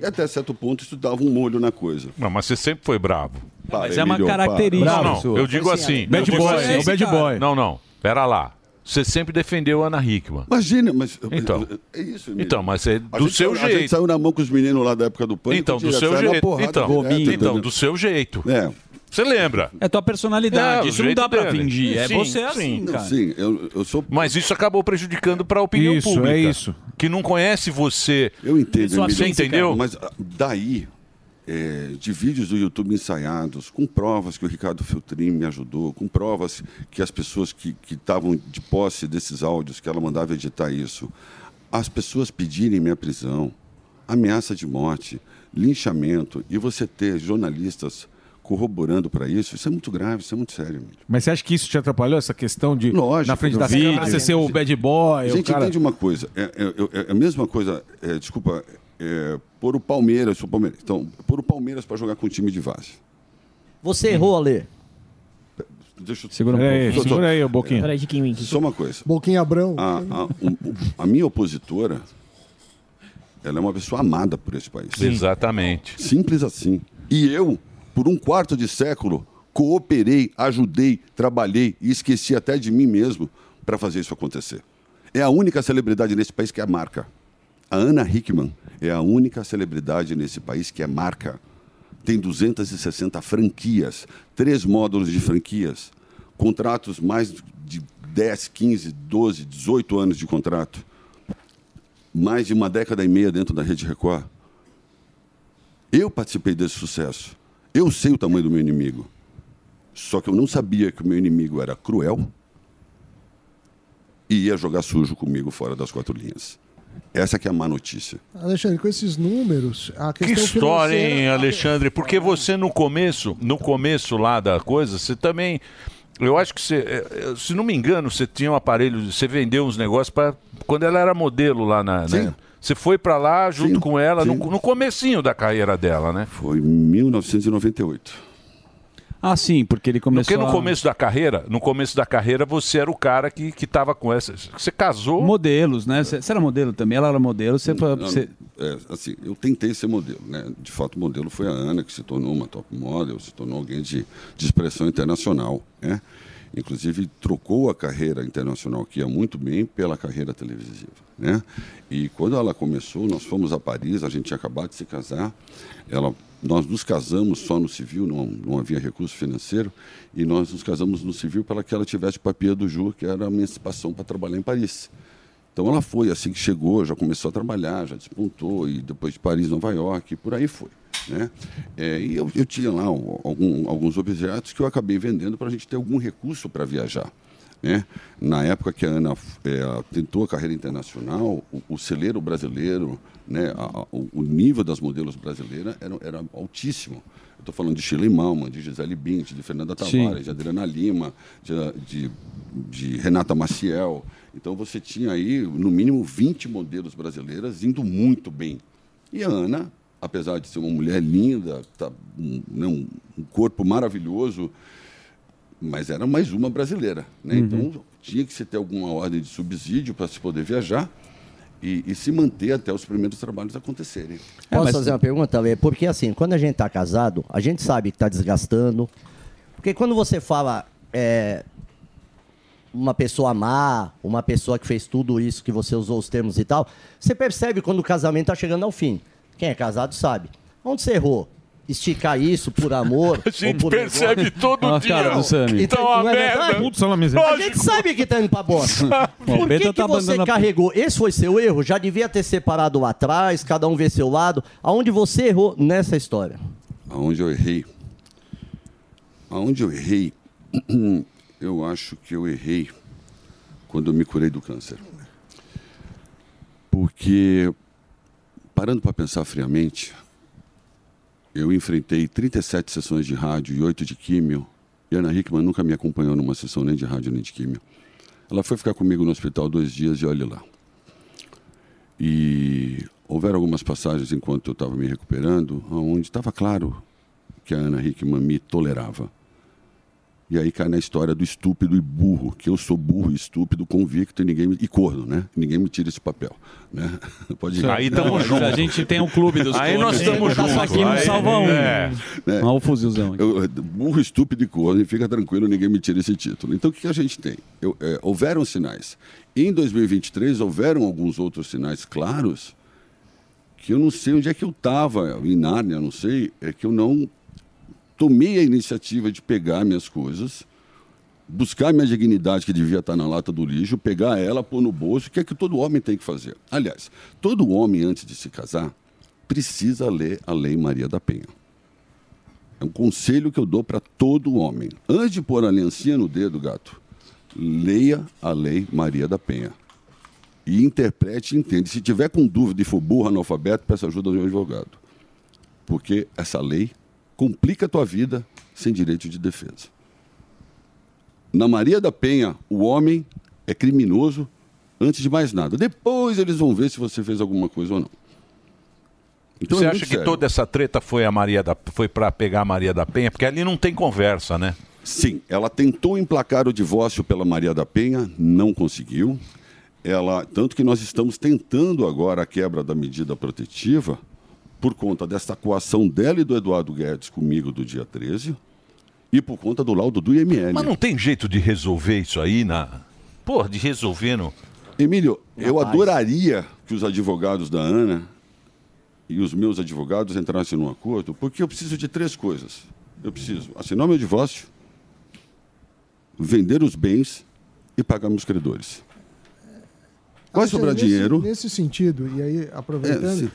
Speaker 24: até certo ponto, estudava um molho na coisa.
Speaker 5: Não, mas você sempre foi bravo.
Speaker 24: Mas é uma Emílio, para. característica
Speaker 5: Não, não,
Speaker 24: sua.
Speaker 5: eu digo
Speaker 24: Assim,
Speaker 5: assim.
Speaker 24: bad
Speaker 5: eu digo
Speaker 24: boy,
Speaker 5: assim.
Speaker 24: é o bad boy.
Speaker 5: Não, não, pera lá. Você sempre defendeu a Ana Hickman.
Speaker 24: Imagina, mas
Speaker 5: Então,
Speaker 24: é isso. Emílio.
Speaker 5: então mas é
Speaker 24: A
Speaker 5: do
Speaker 24: gente
Speaker 5: seu
Speaker 24: saiu- A gente
Speaker 5: jeito.
Speaker 24: saiu na mão com os meninos lá da época do pânico.
Speaker 5: Então, do
Speaker 24: direto,
Speaker 5: seu
Speaker 24: saiu na
Speaker 5: jeito.
Speaker 24: porrada
Speaker 5: Então,
Speaker 24: direto,
Speaker 5: então
Speaker 24: entendeu?
Speaker 5: do seu jeito.
Speaker 24: É.
Speaker 5: Você lembra?
Speaker 10: É tua personalidade.
Speaker 5: É, o
Speaker 10: isso não
Speaker 5: jeito
Speaker 10: dá pra
Speaker 5: dele.
Speaker 10: fingir. é
Speaker 5: Sim,
Speaker 10: você assim,
Speaker 5: sim.
Speaker 10: cara.
Speaker 24: Sim, eu, eu sou.
Speaker 5: Mas isso acabou prejudicando para a opinião
Speaker 24: Isso,
Speaker 5: pública.
Speaker 24: é isso.
Speaker 5: Que não conhece você.
Speaker 24: Eu entendo,
Speaker 5: Você
Speaker 24: Emílio.
Speaker 5: assim, entendeu?
Speaker 24: Mas ah, daí, é, de vídeos do YouTube ensaiados, com provas que o Ricardo Feltrin me ajudou, com provas que as pessoas que que estavam de posse desses áudios, que ela mandava editar isso, as pessoas pedirem minha prisão, ameaça de morte, linchamento, e você ter jornalistas corroborando para isso, isso é muito grave, isso é muito sério, Emílio.
Speaker 4: Mas você acha que isso te atrapalhou, essa questão de, na frente
Speaker 24: do
Speaker 4: das
Speaker 24: vídeo.
Speaker 4: câmeras, você ser o bad
Speaker 9: Ah,
Speaker 4: boy?
Speaker 24: A
Speaker 4: o
Speaker 24: gente
Speaker 4: cara...
Speaker 24: entende uma coisa. É, é- é- é a mesma coisa, é, desculpa, é, pôr o Palmeiras, sou Palmeiras. Então, pôr o Palmeiras para jogar com o time de Vaz.
Speaker 9: Você errou, Ale.
Speaker 24: Deixa eu...
Speaker 9: Segura um Pera pouco. aí,
Speaker 24: Só- só-
Speaker 9: segura aí, ô
Speaker 4: Boquinha.
Speaker 24: é,
Speaker 9: Pera aí, Tiquinho, Tiquinho.
Speaker 24: Só uma coisa.
Speaker 11: Boquinha Abrão.
Speaker 24: A, a- um- a minha opositora, ela é uma pessoa amada por esse país.
Speaker 5: Exatamente.
Speaker 24: Simples assim. E eu, por um quarto de século, cooperei, ajudei, trabalhei e esqueci até de mim mesmo para fazer isso acontecer. É a única celebridade nesse país que é marca. A Ana Hickman é a única celebridade nesse país que é marca. Tem 260 franquias, três módulos de franquias, contratos mais de 10, 15, 12, 18 anos de contrato, mais de uma década e meia dentro da Rede Record. Eu participei desse sucesso. Eu sei o tamanho do meu inimigo. Só que eu não sabia que o meu inimigo era cruel e ia jogar sujo comigo fora das quatro linhas. Essa que é a má notícia.
Speaker 11: Alexandre, com esses números, a
Speaker 5: Que
Speaker 11: questão
Speaker 5: história,
Speaker 11: financeira-
Speaker 5: hein, Alexandre? Porque você no começo, no começo lá da coisa, você também. Eu acho que você, eh, eh, se não me engano, você tinha um aparelho, você vendeu uns negócios para quando ela era modelo lá na. né? Você foi para lá junto com ela no, no comecinho da carreira dela, né?
Speaker 24: Foi em 1998.
Speaker 10: Ah, sim, porque ele começou
Speaker 5: Porque no
Speaker 10: a-
Speaker 5: começo da carreira, no começo da carreira você era o cara que, que tava com essa. Você casou.
Speaker 10: Modelos, né? Você você era modelo também? Ela era modelo, você...
Speaker 24: Não,
Speaker 10: você...
Speaker 24: é, assim, eu tentei ser modelo, né? De fato, modelo foi a Ana, que se tornou uma top model, se tornou alguém de, de expressão internacional, né? Inclusive, trocou a carreira internacional, que ia muito bem, pela carreira televisiva, né? E quando ela começou, nós fomos a Paris, a gente tinha acabado de se casar, ela... Nós nos casamos só no civil, não, não havia recurso financeiro, e nós nos casamos no civil para que ela tivesse papier do jur, que era a emancipação para trabalhar em Paris. Então ela foi, assim que chegou, já começou a trabalhar, já despontou, e depois de Paris, Nova York, e por aí foi. Né? É, e eu, eu tinha lá um- algum- alguns objetos que eu acabei vendendo para a gente ter algum recurso para viajar. Né? Na época que a Ana é, tentou a carreira internacional, o, o celeiro brasileiro, né, a- a- o, o nível das modelos brasileiras era, era altíssimo. Eu estou falando de Shirley Malman, de Gisele Bint, de Fernanda
Speaker 10: Sim.
Speaker 24: Tavares, de Adriana Lima, de- de, de Renata Maciel. Então você tinha aí, no mínimo, 20 modelos brasileiras indo muito bem. E a Ana, apesar de ser uma mulher linda, tá, um, né, um- um corpo maravilhoso, mas era mais uma brasileira. né?
Speaker 13: Uhum.
Speaker 24: Então tinha que se ter alguma ordem de subsídio para se poder viajar e, e se manter até os primeiros trabalhos acontecerem.
Speaker 5: É,
Speaker 7: É,
Speaker 9: Posso fazer uma pergunta, Lê? Porque assim, quando a gente tá casado, a gente sabe que tá desgastando. Porque quando você fala é, uma pessoa má, uma pessoa que fez tudo isso, que você usou os termos e tal, você percebe quando o casamento tá chegando ao fim. Quem é casado sabe. Onde você errou? Esticar isso por amor.
Speaker 5: A gente
Speaker 9: ou por
Speaker 5: percebe
Speaker 9: negócio?
Speaker 5: todo Olha a cara dia. do Sami.
Speaker 9: Então,
Speaker 5: Tá uma
Speaker 9: não é
Speaker 5: merda.
Speaker 9: verdade?
Speaker 5: Putz, ela me-
Speaker 9: A gente sabe que tá indo pra bosta.
Speaker 10: Bom,
Speaker 9: Por
Speaker 10: Bento
Speaker 9: que, que
Speaker 10: tá
Speaker 9: você
Speaker 10: abandonando a-
Speaker 9: carregou? Esse foi seu erro? Já devia ter separado lá atrás, cada um vê seu lado. Aonde você errou nessa história?
Speaker 24: Aonde eu errei? Aonde eu errei? Eu acho que eu errei quando eu me curei do câncer. Porque, parando para pensar friamente, eu enfrentei 37 sessões de rádio e 8 de químio. E a Ana Hickman nunca me acompanhou numa sessão nem de rádio nem de químio. Ela foi ficar comigo no hospital dois dias e olhe lá. E houveram algumas passagens enquanto eu estava me recuperando, onde estava claro que a Ana Hickman me tolerava. E aí cai na história do estúpido e burro, que eu sou burro, e estúpido, convicto e ninguém me... e corno, né? Ninguém me tira esse papel, né? Pode ir.
Speaker 5: Aí tamo junto.
Speaker 10: A gente tem um clube dos
Speaker 5: Aí nós
Speaker 10: clubes. Tá
Speaker 5: tamo
Speaker 10: só
Speaker 5: junto.
Speaker 10: que não
Speaker 5: Aí-
Speaker 10: salva um.
Speaker 5: É.
Speaker 24: Né?
Speaker 10: Olha o fuzilzão. aqui.
Speaker 24: Eu, eh, burro, estúpido e corno, e fica tranquilo, ninguém me tira esse título. Então, o que que a gente tem? Eu, eh, houveram sinais. Em 2023, houveram alguns outros sinais claros que eu não sei onde é que eu estava, em Nárnia, não sei, é que eu não tomei a iniciativa de pegar minhas coisas, buscar minha dignidade que devia estar na lata do lixo, pegar ela, pôr no bolso, que é que todo homem tem que fazer. Aliás, todo homem, antes de se casar, precisa ler a Lei Maria da Penha. É um conselho que eu dou para todo homem. Antes de pôr a aliancinha no dedo, gato, leia a Lei Maria da Penha. E interprete e entende. Se tiver com dúvida e for burro, analfabeto, peça ajuda de um advogado. Porque essa lei complica a tua vida sem direito de defesa. Na Maria da Penha, o homem é criminoso antes de mais nada. Depois eles vão ver se você fez alguma coisa ou não. Então
Speaker 5: Você
Speaker 24: é
Speaker 5: acha
Speaker 24: muito
Speaker 5: que
Speaker 24: sério.
Speaker 5: toda essa treta foi a Maria da foi para pegar a Maria da Penha? Porque ali não tem conversa, né?
Speaker 24: Sim, ela tentou emplacar o divórcio pela Maria da Penha, não conseguiu. Ela, tanto que nós estamos tentando agora a quebra da medida protetiva por conta dessa coação dela e do Eduardo Guedes comigo do dia 13 e por conta do laudo do IML.
Speaker 5: Mas não tem jeito de resolver isso aí na. Porra, de resolver no.
Speaker 24: Emílio, eu
Speaker 5: Rapaz.
Speaker 24: adoraria que os advogados da Ana e os meus advogados entrassem num acordo, porque eu preciso de três coisas. Eu preciso assinar meu divórcio, vender os bens e pagar meus credores. Vai sobrar
Speaker 11: nesse,
Speaker 24: é dinheiro.
Speaker 11: Nesse sentido, e aí
Speaker 24: É,
Speaker 11: aproveitando,
Speaker 24: se-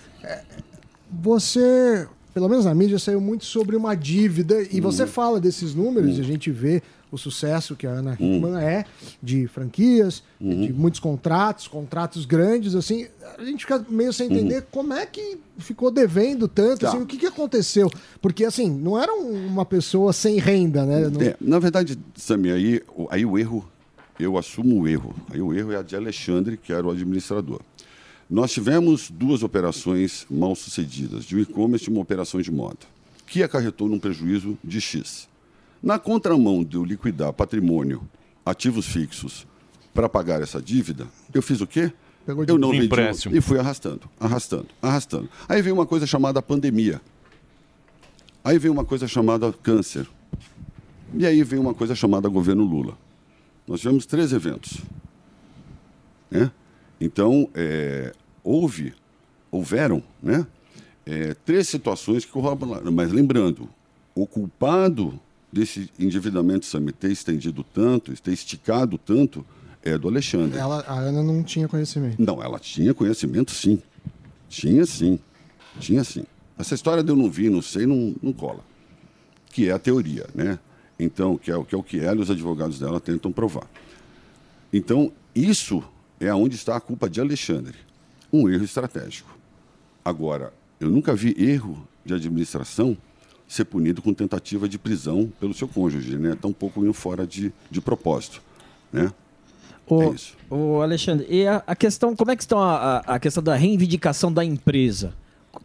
Speaker 11: você, pelo menos na mídia, saiu muito sobre uma dívida e
Speaker 24: Hum.
Speaker 11: você fala desses números e a gente vê o sucesso que a Ana
Speaker 24: Hum.
Speaker 11: Hickman é de franquias, de muitos contratos, contratos grandes, assim. A gente fica meio sem entender como é que ficou devendo tanto,
Speaker 24: Hum. Tá.
Speaker 11: assim, o que, que aconteceu? Porque, assim, não era um- uma pessoa sem renda, né? Não-
Speaker 24: É, na verdade, Samir, aí, o- aí o erro, eu assumo o erro. Aí o erro é a de Alexandre, que era o administrador. Nós tivemos duas operações mal sucedidas, de um e-commerce e uma operação de moda, que acarretou num prejuízo de X. Na contramão de eu liquidar patrimônio, ativos fixos, para pagar essa dívida, eu fiz o quê?
Speaker 11: Pegou
Speaker 24: eu não vendi
Speaker 5: Empréstimo.
Speaker 24: um- e fui arrastando, arrastando, arrastando. Aí veio uma coisa chamada pandemia. Aí veio uma coisa chamada câncer. E aí veio uma coisa chamada governo Lula. Nós tivemos três eventos. né? Então, é, houve, houveram, né? é, três situações que corroboraram. Mas lembrando, o culpado desse endividamento Sami ter estendido tanto, ter esticado tanto, é do Alexandre.
Speaker 11: Ela, a Ana não tinha conhecimento.
Speaker 24: Não, ela tinha conhecimento, sim. Tinha, sim. Tinha, sim. Essa história de eu não vi, não sei, não, não cola. Que é a teoria, né? Então, que é, o- que é o que ela e os advogados dela tentam provar. Então, isso é onde está a culpa de Alexandre. Um erro estratégico. Agora, eu nunca vi erro de administração ser punido com tentativa de prisão pelo seu cônjuge, né? Tão pouco indo fora de, de propósito, né?
Speaker 1: O, o Alexandre, e a, a questão, como é que estão a, a- a questão da reivindicação da empresa?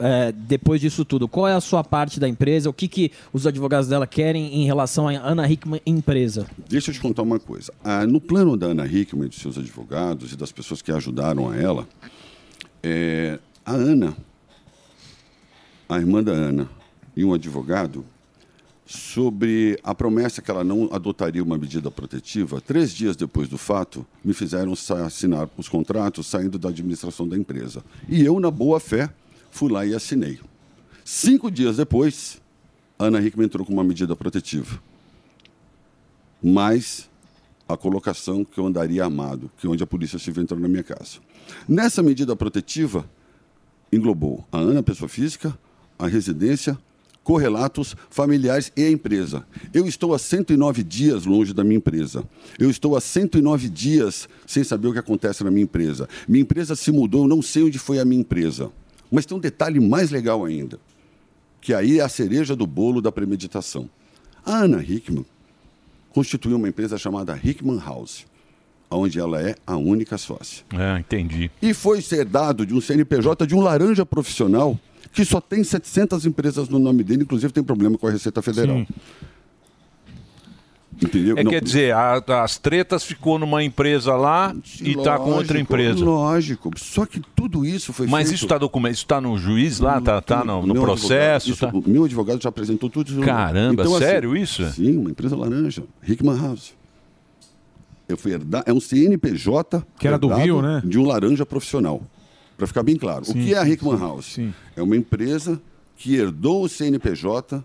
Speaker 1: É, depois disso tudo, qual é a sua parte da empresa? O que, que os advogados dela querem em relação à Ana Hickman empresa?
Speaker 24: Deixa eu te contar uma coisa. Ah, no plano da Ana Hickman e dos seus advogados e das pessoas que ajudaram a ela, é, a Ana, a irmã da Ana e um advogado, sobre a promessa que ela não adotaria uma medida protetiva, três dias depois do fato, me fizeram sa- assinar os contratos saindo da administração da empresa. E eu, na boa fé, fui lá e assinei. Cinco dias depois, a Ana Hickman entrou com uma medida protetiva mais a colocação que eu andaria armado, que é onde a polícia civil entrou na minha casa. Nessa medida protetiva, englobou a Ana, pessoa física, a residência, correlatos, familiares e a empresa. Eu estou há 109 dias longe da minha empresa. Eu estou há 109 dias sem saber o que acontece na minha empresa. Minha empresa se mudou, eu não sei onde foi a minha empresa. Mas tem um detalhe mais legal ainda, que aí é a cereja do bolo da premeditação. A Ana Hickman constituiu uma empresa chamada Hickman House, onde ela é a única sócia.
Speaker 5: Ah, entendi.
Speaker 24: E foi herdado de um CNPJ de um laranja profissional que só tem 700 empresas no nome dele, inclusive tem problema com a Receita Federal. Entendeu?
Speaker 5: É,
Speaker 24: Não,
Speaker 5: quer dizer, a- as tretas ficou numa empresa lá e está tá com outra
Speaker 24: lógico,
Speaker 5: empresa.
Speaker 24: Lógico, só que tudo isso foi
Speaker 5: Mas
Speaker 24: feito-
Speaker 5: isso está documento, isso tá no juiz lá, tá, tá no, no
Speaker 24: Meu
Speaker 5: processo. tá?
Speaker 24: advogado- isso- o Meu advogado já apresentou tudo isso.
Speaker 5: Caramba,
Speaker 24: assim,
Speaker 5: sério isso?
Speaker 24: Sim, uma empresa laranja, Hickman House. Eu fui herdar, é um CNPJ.
Speaker 4: Que era do
Speaker 24: herdado
Speaker 4: Rio, né?
Speaker 24: De um laranja profissional. Para ficar bem claro.
Speaker 4: Sim,
Speaker 24: o que é a
Speaker 4: sim,
Speaker 24: Hickman House? É uma empresa que herdou o CNPJ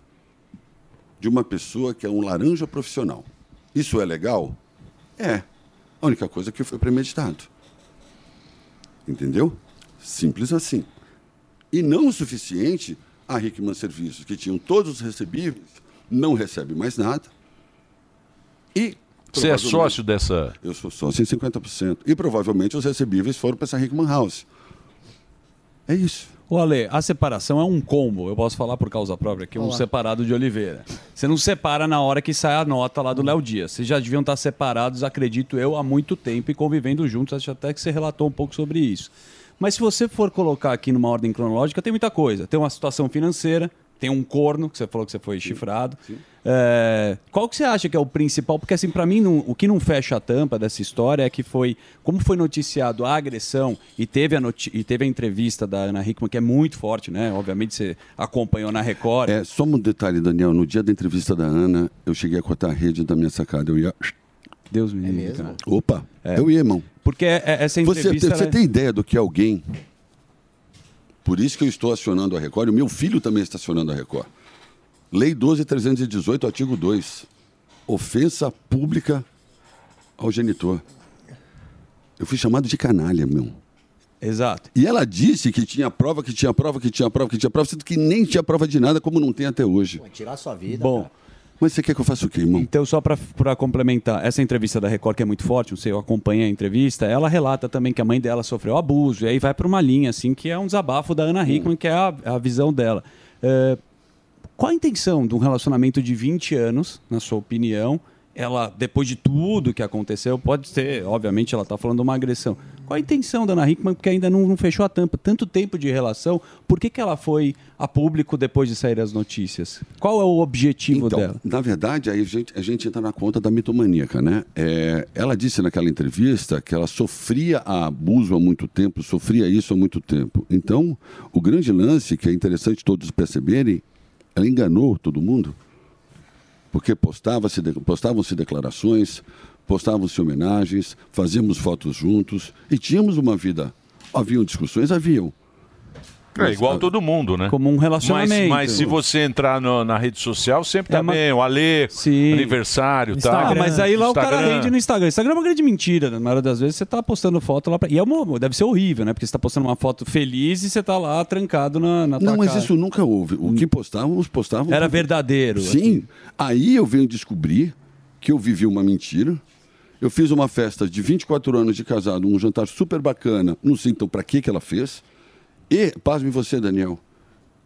Speaker 24: de uma pessoa que é um laranja profissional. Isso é legal? É. A única coisa é que foi premeditado. Entendeu? Simples assim. E não o suficiente, a Hickman Serviços, que tinham todos os recebíveis, não recebe mais nada. E.
Speaker 5: Você é
Speaker 24: provavelmente-
Speaker 5: sócio dessa.
Speaker 24: Eu sou sócio em 50%. E provavelmente os recebíveis foram para essa Hickman House. É isso.
Speaker 10: Ô Ale, a separação é um combo, eu posso falar por causa própria, que é um
Speaker 24: Olá.
Speaker 10: separado de Oliveira. Você não separa na hora que sai a nota lá
Speaker 24: Uhum.
Speaker 10: do Léo Dias. Vocês já deviam estar separados, acredito eu, há muito tempo e convivendo juntos. Acho até que você relatou um pouco sobre isso. Mas se você for colocar aqui numa ordem cronológica, tem muita coisa. Tem uma situação financeira, tem um corno, que você falou que você foi chifrado. É, qual que você acha que é o principal? Porque, assim, para mim, não- o que não fecha a tampa dessa história é que foi, como foi noticiado a agressão e teve a, noti- e teve a entrevista da Ana Hickman, que é muito forte, né? Obviamente, você acompanhou na Record.
Speaker 24: É, só um detalhe, Daniel. No dia da entrevista da Ana, eu cheguei a cotar a rede da minha sacada. Eu ia.
Speaker 10: Deus me livre, cara.
Speaker 24: Opa, eu ia, irmão.
Speaker 10: Porque é- é- essa
Speaker 24: Você,
Speaker 10: entrevista...
Speaker 24: tem- você
Speaker 10: ela é-
Speaker 24: tem ideia do que alguém. Por isso que eu estou acionando a Record, e o meu filho também está acionando a Record. Lei 12318, artigo 2. Ofensa pública ao genitor. Eu fui chamado de canalha, meu.
Speaker 10: Exato.
Speaker 24: E ela disse que tinha prova, que tinha prova, que tinha prova, que tinha prova, sendo que nem tinha prova de nada, como não tem até hoje.
Speaker 9: Tirar sua vida.
Speaker 10: Bom.
Speaker 24: Mas você quer que eu faça o quê, irmão?
Speaker 10: Então, só para complementar, essa entrevista da Record, que é muito forte, não sei, eu acompanhei a entrevista, ela relata também que a mãe dela sofreu abuso, e aí vai para uma linha, assim, que é um desabafo da
Speaker 24: Hum.
Speaker 10: Ana Hickman, que é a, a visão dela. É, qual a intenção de um relacionamento de 20 anos, na sua opinião? Ela, depois de tudo que aconteceu, pode ser, obviamente, ela está tá falando de uma agressão. Qual Qual a intenção da Ana Hickman, porque ainda não, não fechou a tampa? Tanto tempo de relação, por que, que ela foi a público depois de sair as notícias? Qual é o objetivo dela?
Speaker 24: Então, Na verdade, aí a gente, a gente entra na conta da mitomaníaca, né? É, ela disse naquela entrevista que ela sofria a abuso há muito tempo, sofria isso há muito tempo. Então, o grande lance, que é interessante todos perceberem, ela enganou todo mundo. Porque postava-se de- postavam-se declarações, postavam-se homenagens, fazíamos fotos juntos e tínhamos uma vida. Haviam discussões? Haviam.
Speaker 5: É igual todo mundo, né?
Speaker 10: Como um
Speaker 5: Mas,
Speaker 10: relacionamento.
Speaker 5: mas se você entrar no- na rede social, sempre
Speaker 4: É
Speaker 5: tá bem. O Alê, aniversário, tá?
Speaker 10: Ah, mas aí lá o cara
Speaker 5: Instagram.
Speaker 10: rende no Instagram. Instagram é uma grande mentira. né? Na maioria das vezes você tá postando foto lá pra... E é uma, deve ser horrível, né? Porque você tá postando uma foto feliz e você tá lá trancado na, na tua
Speaker 24: Não, mas
Speaker 10: casa.
Speaker 24: isso nunca houve. O que postávamos, postávamos.
Speaker 10: Era verdadeiro. assim.
Speaker 24: Sim. Aí eu venho descobrir que eu vivi uma mentira. Eu fiz uma festa de 24 anos de casado, um jantar super bacana. Não sei então para que que ela fez. E, pasme você, Daniel,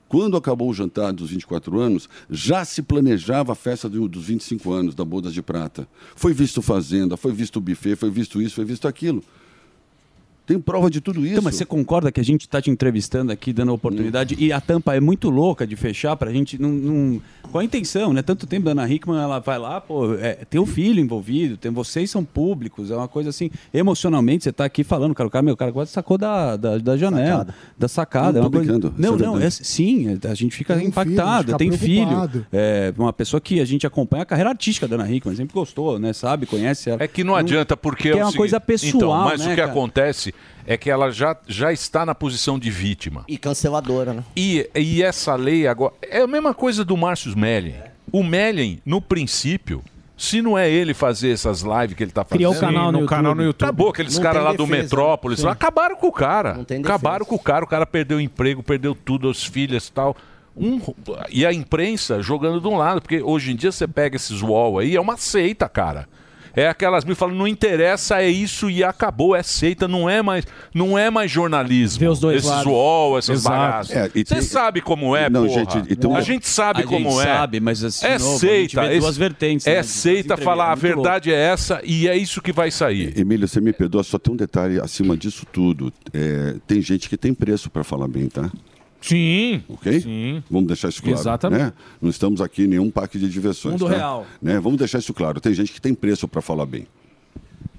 Speaker 24: quando acabou o jantar dos 24 anos, já se planejava a festa do- dos 25 anos da Bodas de Prata. Foi visto fazenda, foi visto buffet, foi visto isso, foi visto aquilo. Tem prova de tudo isso.
Speaker 10: Então, mas você concorda que a gente está te entrevistando aqui, dando oportunidade, e a tampa é muito louca de fechar pra gente não. não- Qual a intenção, né? Tanto tempo da Ana Hickman, ela vai lá, pô, é, tem o filho envolvido, tem, vocês são públicos, é uma coisa assim, emocionalmente, você tá aqui falando, cara, o cara, meu, o cara quase sacou da, da, da janela, da sacada.
Speaker 24: Não,
Speaker 10: é uma
Speaker 24: tô
Speaker 10: coisa-
Speaker 24: brincando, isso é
Speaker 10: Não, não,
Speaker 24: verdade.
Speaker 10: é- sim, a gente fica
Speaker 24: Tem um
Speaker 10: impactado,
Speaker 24: filho,
Speaker 10: tem
Speaker 24: fica preocupado.
Speaker 10: filho. É, uma pessoa que a gente acompanha a carreira artística da Ana Hickman, sempre gostou, né? Sabe, conhece ela.
Speaker 5: É que não adianta, porque
Speaker 10: que é
Speaker 5: o
Speaker 10: uma
Speaker 5: seguinte-
Speaker 10: coisa pessoal.
Speaker 5: Então, mas
Speaker 10: né,
Speaker 5: o que
Speaker 10: cara?
Speaker 5: acontece é que ela já, já está na posição de vítima.
Speaker 9: E canceladora, né?
Speaker 5: E, e essa lei agora. É a mesma coisa do Márcio Mellen. O Mellen, no princípio. Se não é ele fazer essas lives que ele tá fazendo.
Speaker 4: Criou o canal Sim, no no canal YouTube. no YouTube.
Speaker 5: Acabou aqueles
Speaker 4: Não
Speaker 5: caras
Speaker 4: tem
Speaker 5: lá do
Speaker 4: defesa, né?
Speaker 5: Metrópolis.
Speaker 4: Sim.
Speaker 5: Lá, acabaram com o cara.
Speaker 4: tem defesa.
Speaker 5: Acabaram com o cara. O cara perdeu o emprego, perdeu tudo, as filhas e tal. Um, e a imprensa jogando de um lado. Porque hoje em dia você pega esses wall aí, é uma seita, cara. É aquelas me falando, não interessa, é isso e acabou, é seita, não é mais, não é mais jornalismo. Vê os
Speaker 4: dois
Speaker 5: Esses
Speaker 4: lados.
Speaker 5: wall, essas
Speaker 4: Exato.
Speaker 5: baratas.
Speaker 4: É,
Speaker 5: Você
Speaker 4: e tem-
Speaker 5: sabe como é,
Speaker 24: Não,
Speaker 5: porra.
Speaker 24: gente,
Speaker 4: um-
Speaker 24: então-
Speaker 5: a gente sabe
Speaker 10: A
Speaker 5: como
Speaker 10: gente
Speaker 5: é.
Speaker 10: sabe, mas assim,
Speaker 5: é
Speaker 10: de novo, a gente
Speaker 5: seita.
Speaker 10: vê duas
Speaker 5: esse-
Speaker 10: vertentes, né,
Speaker 5: É
Speaker 10: de-
Speaker 5: seita
Speaker 10: de
Speaker 5: falar a
Speaker 10: entrevista, muito
Speaker 5: verdade é essa e é isso que vai sair.
Speaker 24: Emílio, você me perdoa, só tem um detalhe acima disso tudo. É, tem gente que tem preço para falar bem, tá?
Speaker 4: Sim.
Speaker 24: Ok?
Speaker 4: Sim.
Speaker 24: Vamos deixar isso claro.
Speaker 4: Exatamente.
Speaker 24: né? Não estamos aqui em nenhum parque de diversões.
Speaker 9: Mundo
Speaker 24: tá?
Speaker 9: real.
Speaker 24: Né? Vamos deixar isso claro. Tem gente que tem preço para falar bem.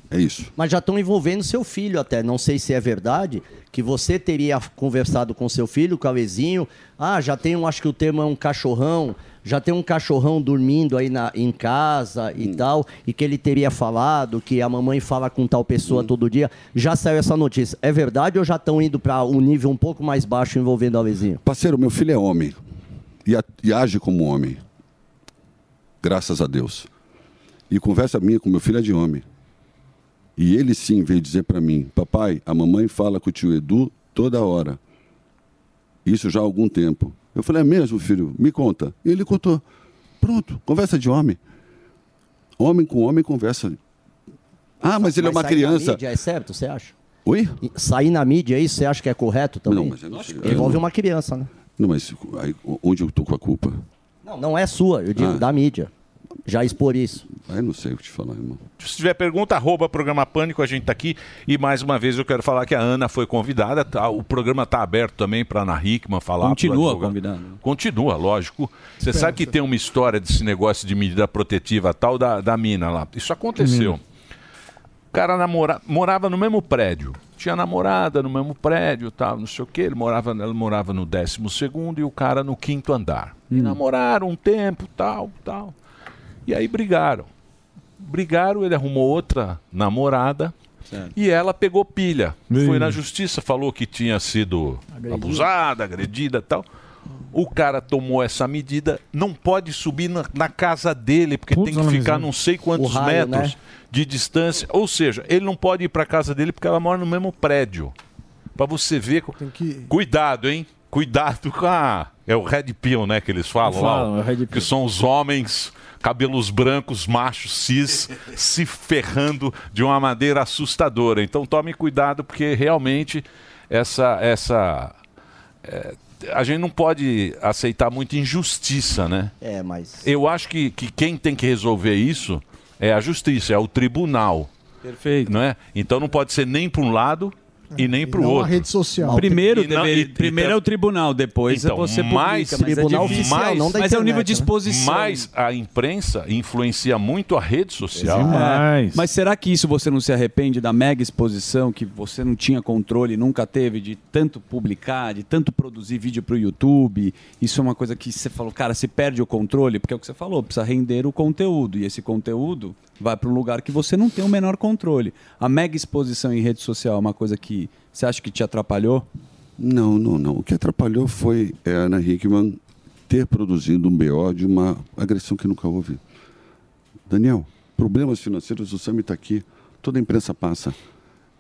Speaker 24: É isso.
Speaker 9: Mas já estão envolvendo seu filho até. Não sei se é verdade que você teria conversado com seu filho, com o Cauezinho. Ah, já tem um, acho que o termo é um cachorrão. Já tem um cachorrão dormindo aí na, em casa
Speaker 24: Hum.
Speaker 9: e tal. E que ele teria falado que a mamãe fala com tal
Speaker 24: Hum.
Speaker 9: pessoa todo dia. Já saiu essa notícia. É verdade ou já estão indo para um nível um pouco mais baixo envolvendo o Cauezinho?
Speaker 24: Parceiro, meu filho é homem e, a- e age como homem. Graças a Deus. E conversa minha com meu filho é de homem. E ele sim veio dizer para mim: Papai, a mamãe fala com o tio Edu toda hora. Isso já há algum tempo. Eu falei: É mesmo, filho? Me conta. E ele contou. Pronto, conversa de homem. Homem com homem conversa. Ah, mas ele é uma
Speaker 9: sair na
Speaker 24: criança.
Speaker 9: mídia é certo, você acha?
Speaker 24: Oi?
Speaker 9: Sair na mídia, é isso? Você acha que é correto também?
Speaker 24: Não, mas eu não acho que- é.
Speaker 9: Envolve uma criança, né?
Speaker 24: Não, mas aí, onde eu tô com a culpa?
Speaker 9: Não, não é sua, eu digo
Speaker 24: Ah.
Speaker 9: da mídia. Já expor isso.
Speaker 24: Aí não sei o que te falar, irmão.
Speaker 5: Se tiver pergunta, arroba programa Pânico, a gente tá aqui. E mais uma vez eu quero falar que a Ana foi convidada. tá? o programa tá aberto também para Ana Hickman falar.
Speaker 10: Continua
Speaker 5: convidando. Continua, lógico. Você sabe que tem uma história desse negócio de medida protetiva tal da, da mina lá. Isso aconteceu.
Speaker 13: Mina.
Speaker 5: O cara namora, morava no mesmo prédio. Tinha namorada no mesmo prédio, tal, não sei o quê. Ele morava, ela morava no 12 e o cara no quinto andar. E namoraram um tempo, tal, tal. E aí brigaram. Brigaram, ele arrumou outra namorada e ela pegou pilha. Foi na justiça, falou que tinha sido abusada, agredida tal. O cara tomou essa medida, não pode subir na, na casa dele, porque tem que
Speaker 13: ela
Speaker 5: ficar
Speaker 13: mesmo.
Speaker 5: não sei quantos
Speaker 13: O raio,
Speaker 5: metros
Speaker 13: né?
Speaker 5: de distância. Ou seja, ele não pode ir para casa dele porque ela mora no mesmo prédio. Para você ver. co- Cuidado, hein? Cuidado com a. É o Red Pill, né? Que eles falam
Speaker 4: Falam,
Speaker 13: é
Speaker 5: lá. que são os homens, cabelos brancos, machos, cis, se ferrando de uma maneira assustadora. Então tome cuidado, porque realmente essa. essa é, a gente não pode aceitar muita injustiça, né?
Speaker 9: É, mas.
Speaker 5: Eu acho que, que quem tem que resolver isso é a justiça, é o tribunal. Perfeito. Não é? Então não pode ser nem para um lado e nem para o
Speaker 11: Não
Speaker 5: outro.
Speaker 11: a rede social.
Speaker 10: Primeiro,
Speaker 5: E não-
Speaker 10: deve-
Speaker 5: e- e-
Speaker 10: primeiro é o tribunal, depois é
Speaker 5: Então,
Speaker 10: você
Speaker 5: mais,
Speaker 10: publica, mas é difícil. mas é o nível de exposição.
Speaker 5: né? Mas a imprensa influencia muito a rede social.
Speaker 10: É, mas será que isso você não se arrepende da mega exposição que você não tinha controle, nunca teve, de tanto publicar, de tanto produzir vídeo para o YouTube? Isso é uma coisa que você falou, cara, se perde o controle, porque é o que você falou, precisa render o conteúdo. E esse conteúdo vai para um lugar que você não tem o menor controle. A mega exposição em rede social é uma coisa que você acha que te atrapalhou?
Speaker 24: Não, não, não. O que atrapalhou foi é, a Ana Hickman ter produzido um BO de uma agressão que nunca houve. Daniel, problemas financeiros, o Sami está aqui, toda a imprensa passa.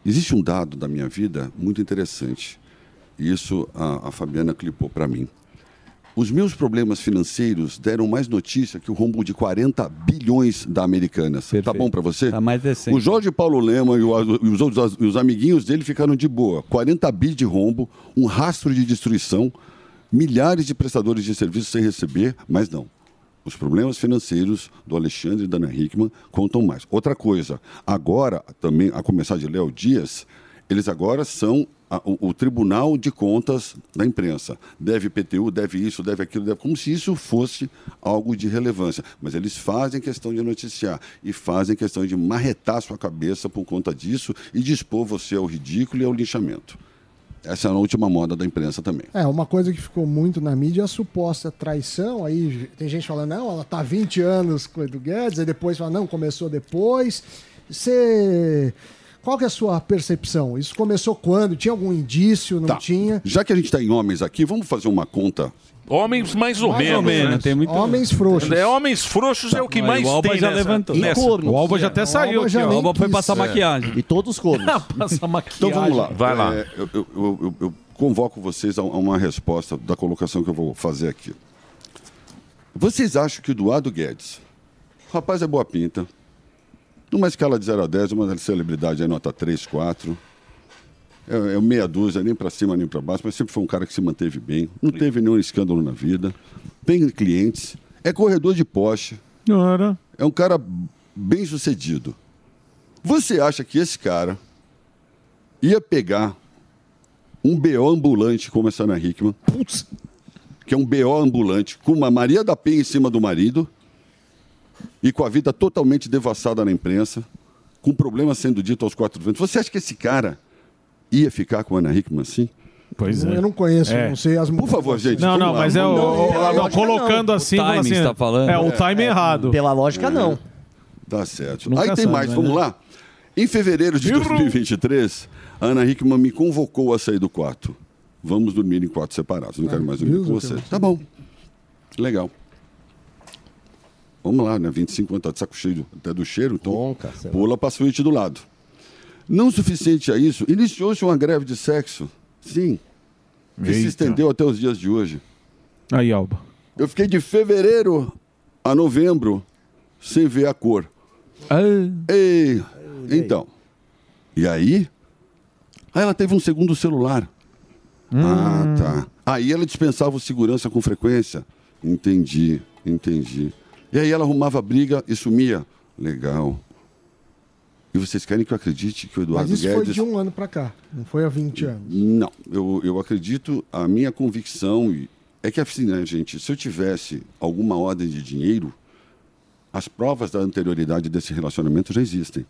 Speaker 24: Existe um dado da minha vida muito interessante, e isso a, a Fabiana clipou para mim. Os meus problemas financeiros deram mais notícia que o rombo de 40 bilhões da Americanas. Tá bom para você? Tá
Speaker 10: mais decente.
Speaker 24: O Jorge Paulo Lema e, o- e os, outros, e os amiguinhos dele ficaram de boa. 40 bi de rombo, um rastro de destruição, milhares de prestadores de serviços sem receber, mas não. Os problemas financeiros do Alexandre e da Ana Hickman contam mais. Outra coisa, agora, também, a começar de Léo Dias, eles agora são a- o, o Tribunal de Contas da imprensa. Deve PTU, deve isso, deve aquilo, deve, como se isso fosse algo de relevância. Mas eles fazem questão de noticiar e fazem questão de marretar sua cabeça por conta disso e dispor você ao ridículo e ao lixamento. Essa é a última moda da imprensa também.
Speaker 11: É, uma coisa que ficou muito na mídia é a suposta traição. Aí tem gente falando, não, ela tá 20 anos com o Edu Guedes, aí depois fala, não, começou depois. Você. Qual que é a sua percepção? Isso começou quando? Tinha algum indício?
Speaker 24: Tá.
Speaker 11: Não tinha?
Speaker 24: Já que a gente está em homens aqui, vamos fazer uma conta.
Speaker 5: Homens mais ou menos. né?
Speaker 11: Homens frouxos.
Speaker 5: É, homens frouxos é o que
Speaker 9: Não,
Speaker 5: mais
Speaker 9: o Alba
Speaker 5: tem
Speaker 9: já
Speaker 5: nessa-
Speaker 9: levantou. E
Speaker 5: nessa.
Speaker 9: corno. O Alba já até
Speaker 5: É,
Speaker 9: saiu aqui, ó. O Alba foi
Speaker 4: É.
Speaker 9: passar maquiagem. E todos os cornos.
Speaker 4: Passa maquiagem.
Speaker 24: Então vamos lá.
Speaker 5: Vai lá.
Speaker 24: É, eu, eu- eu- eu- eu convoco vocês a a uma resposta da colocação que eu vou fazer aqui. Vocês acham que o Eduardo Guedes, o rapaz é boa pinta, numa escala de 0 a 10, uma celebridade é nota 3, 4, é, é meia dúzia, nem para cima nem para baixo, mas sempre foi um cara que se manteve bem, não teve nenhum escândalo na vida, tem clientes, é corredor de Porsche,
Speaker 4: Ora.
Speaker 24: é um cara bem sucedido. Você acha que esse cara ia pegar um BO ambulante como essa Ana Hickman, que é um BO ambulante, com uma Maria da Penha em cima do marido e com a vida totalmente devassada na imprensa, com problema sendo dito aos quatro ventos. Você acha que esse cara ia ficar com a Ana Hickman assim?
Speaker 4: Pois
Speaker 11: Eu não conheço,
Speaker 24: É.
Speaker 11: não sei as
Speaker 24: Por favor, gente.
Speaker 4: Não,
Speaker 24: vamos
Speaker 4: não,
Speaker 24: lá.
Speaker 4: mas é o. o- não, colocando assim. fala assim, É, o time errado.
Speaker 24: Tá certo.
Speaker 4: Nunca
Speaker 24: Aí tem
Speaker 4: sabe,
Speaker 24: mais,
Speaker 4: né?
Speaker 24: vamos lá. Em fevereiro de 2023, a Ana Hickman me convocou a sair do quarto. Vamos dormir em quartos separados. Não quero mais dormir com você. Tá bom. Legal. Vamos lá, né? 25 anos, tá de saco cheio até do cheiro, então pula pra suíte do lado. Não suficiente a isso, iniciou-se uma greve de sexo. Sim. Que se
Speaker 4: Eita.
Speaker 24: estendeu até os dias de hoje.
Speaker 4: Aí, Alba.
Speaker 24: Eu fiquei de fevereiro a novembro sem ver a cor.
Speaker 4: Ah.
Speaker 24: Ei, então. E aí? Aí ela teve um segundo celular.
Speaker 4: Hum.
Speaker 24: Ah, tá. Aí ela dispensava o segurança com frequência. Entendi, entendi. E aí ela arrumava briga e sumia. Legal. E vocês querem que eu acredite que o Eduardo
Speaker 11: Mas isso foi
Speaker 24: Guedes
Speaker 11: de um ano pra cá, não foi há 20 anos.
Speaker 24: não, eu, eu acredito, a minha convicção e- é que assim, né, gente, se eu tivesse alguma ordem de dinheiro, as provas da anterioridade desse relacionamento já existem.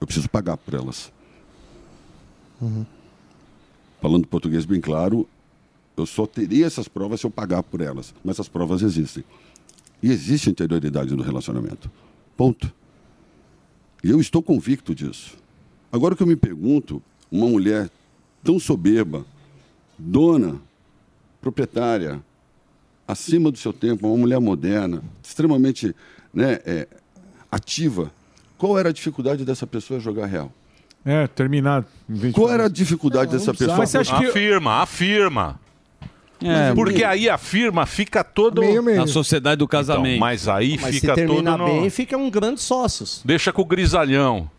Speaker 24: Eu preciso pagar por elas. Falando português bem claro, eu só teria essas provas se eu pagar por elas, mas as provas existem. E existe anterioridade no relacionamento. Ponto. E eu estou convicto disso. Agora o que eu me pergunto, uma mulher tão soberba, dona, proprietária, acima do seu tempo, uma mulher moderna, extremamente né, é, ativa, qual era a dificuldade dessa pessoa jogar real?
Speaker 4: É, terminado.
Speaker 24: Qual era a dificuldade dessa pessoa?
Speaker 5: Mas você acha que- Afirma, afirma.
Speaker 24: É,
Speaker 5: Porque
Speaker 24: meio.
Speaker 5: aí a firma fica todo.
Speaker 10: A sociedade do casamento.
Speaker 5: Então, mas aí
Speaker 9: Mas
Speaker 5: fica
Speaker 9: se
Speaker 5: todo.
Speaker 9: terminar
Speaker 5: no-
Speaker 9: bem, fica um grande sócios.
Speaker 5: Deixa com o grisalhão.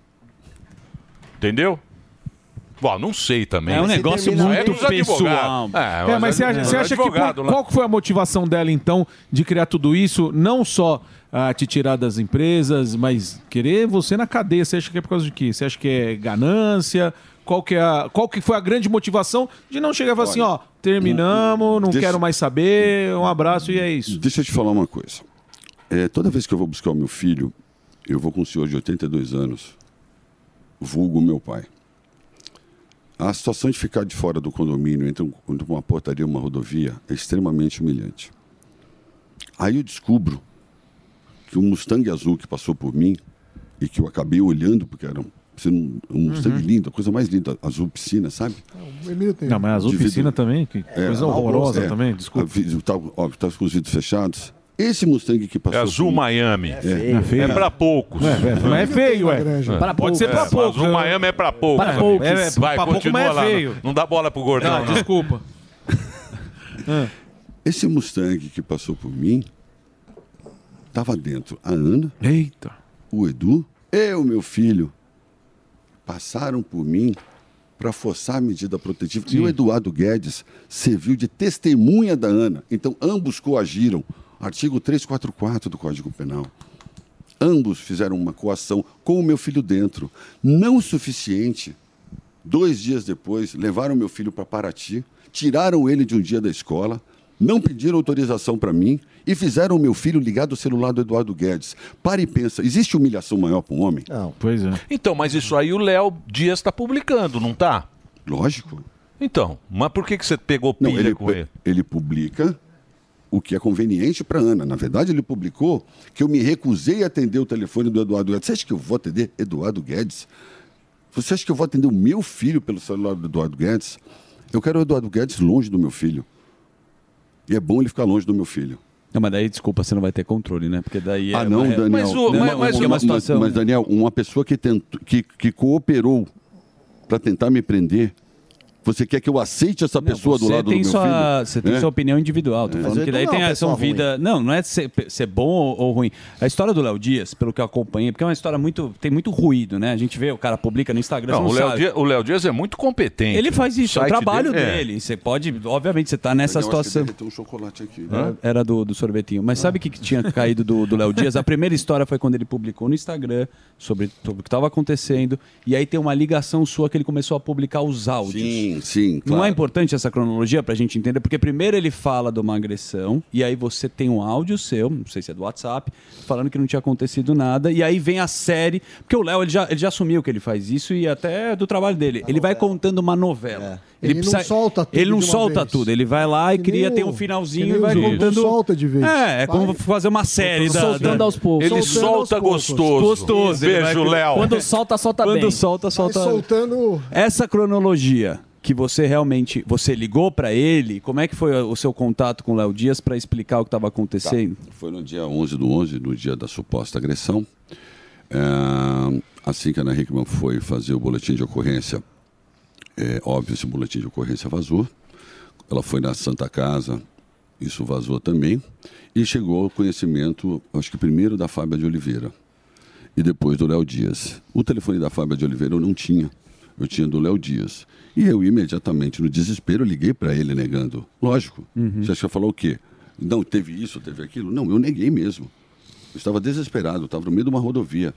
Speaker 5: Entendeu? Bom, não sei também.
Speaker 4: É um
Speaker 5: Você
Speaker 4: negócio
Speaker 5: termina-
Speaker 4: muito
Speaker 5: é dos advogados.
Speaker 4: pessoal. É, mas você acha, você acha que por-
Speaker 5: advogado lá.
Speaker 4: qual que foi a motivação dela então de criar tudo isso, não só ah, te tirar das empresas, mas querer você na cadeia? Você acha que é por causa de quê? Você acha que é ganância? Qual que, é a- qual que foi a grande motivação de não chegar e falar assim, um, ó, terminamos, não quero mais saber, um abraço e é isso.
Speaker 24: Deixa eu te falar uma coisa. É, toda vez que eu vou buscar o meu filho, eu vou com um senhor de 82 anos, vulgo meu pai. A situação de ficar de fora do condomínio entre, um- entre uma portaria e uma rodovia é extremamente humilhante. Aí eu descubro que o Mustang azul que passou por mim e que eu acabei olhando, porque era um, um Mustang lindo, a coisa mais linda, azul piscina, sabe?
Speaker 11: O Emílio tem.
Speaker 4: Não, mas azul
Speaker 24: Dividido.
Speaker 4: piscina também, que coisa
Speaker 24: a-
Speaker 4: horrorosa
Speaker 24: é,
Speaker 4: também.
Speaker 24: a vi- tá- ó, tá com os vidros fechados. Esse Mustang que passou.
Speaker 5: É azul
Speaker 24: por mim-
Speaker 5: Miami.
Speaker 24: É,
Speaker 5: É feio. É pra poucos. É, é, mas é feio, é.
Speaker 4: É. Para poucos. É, mas
Speaker 5: Azul Miami é pra poucos.
Speaker 4: Para poucos.
Speaker 5: É, é, Vai,
Speaker 4: Pra pouco,
Speaker 5: continua
Speaker 4: mas é
Speaker 5: lá.
Speaker 4: feio.
Speaker 5: Não, não dá bola pro gordão.
Speaker 4: Não, desculpa.
Speaker 24: É. Esse Mustang que passou por mim, tava dentro a Ana, o Edu e o meu filho. Passaram por mim para forçar a medida protetiva. E o Eduardo Guedes serviu de testemunha da Ana. Então, ambos coagiram. Artigo 344 do Código Penal. Ambos fizeram uma coação com o meu filho dentro. Não o suficiente. Dois dias depois, levaram meu filho para Paraty, tiraram ele de um dia da escola, não pediram autorização para mim e fizeram meu filho ligar do celular do Eduardo Guedes. Para e pensa, existe humilhação maior para um homem?
Speaker 9: Não.
Speaker 4: Pois é.
Speaker 5: Então, mas isso aí o Léo Dias tá publicando, não tá?
Speaker 24: Lógico.
Speaker 5: Então, mas por que, que você pegou pilha
Speaker 24: ele
Speaker 5: com
Speaker 24: pu-
Speaker 5: ele?
Speaker 24: ele publica o que é conveniente para Ana. Na verdade, ele publicou que eu me recusei a atender o telefone do Eduardo Guedes. Você acha que eu vou atender Eduardo Guedes? Você acha que eu vou atender o meu filho pelo celular do Eduardo Guedes? Eu quero o Eduardo Guedes longe do meu filho. E é bom ele ficar longe do meu filho.
Speaker 10: Não, mas daí, desculpa, você não vai ter controle, né? Porque daí
Speaker 24: Ah,
Speaker 10: é
Speaker 24: não,
Speaker 10: uma-
Speaker 24: Daniel.
Speaker 10: uma- uma- uma situação-
Speaker 24: mas, Daniel, uma pessoa que, tentou, que, que cooperou para tentar me prender, você quer que eu aceite essa pessoa do
Speaker 10: né? você
Speaker 24: lado do
Speaker 10: tem
Speaker 24: meu
Speaker 10: sua-
Speaker 24: filho? né? É?
Speaker 10: você tem sua opinião individual. Tô falando que daí tem a são vida. Não, não é ser, ser bom ou, ou ruim. A história do Léo Dias, pelo que eu acompanhei, porque é uma história muito. tem muito ruído, né? A gente vê, o cara publica no Instagram.
Speaker 5: Não,
Speaker 10: você
Speaker 5: o Léo
Speaker 10: sabe.
Speaker 5: Dias- o Léo Dias é muito competente.
Speaker 10: Ele faz isso, é o
Speaker 5: site
Speaker 10: trabalho dele.
Speaker 5: é.
Speaker 10: Você pode, obviamente, você está nessa
Speaker 24: Daniel, acho que
Speaker 10: situação.
Speaker 24: derreteu um chocolate aqui.
Speaker 11: né?
Speaker 10: Hã? Era do, do sorvetinho. Mas sabe o que, que tinha caído do do Léo Dias? A primeira história foi quando ele publicou no Instagram sobre, sobre o que estava acontecendo. E aí tem uma ligação sua que ele começou a publicar os áudios.
Speaker 24: Sim, sim.
Speaker 10: Não é importante essa cronologia para a gente entender, porque primeiro ele fala de uma agressão, e aí você tem um áudio seu, não sei se é do WhatsApp, falando que não tinha acontecido nada, e aí vem a série. Porque o Léo ele já, ele já assumiu que ele faz isso e até é do trabalho dele. ele vai contando uma novela.
Speaker 11: É. Ele não solta tudo
Speaker 10: Ele não
Speaker 11: de uma
Speaker 10: solta
Speaker 11: vez.
Speaker 10: tudo, ele vai lá e
Speaker 11: Que
Speaker 10: cria,
Speaker 11: nem
Speaker 10: tem
Speaker 11: o-
Speaker 10: um
Speaker 11: que
Speaker 10: finalzinho
Speaker 11: nem
Speaker 10: e vai
Speaker 11: o Gugu.
Speaker 10: contando.
Speaker 11: Solta de vez.
Speaker 10: É, é como
Speaker 11: Vai.
Speaker 10: fazer uma série. da-
Speaker 1: Soltando
Speaker 10: da-
Speaker 1: aos poucos.
Speaker 10: Ele
Speaker 1: Soltando
Speaker 10: solta
Speaker 1: aos poucos.
Speaker 10: gostoso.
Speaker 1: Gostoso,
Speaker 10: Ele
Speaker 1: ele
Speaker 10: vai-
Speaker 1: vai- Quando solta, solta
Speaker 10: Quando
Speaker 1: bem.
Speaker 10: solta, solta.
Speaker 11: Vai soltando.
Speaker 10: Essa cronologia que você realmente você ligou pra ele, como é que foi o seu contato com o Léo Dias pra explicar o que estava
Speaker 24: Tá.
Speaker 10: acontecendo?
Speaker 24: Foi no dia 11 do 11, no dia da suposta agressão. É, assim que a Ana Hickman foi fazer o boletim de ocorrência, é, óbvio, esse boletim de ocorrência vazou. Ela foi na Santa Casa, isso vazou também. E chegou ao conhecimento, acho que primeiro da Fábia de Oliveira e depois do Léo Dias. O telefone da Fábia de Oliveira eu não tinha. Eu tinha do Léo Dias. E eu imediatamente, no desespero, liguei para ele negando. Lógico. Você acha que eu falou o quê? Não, teve isso, teve aquilo? Não, eu neguei mesmo. Eu estava desesperado, eu estava no meio de uma rodovia,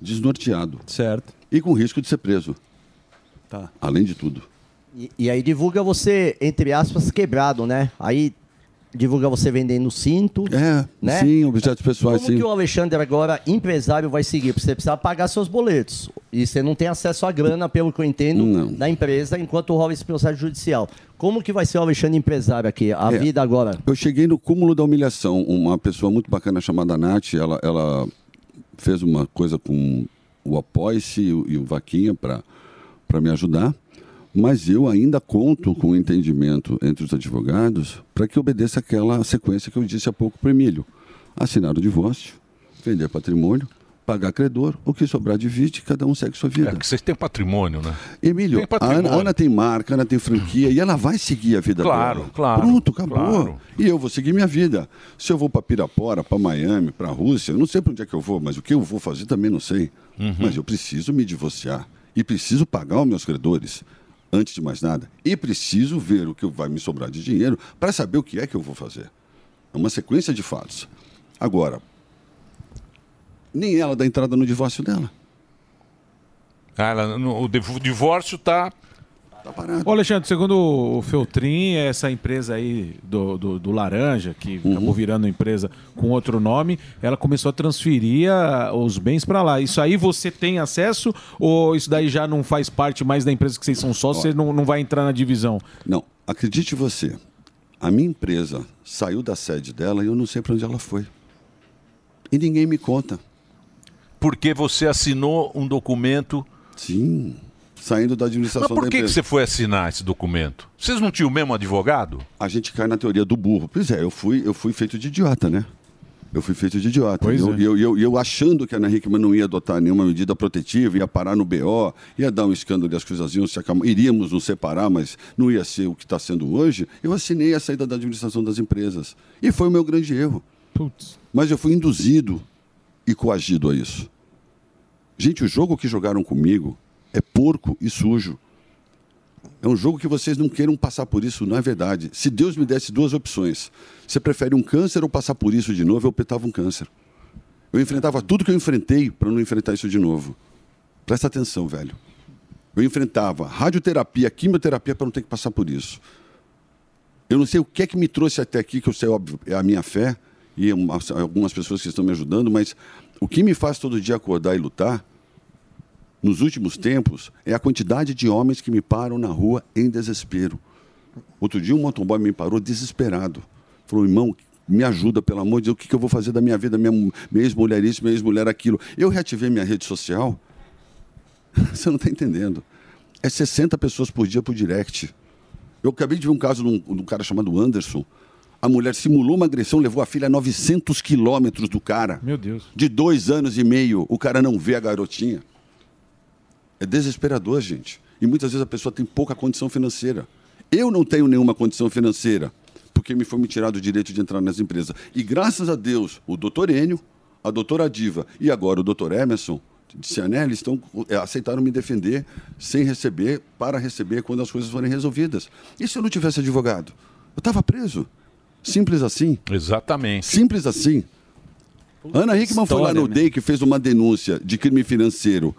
Speaker 24: desnorteado.
Speaker 10: Certo.
Speaker 24: E com risco de ser preso.
Speaker 10: Tá.
Speaker 24: Além de tudo.
Speaker 9: E, e aí divulga você, entre aspas, quebrado, né? Aí divulga você vendendo cinto.
Speaker 24: É,
Speaker 9: né?
Speaker 24: sim, objetos pessoais,
Speaker 9: Como
Speaker 24: sim.
Speaker 9: que o Alexandre agora, empresário, vai seguir? Porque você precisa pagar seus boletos. E você não tem acesso à grana, pelo que eu entendo, da empresa, enquanto rola esse processo judicial. Como que vai ser o Alexandre empresário aqui? A
Speaker 24: É.
Speaker 9: vida agora?
Speaker 24: Eu cheguei no cúmulo da humilhação. Uma pessoa muito bacana chamada Nath, ela, ela fez uma coisa com o Apoice e, o- e o Vaquinha para me ajudar. Mas eu ainda conto com o entendimento entre os advogados para que obedeça aquela sequência que eu disse há pouco para Emílio. Assinar o divórcio, vender patrimônio, pagar credor, o que sobrar divide, cada um segue sua vida.
Speaker 5: É, porque vocês têm patrimônio, né?
Speaker 24: Emílio,
Speaker 5: Tem
Speaker 24: a Ana,
Speaker 5: patrimônio.
Speaker 24: a Ana tem marca, a Ana tem franquia e ela vai seguir a vida
Speaker 5: Claro,
Speaker 24: dela.
Speaker 5: claro,
Speaker 24: Pronto, acabou.
Speaker 5: claro.
Speaker 24: E eu vou seguir minha vida. Se eu vou para Pirapora, para Miami, para Rússia, eu não sei para onde é que eu vou, mas o que eu vou fazer também não sei. Mas eu preciso me divorciar. E preciso pagar os meus credores, antes de mais nada. E preciso ver o que vai me sobrar de dinheiro para saber o que é que eu vou fazer. É uma sequência de fatos. Agora, nem ela dá entrada no divórcio dela.
Speaker 5: Ah, ela- no- o div- divórcio tá.
Speaker 4: Ô, Alexandre, segundo o Feltrin, essa empresa aí do, do, do Laranja, que acabou virando empresa com outro nome, ela começou a transferir a- os bens pra lá. Isso aí você tem acesso ou isso daí já não faz parte mais da empresa que vocês são sócios, você não, não vai entrar na divisão?
Speaker 24: Não, acredite você, a minha empresa saiu da sede dela e eu não sei para onde ela foi. E ninguém me conta.
Speaker 5: Porque você assinou um documento.
Speaker 24: Sim, saindo da administração
Speaker 5: Mas
Speaker 24: da
Speaker 5: por que, que
Speaker 24: empresa.
Speaker 5: você foi assinar esse documento? Vocês não tinham o mesmo advogado?
Speaker 24: A gente cai na teoria do burro. Pois é, eu fui, eu fui feito de idiota, né? Eu fui feito de idiota.
Speaker 4: Pois
Speaker 24: eu,
Speaker 4: é.
Speaker 24: e eu, e eu, e eu achando que a Ana Hickman não ia adotar nenhuma medida protetiva, ia parar no BO, ia dar um escândalo e as coisas iam se acalmar. Iríamos nos separar, mas não ia ser o que está sendo hoje. Eu assinei a saída da administração das empresas. E foi o meu grande erro. Mas eu fui induzido e coagido a isso. Gente, o jogo que jogaram comigo é porco e sujo. É um jogo que vocês não queiram passar por isso, não é verdade. Se Deus me desse duas opções, você prefere um câncer ou passar por isso de novo, eu petava um câncer. Eu enfrentava tudo que eu enfrentei para não enfrentar isso de novo. Presta atenção, velho. Eu enfrentava radioterapia, quimioterapia para não ter que passar por isso. Eu não sei o que é que me trouxe até aqui, que eu sei, óbvio, é a minha fé e uma- algumas pessoas que estão me ajudando, mas o que me faz todo dia acordar e lutar nos últimos tempos é a quantidade de homens que me param na rua em desespero. Outro dia um motoboy me parou desesperado. Falou, irmão, me ajuda, pelo amor de Deus, o que, que eu vou fazer da minha vida? Minha, mu- minha ex-mulher isso, minha ex-mulher aquilo. Eu reativei minha rede social. Você não está entendendo. É 60 pessoas por dia por direct. Eu acabei de ver um caso de um, de um cara chamado Anderson. A mulher simulou uma agressão, levou a filha a 900 quilômetros do cara.
Speaker 4: Meu Deus.
Speaker 24: De dois anos e meio, o cara não vê a garotinha. É desesperador, gente. E muitas vezes a pessoa tem pouca condição financeira. Eu não tenho nenhuma condição financeira, porque me foi me tirado o direito de entrar nas empresas. E graças a Deus, o doutor Enio, a doutora Diva e agora o doutor Emerson de Cianelli estão, eh, aceitaram me defender sem receber, para receber quando as coisas forem resolvidas. E se eu não tivesse advogado? Eu estava preso. Simples assim.
Speaker 5: Exatamente.
Speaker 24: Simples assim. Ana Hickman foi lá
Speaker 5: História,
Speaker 24: no
Speaker 5: né?
Speaker 24: DEI que fez uma denúncia de crime financeiro,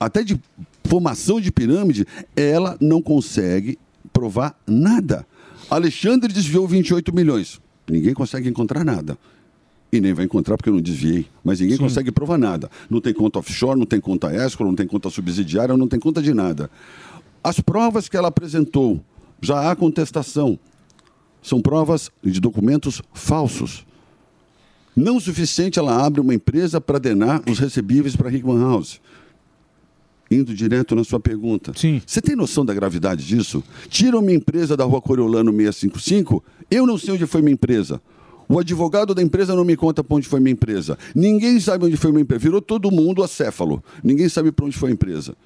Speaker 24: até de formação de pirâmide, ela não consegue provar nada. Alexandre desviou 28 milhões. Ninguém consegue encontrar nada. E nem vai encontrar porque eu não desviei. Mas ninguém consegue provar nada. Não tem conta offshore, não tem conta escrow, não tem conta subsidiária, não tem conta de nada. As provas que ela apresentou, já há contestação. São provas de documentos falsos. Não suficiente ela abre uma empresa para denar os recebíveis para Hickman House. Indo direto na sua pergunta. Sim. Você tem noção da gravidade disso? Tiram minha empresa da rua Coriolano 655, eu não sei onde foi minha empresa. O advogado da empresa não me conta para onde foi minha empresa. Ninguém sabe onde foi minha empresa. Virou todo mundo acéfalo. Ninguém sabe para onde foi a empresa.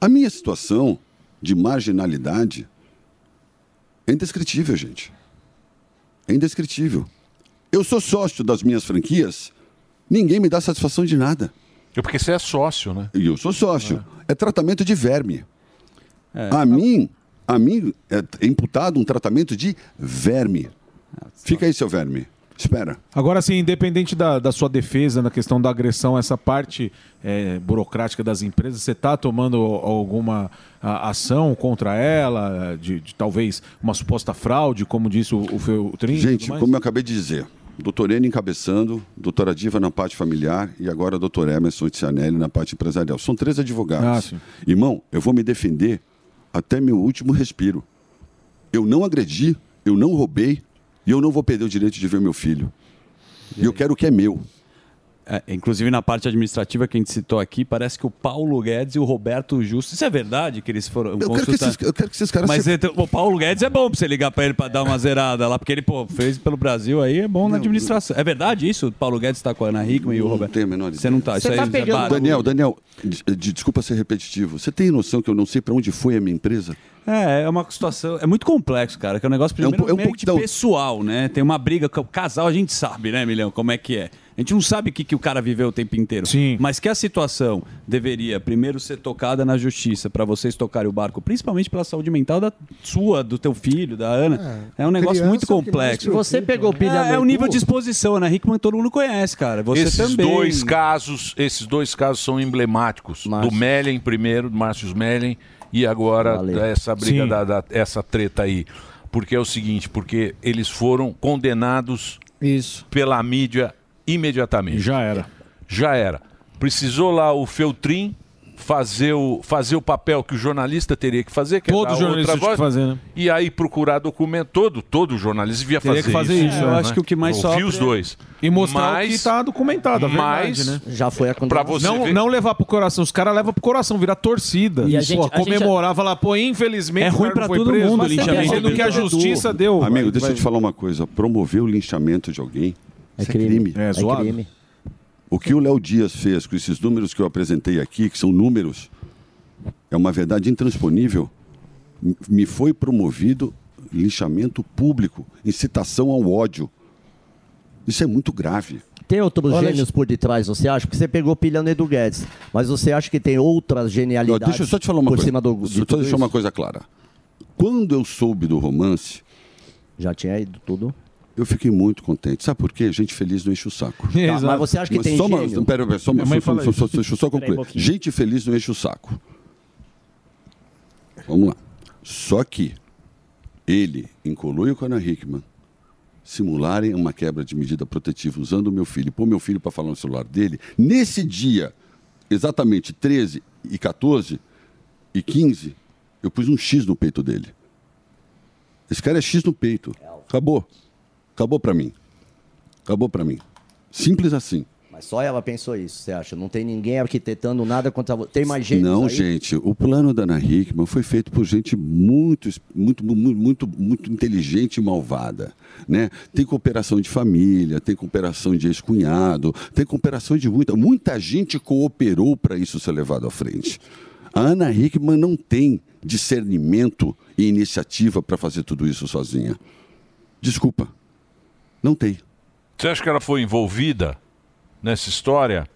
Speaker 24: A minha situação de marginalidade é indescritível, gente. É indescritível. Eu sou sócio das minhas franquias, ninguém me dá satisfação de nada.
Speaker 5: É porque você é sócio, né?
Speaker 24: E eu sou sócio. É, tratamento de verme. A mim, a mim é imputado um tratamento de verme. Fica aí, seu verme. Espera.
Speaker 4: Agora, sim, independente da, da sua defesa na questão da agressão, essa parte é, burocrática das empresas, você está tomando alguma a- ação contra ela, de, de talvez uma suposta fraude, como disse o, o Feltrin? e
Speaker 24: Gente,
Speaker 4: tudo mais?
Speaker 24: como é- eu acabei de dizer, doutor N encabeçando, doutora Diva na parte familiar e agora doutor Emerson Tianelli na parte empresarial. São três
Speaker 4: Ah,
Speaker 24: advogados.
Speaker 4: sim.
Speaker 24: Irmão, eu vou me defender até meu último respiro. Eu não agredi, eu não roubei e eu não vou perder o direito de ver meu filho. E eu quero o que é meu.
Speaker 10: É, inclusive na parte administrativa que a gente citou aqui, parece que o Paulo Guedes e o Roberto Justo. Isso é verdade que eles foram.
Speaker 24: Eu quero que esses- eu quero que esses caras
Speaker 10: Mas
Speaker 24: se-
Speaker 10: então, o Paulo Guedes é bom pra você ligar pra ele pra dar uma zerada lá, porque ele, pô, fez pelo Brasil aí, é bom na administração. É verdade isso? O Paulo Guedes tá com a Ana Hickman e o Roberto. Você não tá. Isso aí é barato.
Speaker 24: Daniel, Daniel, de- de- desculpa ser repetitivo. Você tem noção que eu não sei para onde foi a minha empresa?
Speaker 10: É, é uma situação. É muito complexo, cara. Que é um negócio
Speaker 24: É um
Speaker 10: primeiro
Speaker 24: po- é um
Speaker 10: meio
Speaker 24: pouco
Speaker 10: que
Speaker 24: da-
Speaker 10: pessoal, né? Tem uma briga. com o Casal, a gente sabe, né, Milhão, como é que é. A gente não sabe o que, que o cara viveu o tempo inteiro. Sim. Mas que a situação deveria primeiro ser tocada na justiça pra vocês tocarem o barco, principalmente pela saúde mental da sua, do teu filho, da Ana. É, um negócio
Speaker 9: criança
Speaker 10: muito
Speaker 9: que mais
Speaker 10: complexo.
Speaker 9: preocupa, Você pegou né? pilha
Speaker 10: É, é
Speaker 9: no
Speaker 10: o nível
Speaker 9: cu?
Speaker 10: de exposição, né? Rickman todo mundo conhece, cara. Você
Speaker 5: esses
Speaker 10: também.
Speaker 5: dois casos, esses dois casos são emblemáticos. Do Mellen primeiro, do Márcio Mellen e agora essa briga
Speaker 4: Sim.
Speaker 5: da, da- essa treta aí. Porque é o seguinte, porque eles foram condenados pela mídia imediatamente.
Speaker 4: Já era.
Speaker 5: Já era. Precisou lá o Feltrin fazer o, fazer o papel que o jornalista teria que fazer, que é
Speaker 4: Todo
Speaker 5: dar
Speaker 4: jornalista
Speaker 5: outra
Speaker 4: tinha que
Speaker 5: voz,
Speaker 4: fazer, né?
Speaker 5: E aí procurar documento todo, todo jornalista devia
Speaker 4: Teria
Speaker 5: fazer,
Speaker 4: que fazer
Speaker 5: isso.
Speaker 4: isso, É, eu né? acho que o que mais
Speaker 5: Ouvi
Speaker 4: sofre
Speaker 5: os
Speaker 4: é-
Speaker 5: dois.
Speaker 4: E mostrar o que tá
Speaker 5: Mas-
Speaker 4: está documentado, a verdade,
Speaker 5: mas-
Speaker 4: né?
Speaker 9: Já foi a
Speaker 5: Pra você
Speaker 4: não,
Speaker 5: ver-
Speaker 4: não levar pro coração. Os caras levam pro coração, virar torcida.
Speaker 5: E a
Speaker 4: Pô,
Speaker 5: gente- a
Speaker 4: comemorar, falar, pô, infelizmente.
Speaker 10: É
Speaker 4: o
Speaker 10: ruim
Speaker 4: cara
Speaker 10: pra
Speaker 4: não foi
Speaker 10: todo
Speaker 4: preso,
Speaker 10: mundo,
Speaker 4: mas
Speaker 10: linchamento.
Speaker 4: Sendo que a justiça deu.
Speaker 24: Amigo,
Speaker 4: vai-
Speaker 24: deixa eu
Speaker 4: vai-
Speaker 24: te falar uma coisa. Promover o linchamento de alguém é, crime.
Speaker 4: É zoado. crime.
Speaker 24: O que o Léo Dias fez com esses números que eu apresentei aqui, que são números, é uma verdade intransponível. M- Me foi promovido linchamento público, incitação ao ódio. Isso é muito grave.
Speaker 9: Tem outros
Speaker 24: Olha,
Speaker 9: gênios por detrás, você acha? Porque você pegou pilha no Edu Guedes, mas você acha que tem outras
Speaker 24: Ó,
Speaker 9: genialidades
Speaker 24: Deixa eu só te falar uma
Speaker 9: por
Speaker 24: coisa.
Speaker 9: cima do de
Speaker 24: só
Speaker 9: tudo
Speaker 24: deixar
Speaker 9: isso?
Speaker 24: uma coisa clara. Quando eu soube do romance.
Speaker 9: Já tinha ido tudo?
Speaker 24: Eu fiquei muito contente. Sabe por quê? Gente feliz não enche o saco.
Speaker 9: Tá, Exato. mas você acha que tem
Speaker 24: só uma-
Speaker 9: gênio?
Speaker 24: Pera, pera, só, uma-
Speaker 9: Minha mãe
Speaker 24: só-
Speaker 9: fala
Speaker 24: só-
Speaker 9: isso.
Speaker 24: só- deixa eu só
Speaker 9: Peraí,
Speaker 24: concluir.
Speaker 9: pouquinho.
Speaker 24: Gente feliz não enche o saco. Vamos lá. Só que ele, em Colu e com a Ana Hickman, simularem uma quebra de medida protetiva usando o meu filho, pôr meu filho para falar no celular dele, nesse dia, exatamente 13 e 14 e 15, eu pus um X no peito dele. Esse cara é X no peito. Acabou. Acabou pra mim. Acabou pra mim. Simples assim.
Speaker 9: Mas só ela pensou isso, você acha? Não tem ninguém arquitetando nada contra você. Tem mais gente.
Speaker 24: Não,
Speaker 9: aí?
Speaker 24: gente, o plano da Ana Hickman foi feito por gente muito, es- muito, mu- mu- muito, muito inteligente e malvada. Né? Tem cooperação de família, tem cooperação de ex-cunhado, tem cooperação de muita. Muita gente cooperou para isso ser levado à frente. A Ana Hickman não tem discernimento e iniciativa para fazer tudo isso sozinha. Desculpa, não tem.
Speaker 5: Você acha que ela foi envolvida nessa história?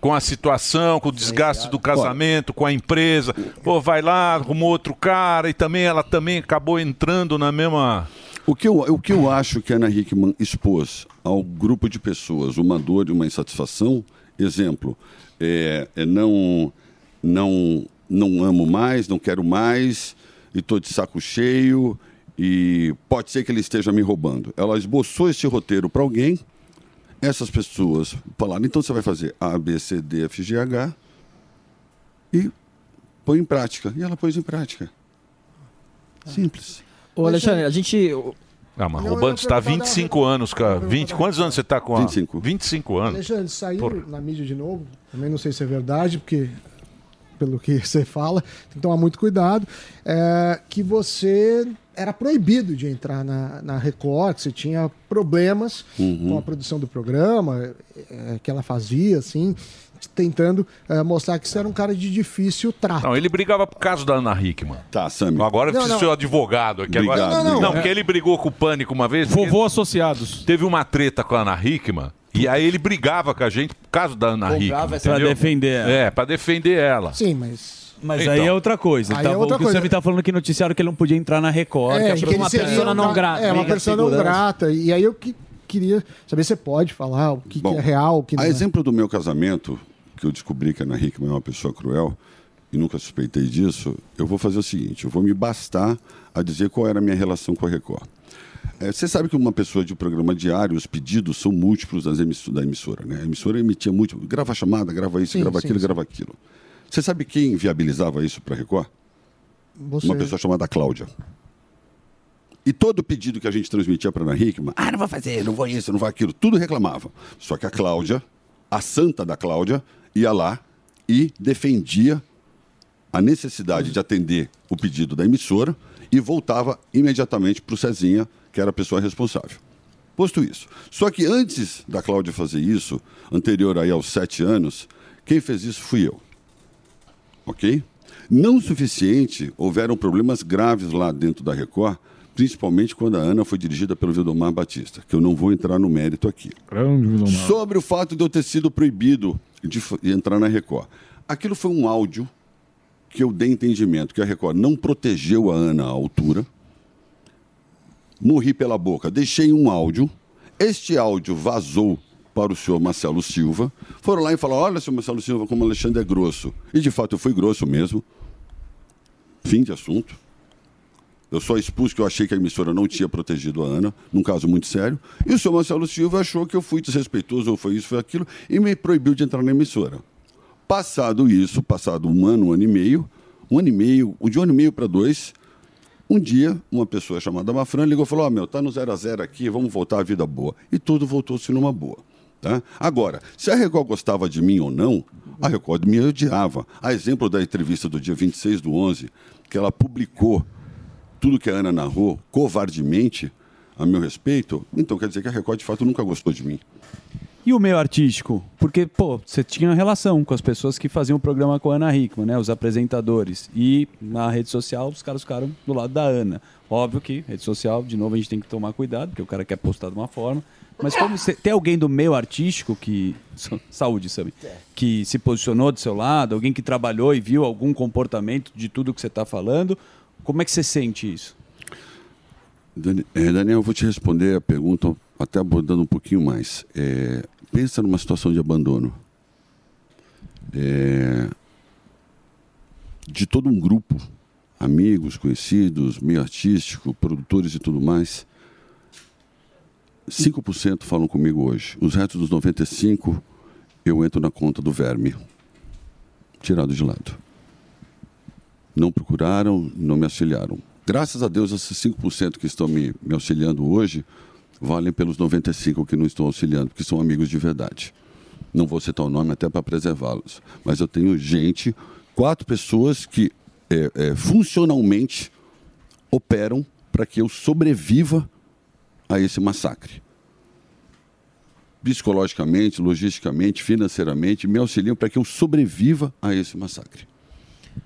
Speaker 5: Com a situação, com o desgaste do casamento, com a empresa. Pô, vai lá, arrumou outro cara e também ela também acabou entrando na mesma.
Speaker 24: O que, eu, o que eu acho que a Ana Hickman expôs ao grupo de pessoas uma dor e uma insatisfação, exemplo, é, é não, não, não amo mais, não quero mais, e estou de saco cheio, e pode ser que ele esteja me roubando. Ela esboçou esse roteiro para alguém, essas pessoas falaram, então você vai fazer A, B, C, D, F, G, H, e põe em prática. E ela pôs em prática. Simples.
Speaker 1: Ô, Alexandre, a gente. o-
Speaker 5: Ah, mas roubando, você está 25 anos, cara. 20, quantos anos você está com a. 25. 25 anos.
Speaker 11: Alexandre, saiu
Speaker 5: Porra.
Speaker 11: na mídia de novo. Também não sei se é verdade, porque pelo que você fala, tem que tomar muito cuidado. é, que você era proibido de entrar na, na Record, você tinha problemas
Speaker 24: Uhum.
Speaker 11: com a produção do programa é, que ela fazia, assim, tentando é, mostrar que você era um cara de difícil trato.
Speaker 5: Não, ele brigava por causa da Ana Hickman. Então
Speaker 24: Tá, Sammy.
Speaker 5: Agora
Speaker 11: Não,
Speaker 5: precisa
Speaker 11: não.
Speaker 5: ser o advogado aqui.
Speaker 24: Obrigado,
Speaker 5: agora...
Speaker 24: obrigado.
Speaker 5: não, porque ele brigou com o Pânico uma vez. Vovô
Speaker 4: Associados.
Speaker 5: Teve uma treta com a Ana Hickman e aí ele brigava com a gente por causa da Ana
Speaker 11: Cobrava
Speaker 5: Hickman.
Speaker 11: essa-
Speaker 5: entendeu?
Speaker 11: Pra defender
Speaker 10: ela.
Speaker 5: É, pra defender ela.
Speaker 11: Sim, mas.
Speaker 10: Mas aí é outra coisa.
Speaker 11: Aí
Speaker 10: Ele tá
Speaker 11: é outra
Speaker 10: falando- o
Speaker 11: coisa.
Speaker 10: Sammy tá falando que noticiaram que ele não podia entrar na Record.
Speaker 11: É,
Speaker 10: que
Speaker 11: que ele
Speaker 10: uma
Speaker 11: seria
Speaker 10: pessoa
Speaker 11: um
Speaker 10: não
Speaker 11: ca-
Speaker 10: grata.
Speaker 11: É, uma
Speaker 10: briga de
Speaker 11: pessoa não
Speaker 10: segurança.
Speaker 11: grata. E aí eu que- queria saber se você pode falar o que, que é real, o que não
Speaker 24: A
Speaker 11: é.
Speaker 24: exemplo do meu casamento, que eu descobri que a Ana Hickman é uma pessoa cruel e nunca suspeitei disso, eu vou fazer o seguinte: eu vou me bastar a dizer qual era a minha relação com a Record. Eh, Você sabe que uma pessoa de programa diário, os pedidos são múltiplos das emisso- da emissora, né? A emissora emitia múltiplos. Grava chamada, grava isso,
Speaker 11: Sim,
Speaker 24: grava
Speaker 11: sim,
Speaker 24: aquilo,
Speaker 11: sim.
Speaker 24: grava aquilo. Você sabe quem viabilizava isso para a Record?
Speaker 11: Você-
Speaker 24: Uma pessoa chamada Cláudia. E todo pedido que a gente transmitia para Ana Hickman, ah, não vou fazer, não vou isso, não vou aquilo, tudo reclamava. Só que a Cláudia, a santa da Cláudia, ia lá e defendia a necessidade de atender o pedido da emissora e voltava imediatamente para o Cezinha, que era a pessoa responsável. Posto isso. Só que antes da Cláudia fazer isso, anterior aí aos sete anos, quem fez isso fui eu ok? Não o suficiente, houveram problemas graves lá dentro da Record, principalmente quando a Ana foi dirigida pelo Vildomar Batista, que eu não vou entrar no mérito aqui. Sobre o fato de eu ter sido proibido de f- entrar na Record. Aquilo foi um áudio que eu dei entendimento que a Record não protegeu a Ana à altura. Morri pela boca, deixei um áudio. Este áudio vazou para o senhor Marcelo Silva. Foram lá e falaram: Olha, senhor Marcelo Silva, como o Alexandre é grosso. E de fato eu fui grosso mesmo. Fim de assunto. Eu só expus que eu achei que a emissora não tinha protegido a Ana, num caso muito sério. E o senhor Marcelo Silva achou que eu fui desrespeitoso, ou foi isso, foi aquilo, e me proibiu de entrar na emissora. Passado isso, passado um ano, um ano e meio, um ano e meio, de um ano e meio para dois, um dia, uma pessoa chamada Mafran ligou e falou: Ó, meu, tá no zero a zero aqui, vamos voltar à vida boa. E tudo voltou-se numa boa. Tá? Agora, se a Record gostava de mim ou não, a Record me odiava. A exemplo da entrevista do dia 26 do 11, que ela publicou tudo que a Ana narrou covardemente a meu respeito, então quer dizer que a Record de fato nunca gostou de mim.
Speaker 10: E o meio artístico? Porque, pô, você tinha relação com as pessoas que faziam o programa com a Ana Hickman, né? Os apresentadores. E na rede social, os caras ficaram do lado da Ana. Óbvio que, rede social, de novo, a gente tem que tomar cuidado, porque o cara quer postar de uma forma. Mas como você, tem alguém do meio artístico que. Saúde, sabe?
Speaker 5: É.
Speaker 10: Que se posicionou do seu lado, alguém que trabalhou e viu algum comportamento de tudo que você está falando. Como é que você sente isso?
Speaker 24: Dani- eh, Daniel, eu vou te responder a pergunta até abordando um pouquinho mais. Eh, pensa numa situação de abandono. Eh, de todo um grupo, amigos, conhecidos, meio artístico, produtores e tudo mais, 5% falam comigo hoje. Os restos dos 95% eu entro na conta do verme, tirado de lado não procuraram, não me auxiliaram. Graças a Deus, esses 5% que estão me, me auxiliando hoje valem pelos 95% que não estão auxiliando, porque são amigos de verdade. Não vou citar o nome até para preservá-los. Mas eu tenho gente, quatro pessoas que é, é, funcionalmente operam para que eu sobreviva a esse massacre. Psicologicamente, logisticamente, financeiramente, me auxiliam para que eu sobreviva a esse massacre.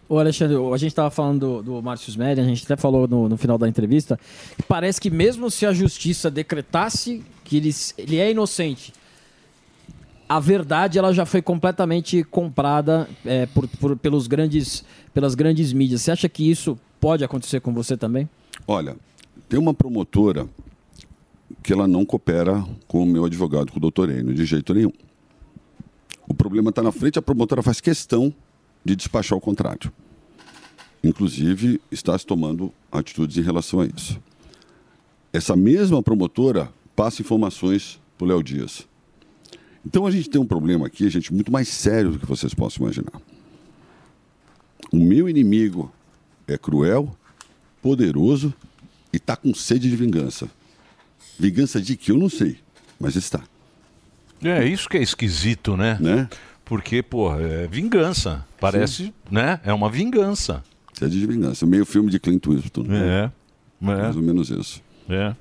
Speaker 1: Ô Alexandre, a gente estava falando do, do Márcio Smelly, a gente até falou no, no final da entrevista, que parece que mesmo se a justiça decretasse que ele, s- ele é inocente, a verdade ela já foi completamente comprada é, por, por- pelos grandes, pelas grandes mídias. Você acha que isso pode acontecer com você também?
Speaker 24: Olha, tem uma promotora que ela não coopera com o meu advogado, com o doutor Enio, de jeito nenhum. O problema está na frente, a promotora faz questão de despachar o contrário. Inclusive, está se tomando atitudes em relação a isso. Essa mesma promotora passa informações para o Léo Dias. Então, a gente tem um problema aqui, gente, muito mais sério do que vocês possam imaginar. O meu inimigo é cruel, poderoso e está com sede de vingança. Vingança de que eu não sei, mas está.
Speaker 5: É, isso que é esquisito, né? Porque, pô, é vingança. Parece,
Speaker 24: Sim.
Speaker 5: né? É uma vingança.
Speaker 24: Sede de vingança. Meio filme de Clint Eastwood. né?
Speaker 5: É.
Speaker 24: Mais ou menos isso.
Speaker 5: É.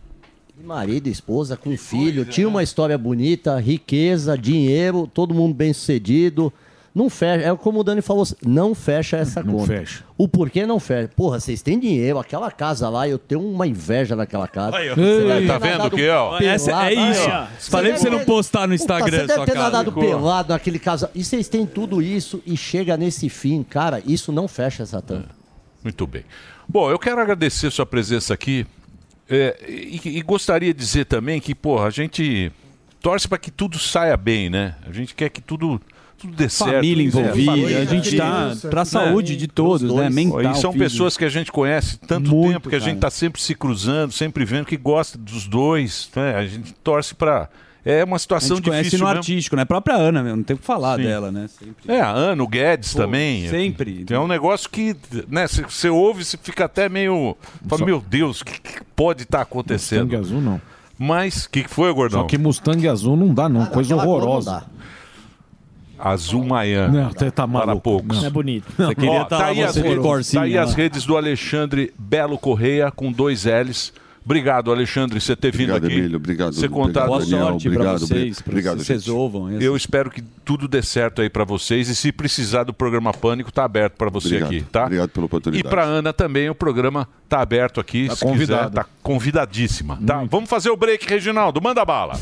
Speaker 9: Marido, esposa, com filho, tinha uma história bonita, riqueza, dinheiro, todo mundo bem sucedido. Não fecha, é como o Dani falou, não fecha essa conta.
Speaker 4: fecha.
Speaker 9: O porquê não fecha? Porra, vocês têm dinheiro, aquela casa lá, eu tenho uma inveja naquela casa.
Speaker 5: Aí, ó.
Speaker 9: Você
Speaker 5: Ei.
Speaker 9: deve ter
Speaker 5: Tá vendo
Speaker 9: nadado
Speaker 5: que, ó?
Speaker 9: pelado.
Speaker 5: Essa- é isso.
Speaker 9: Aí, ó.
Speaker 5: Falei pra você
Speaker 9: deve
Speaker 5: não
Speaker 9: ter-
Speaker 5: postar no
Speaker 9: Puta,
Speaker 5: Instagram
Speaker 9: Você deve
Speaker 5: sua
Speaker 9: ter
Speaker 5: casa.
Speaker 9: nadado
Speaker 5: Ficou.
Speaker 9: pelado naquele casa. E vocês têm tudo isso e chega nesse fim, cara, isso não fecha essa tampa.
Speaker 5: Muito bem. Bom, eu quero agradecer sua presença aqui é, e, e gostaria de dizer também que, porra, a gente torce para que tudo saia bem, né? A gente quer que tudo, tudo dê certo.
Speaker 10: Família envolvida, a gente tá pra saúde de todos, né? Mental,
Speaker 5: E são
Speaker 10: física.
Speaker 5: pessoas que a gente conhece tanto tempo, que a gente
Speaker 10: cara.
Speaker 5: tá sempre se cruzando, sempre vendo que gosta dos dois, né? A gente torce para é uma
Speaker 10: A
Speaker 5: situação
Speaker 10: gente conhece
Speaker 5: difícil
Speaker 10: no
Speaker 5: mesmo.
Speaker 10: artístico, né? A própria Ana, meu, não tem o que falar
Speaker 5: Sim.
Speaker 10: dela, né? Sempre.
Speaker 5: É, a Ana, o Guedes também.
Speaker 10: sempre.
Speaker 5: É um negócio que, né, você- você ouve, você fica até meio. Fala, meu Deus, o que, que pode estar acontecendo?
Speaker 4: Mustang azul não.
Speaker 5: Mas, o que, que foi,
Speaker 24: um
Speaker 5: gordão?
Speaker 4: Só que Mustang azul não dá, não. Coisa
Speaker 5: Ah, aquela cor não
Speaker 4: horrorosa.
Speaker 5: Azul Miami.
Speaker 4: Não, você tá
Speaker 5: Para
Speaker 4: maluco.
Speaker 5: poucos.
Speaker 4: Não. É bonito.
Speaker 5: Ó,
Speaker 4: Você queria tá
Speaker 5: tá aí
Speaker 4: lá
Speaker 5: as
Speaker 4: você de
Speaker 5: redes,
Speaker 4: corsinha
Speaker 5: tá aí as
Speaker 4: lá.
Speaker 5: redes do Alexandre Belo Correia com dois L's. Obrigado, Alexandre, você ter vindo
Speaker 24: Obrigado,
Speaker 5: aqui.
Speaker 24: Emílio, obrigado,
Speaker 5: Você
Speaker 24: obrigado,
Speaker 5: contado.
Speaker 24: Boa Daniel, sorte pra obrigado, vocês, pra obrigado, vocês gente. resolvam isso.
Speaker 5: Eu espero que tudo dê certo aí pra vocês e se precisar do programa Pânico, tá aberto pra você
Speaker 24: Obrigado.
Speaker 5: aqui, tá?
Speaker 24: Obrigado pela
Speaker 5: E
Speaker 24: oportunidade.
Speaker 5: pra Ana também o programa tá aberto aqui,
Speaker 24: Tá
Speaker 5: se quiser,
Speaker 24: convidada.
Speaker 5: tá convidadíssima, tá? Vamos fazer o break, Reginaldo, manda bala.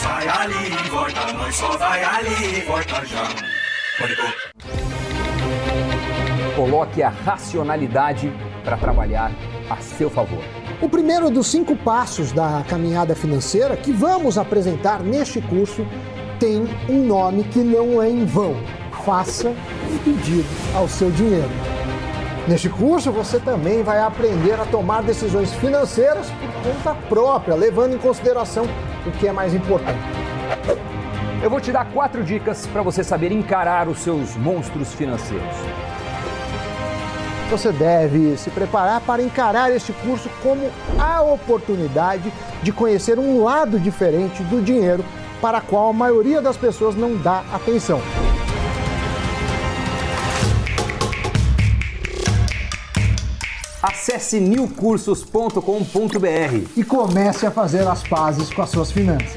Speaker 17: Sai ali, volta, mãe, só vai ali, volta já.
Speaker 13: Coloque a racionalidade para trabalhar a seu favor.
Speaker 15: O primeiro dos cinco passos da caminhada financeira que vamos apresentar neste curso tem um nome que não é em vão. Faça um pedido ao seu dinheiro. Neste curso você também vai aprender a tomar decisões financeiras por conta própria, levando em consideração o que é mais importante.
Speaker 13: Eu vou te dar quatro dicas para você saber encarar os seus monstros financeiros.
Speaker 15: Você deve se preparar para encarar este curso como a oportunidade de conhecer um lado diferente do dinheiro para a qual a maioria das pessoas não dá atenção.
Speaker 13: Acesse newcursos.com.br.
Speaker 15: E comece a fazer as pazes com as suas finanças.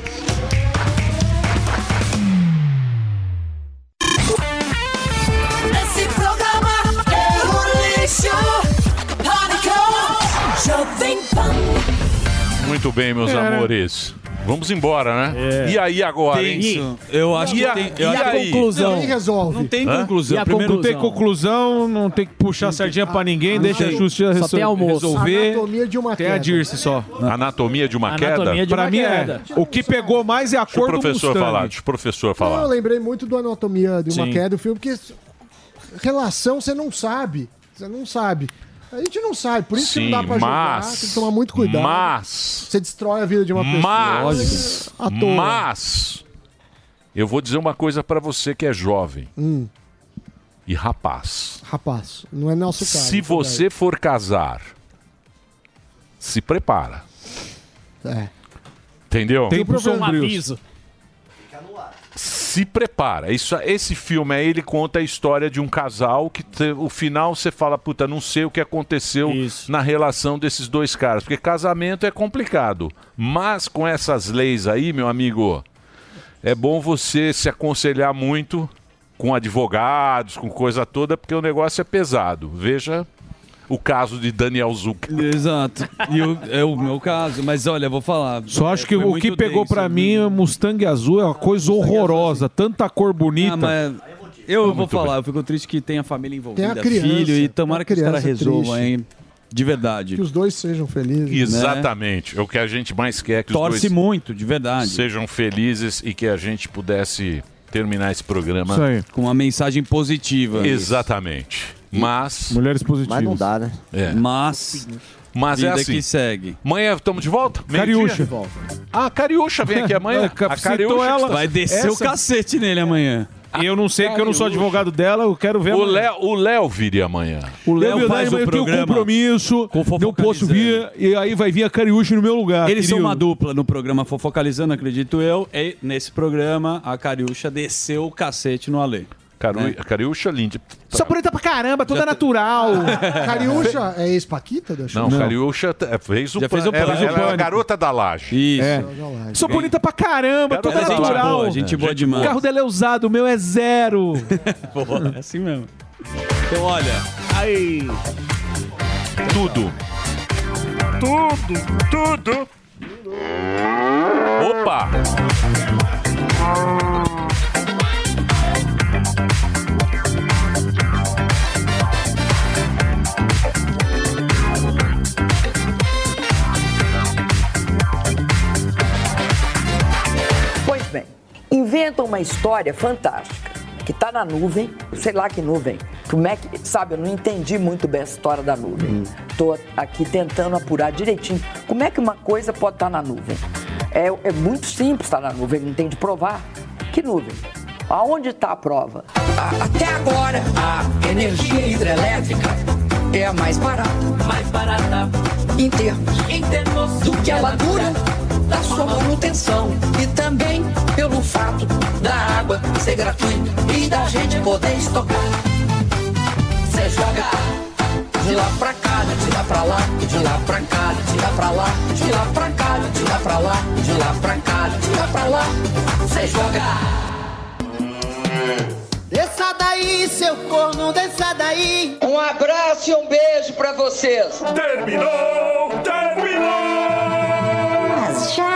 Speaker 17: Esse programa é um lixo. Pânico, Jovem Pan.
Speaker 5: Muito bem, meus
Speaker 13: É.
Speaker 5: amores. Vamos embora, né? E aí agora,
Speaker 4: É. Tem
Speaker 5: hein?
Speaker 4: isso.
Speaker 5: Eu
Speaker 4: acho que tem- eu acho que- Não, nem resolve. Não tem
Speaker 5: Hã?
Speaker 4: conclusão. Primeiro, não tem conclusão, não tem Ah, que puxar a sardinha pra ninguém,
Speaker 5: não
Speaker 4: deixa a
Speaker 5: tem.
Speaker 4: justiça
Speaker 5: Só tem
Speaker 4: resol-
Speaker 5: almoço.
Speaker 4: resolver.
Speaker 11: Anatomia de uma
Speaker 4: Tem a
Speaker 11: queda.
Speaker 4: Dirce só.
Speaker 5: Anatomia de uma queda?
Speaker 4: pra mim é. O que pegou mais é a
Speaker 5: Deixa o
Speaker 4: cor do
Speaker 5: professor
Speaker 4: Mustang.
Speaker 5: falar, deixa o professor
Speaker 11: Não, eu
Speaker 5: falar.
Speaker 11: lembrei muito do Anatomia de uma
Speaker 5: Sim.
Speaker 11: Queda, o filme, porque s- relação você não sabe. Você não sabe. A gente não sabe, por isso que
Speaker 5: Sim,
Speaker 11: não dá pra jogar.
Speaker 5: mas-
Speaker 11: Tem que tomar muito cuidado.
Speaker 5: mas-
Speaker 11: Você destrói a vida
Speaker 5: é
Speaker 11: de uma
Speaker 5: Mas,
Speaker 11: pessoa. à toa.
Speaker 5: mas, eu vou dizer uma coisa pra você que é jovem
Speaker 11: Hum,
Speaker 5: e rapaz.
Speaker 11: rapaz, não é nosso caso.
Speaker 5: Se você for casar, se prepara,
Speaker 11: É.
Speaker 5: entendeu?
Speaker 11: Tem pro Tom Brils.
Speaker 5: se prepara. Isso, é, esse filme aí, ele conta a história de um casal que te- o final você fala, puta, não sei o que aconteceu na relação desses dois caras. Porque casamento é complicado. Mas com essas leis aí, meu amigo, é bom você se aconselhar muito com advogados, com coisa toda, porque o negócio é pesado. Veja o caso de Daniel Zucca.
Speaker 10: Exato. E o- é o meu caso, mas olha, eu vou falar.
Speaker 4: Só acho
Speaker 10: É,
Speaker 4: que
Speaker 10: foi
Speaker 4: o
Speaker 10: muito
Speaker 4: que pegou
Speaker 10: denso.
Speaker 4: pra mim, o Mustang azul é uma coisa horrorosa. Tanta cor bonita.
Speaker 10: Ah, mas eu vou
Speaker 4: Muito
Speaker 10: falar,
Speaker 4: bem.
Speaker 10: eu fico triste que tem a família envolvida,
Speaker 11: Tem a criança,
Speaker 10: filho, e tomara
Speaker 11: tem
Speaker 10: que
Speaker 11: a
Speaker 10: os caras
Speaker 11: criança
Speaker 10: resolvam,
Speaker 11: triste.
Speaker 10: hein? De verdade. Né?
Speaker 11: Que os dois sejam felizes. né?
Speaker 5: Exatamente. É o que a gente mais quer que os
Speaker 10: Torce
Speaker 5: dois
Speaker 10: muito, de verdade.
Speaker 5: sejam felizes e que a gente pudesse terminar esse programa
Speaker 10: Isso aí. Com uma mensagem positiva.
Speaker 5: Exatamente. Mas.
Speaker 4: Mulheres positivas.
Speaker 5: Mas não
Speaker 9: dá, né?
Speaker 5: É.
Speaker 10: Mas.
Speaker 5: Mas é
Speaker 10: vida
Speaker 5: assim.
Speaker 10: que segue.
Speaker 5: Amanhã estamos de volta?
Speaker 10: Cariúcha.
Speaker 5: Meio-dia? Ah, Cariúcha vem aqui amanhã.
Speaker 4: É,
Speaker 5: A
Speaker 4: citou
Speaker 5: Cariúcha tá- que está-
Speaker 10: Vai descer o cacete né? nele amanhã.
Speaker 4: E eu não sei, porque eu não sou advogado dela, eu quero ver
Speaker 5: O
Speaker 4: amanhã.
Speaker 5: Léo, o Léo viria amanhã.
Speaker 4: O Léo
Speaker 5: Léo
Speaker 4: faz
Speaker 5: faz o
Speaker 4: eu tenho
Speaker 5: programa.
Speaker 4: compromisso, não posso vir, e aí vai vir a Cariúcha no meu lugar.
Speaker 10: Eles são
Speaker 4: querido.
Speaker 10: uma dupla no programa Fofocalizando, acredito eu. E nesse programa, a Cariúcha desceu o cacete no Ale. Né?
Speaker 5: Caru... Cariúcha linda.
Speaker 4: Só bonita pra caramba, toda
Speaker 5: tá-
Speaker 4: natural.
Speaker 11: é Cariúcha é ex-paquita? Deixa eu
Speaker 5: Não,
Speaker 11: ver.
Speaker 5: Cariúcha t- é, fez o
Speaker 11: Já fez o
Speaker 5: Ela,
Speaker 11: pânico.
Speaker 5: ela é a garota da laje.
Speaker 10: Isso.
Speaker 4: Sou bonita pra caramba,
Speaker 5: Garota
Speaker 4: toda
Speaker 5: é gente
Speaker 4: natural.
Speaker 5: boa, gente boa demais.
Speaker 4: O carro dela é usado, o meu é zero.
Speaker 10: Boa, é assim mesmo. Então, olha.
Speaker 4: Aí.
Speaker 5: Tudo. Tudo, tudo. Opa!
Speaker 3: Pois bem, inventa uma história fantástica, que está na nuvem, sei lá que nuvem. Como é que. Sabe, eu não entendi muito bem a história da nuvem. Estou aqui tentando apurar direitinho. Como é que uma coisa pode estar na nuvem? É, é muito simples estar na nuvem, não tem de provar. Que nuvem? Aonde está a prova?
Speaker 17: Até agora, a energia hidrelétrica
Speaker 3: é a mais barata. Mais barata. Em termos, em termos do que ela dura, da sua manutenção. E também pelo fato da água ser gratuita e da gente poder estocar. Você joga de lá pra cá, de lá pra lá, de lá pra cá, de lá pra lá, de lá pra cá, de lá pra lá, de lá pra cá, de lá pra lá. Você joga.
Speaker 26: Desça daí, seu corno, desça daí.
Speaker 3: Um abraço e um beijo pra vocês.
Speaker 26: Terminou, terminou.
Speaker 23: Mas já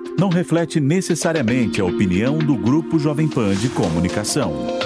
Speaker 5: não reflete necessariamente a opinião do Grupo Jovem Pan de Comunicação.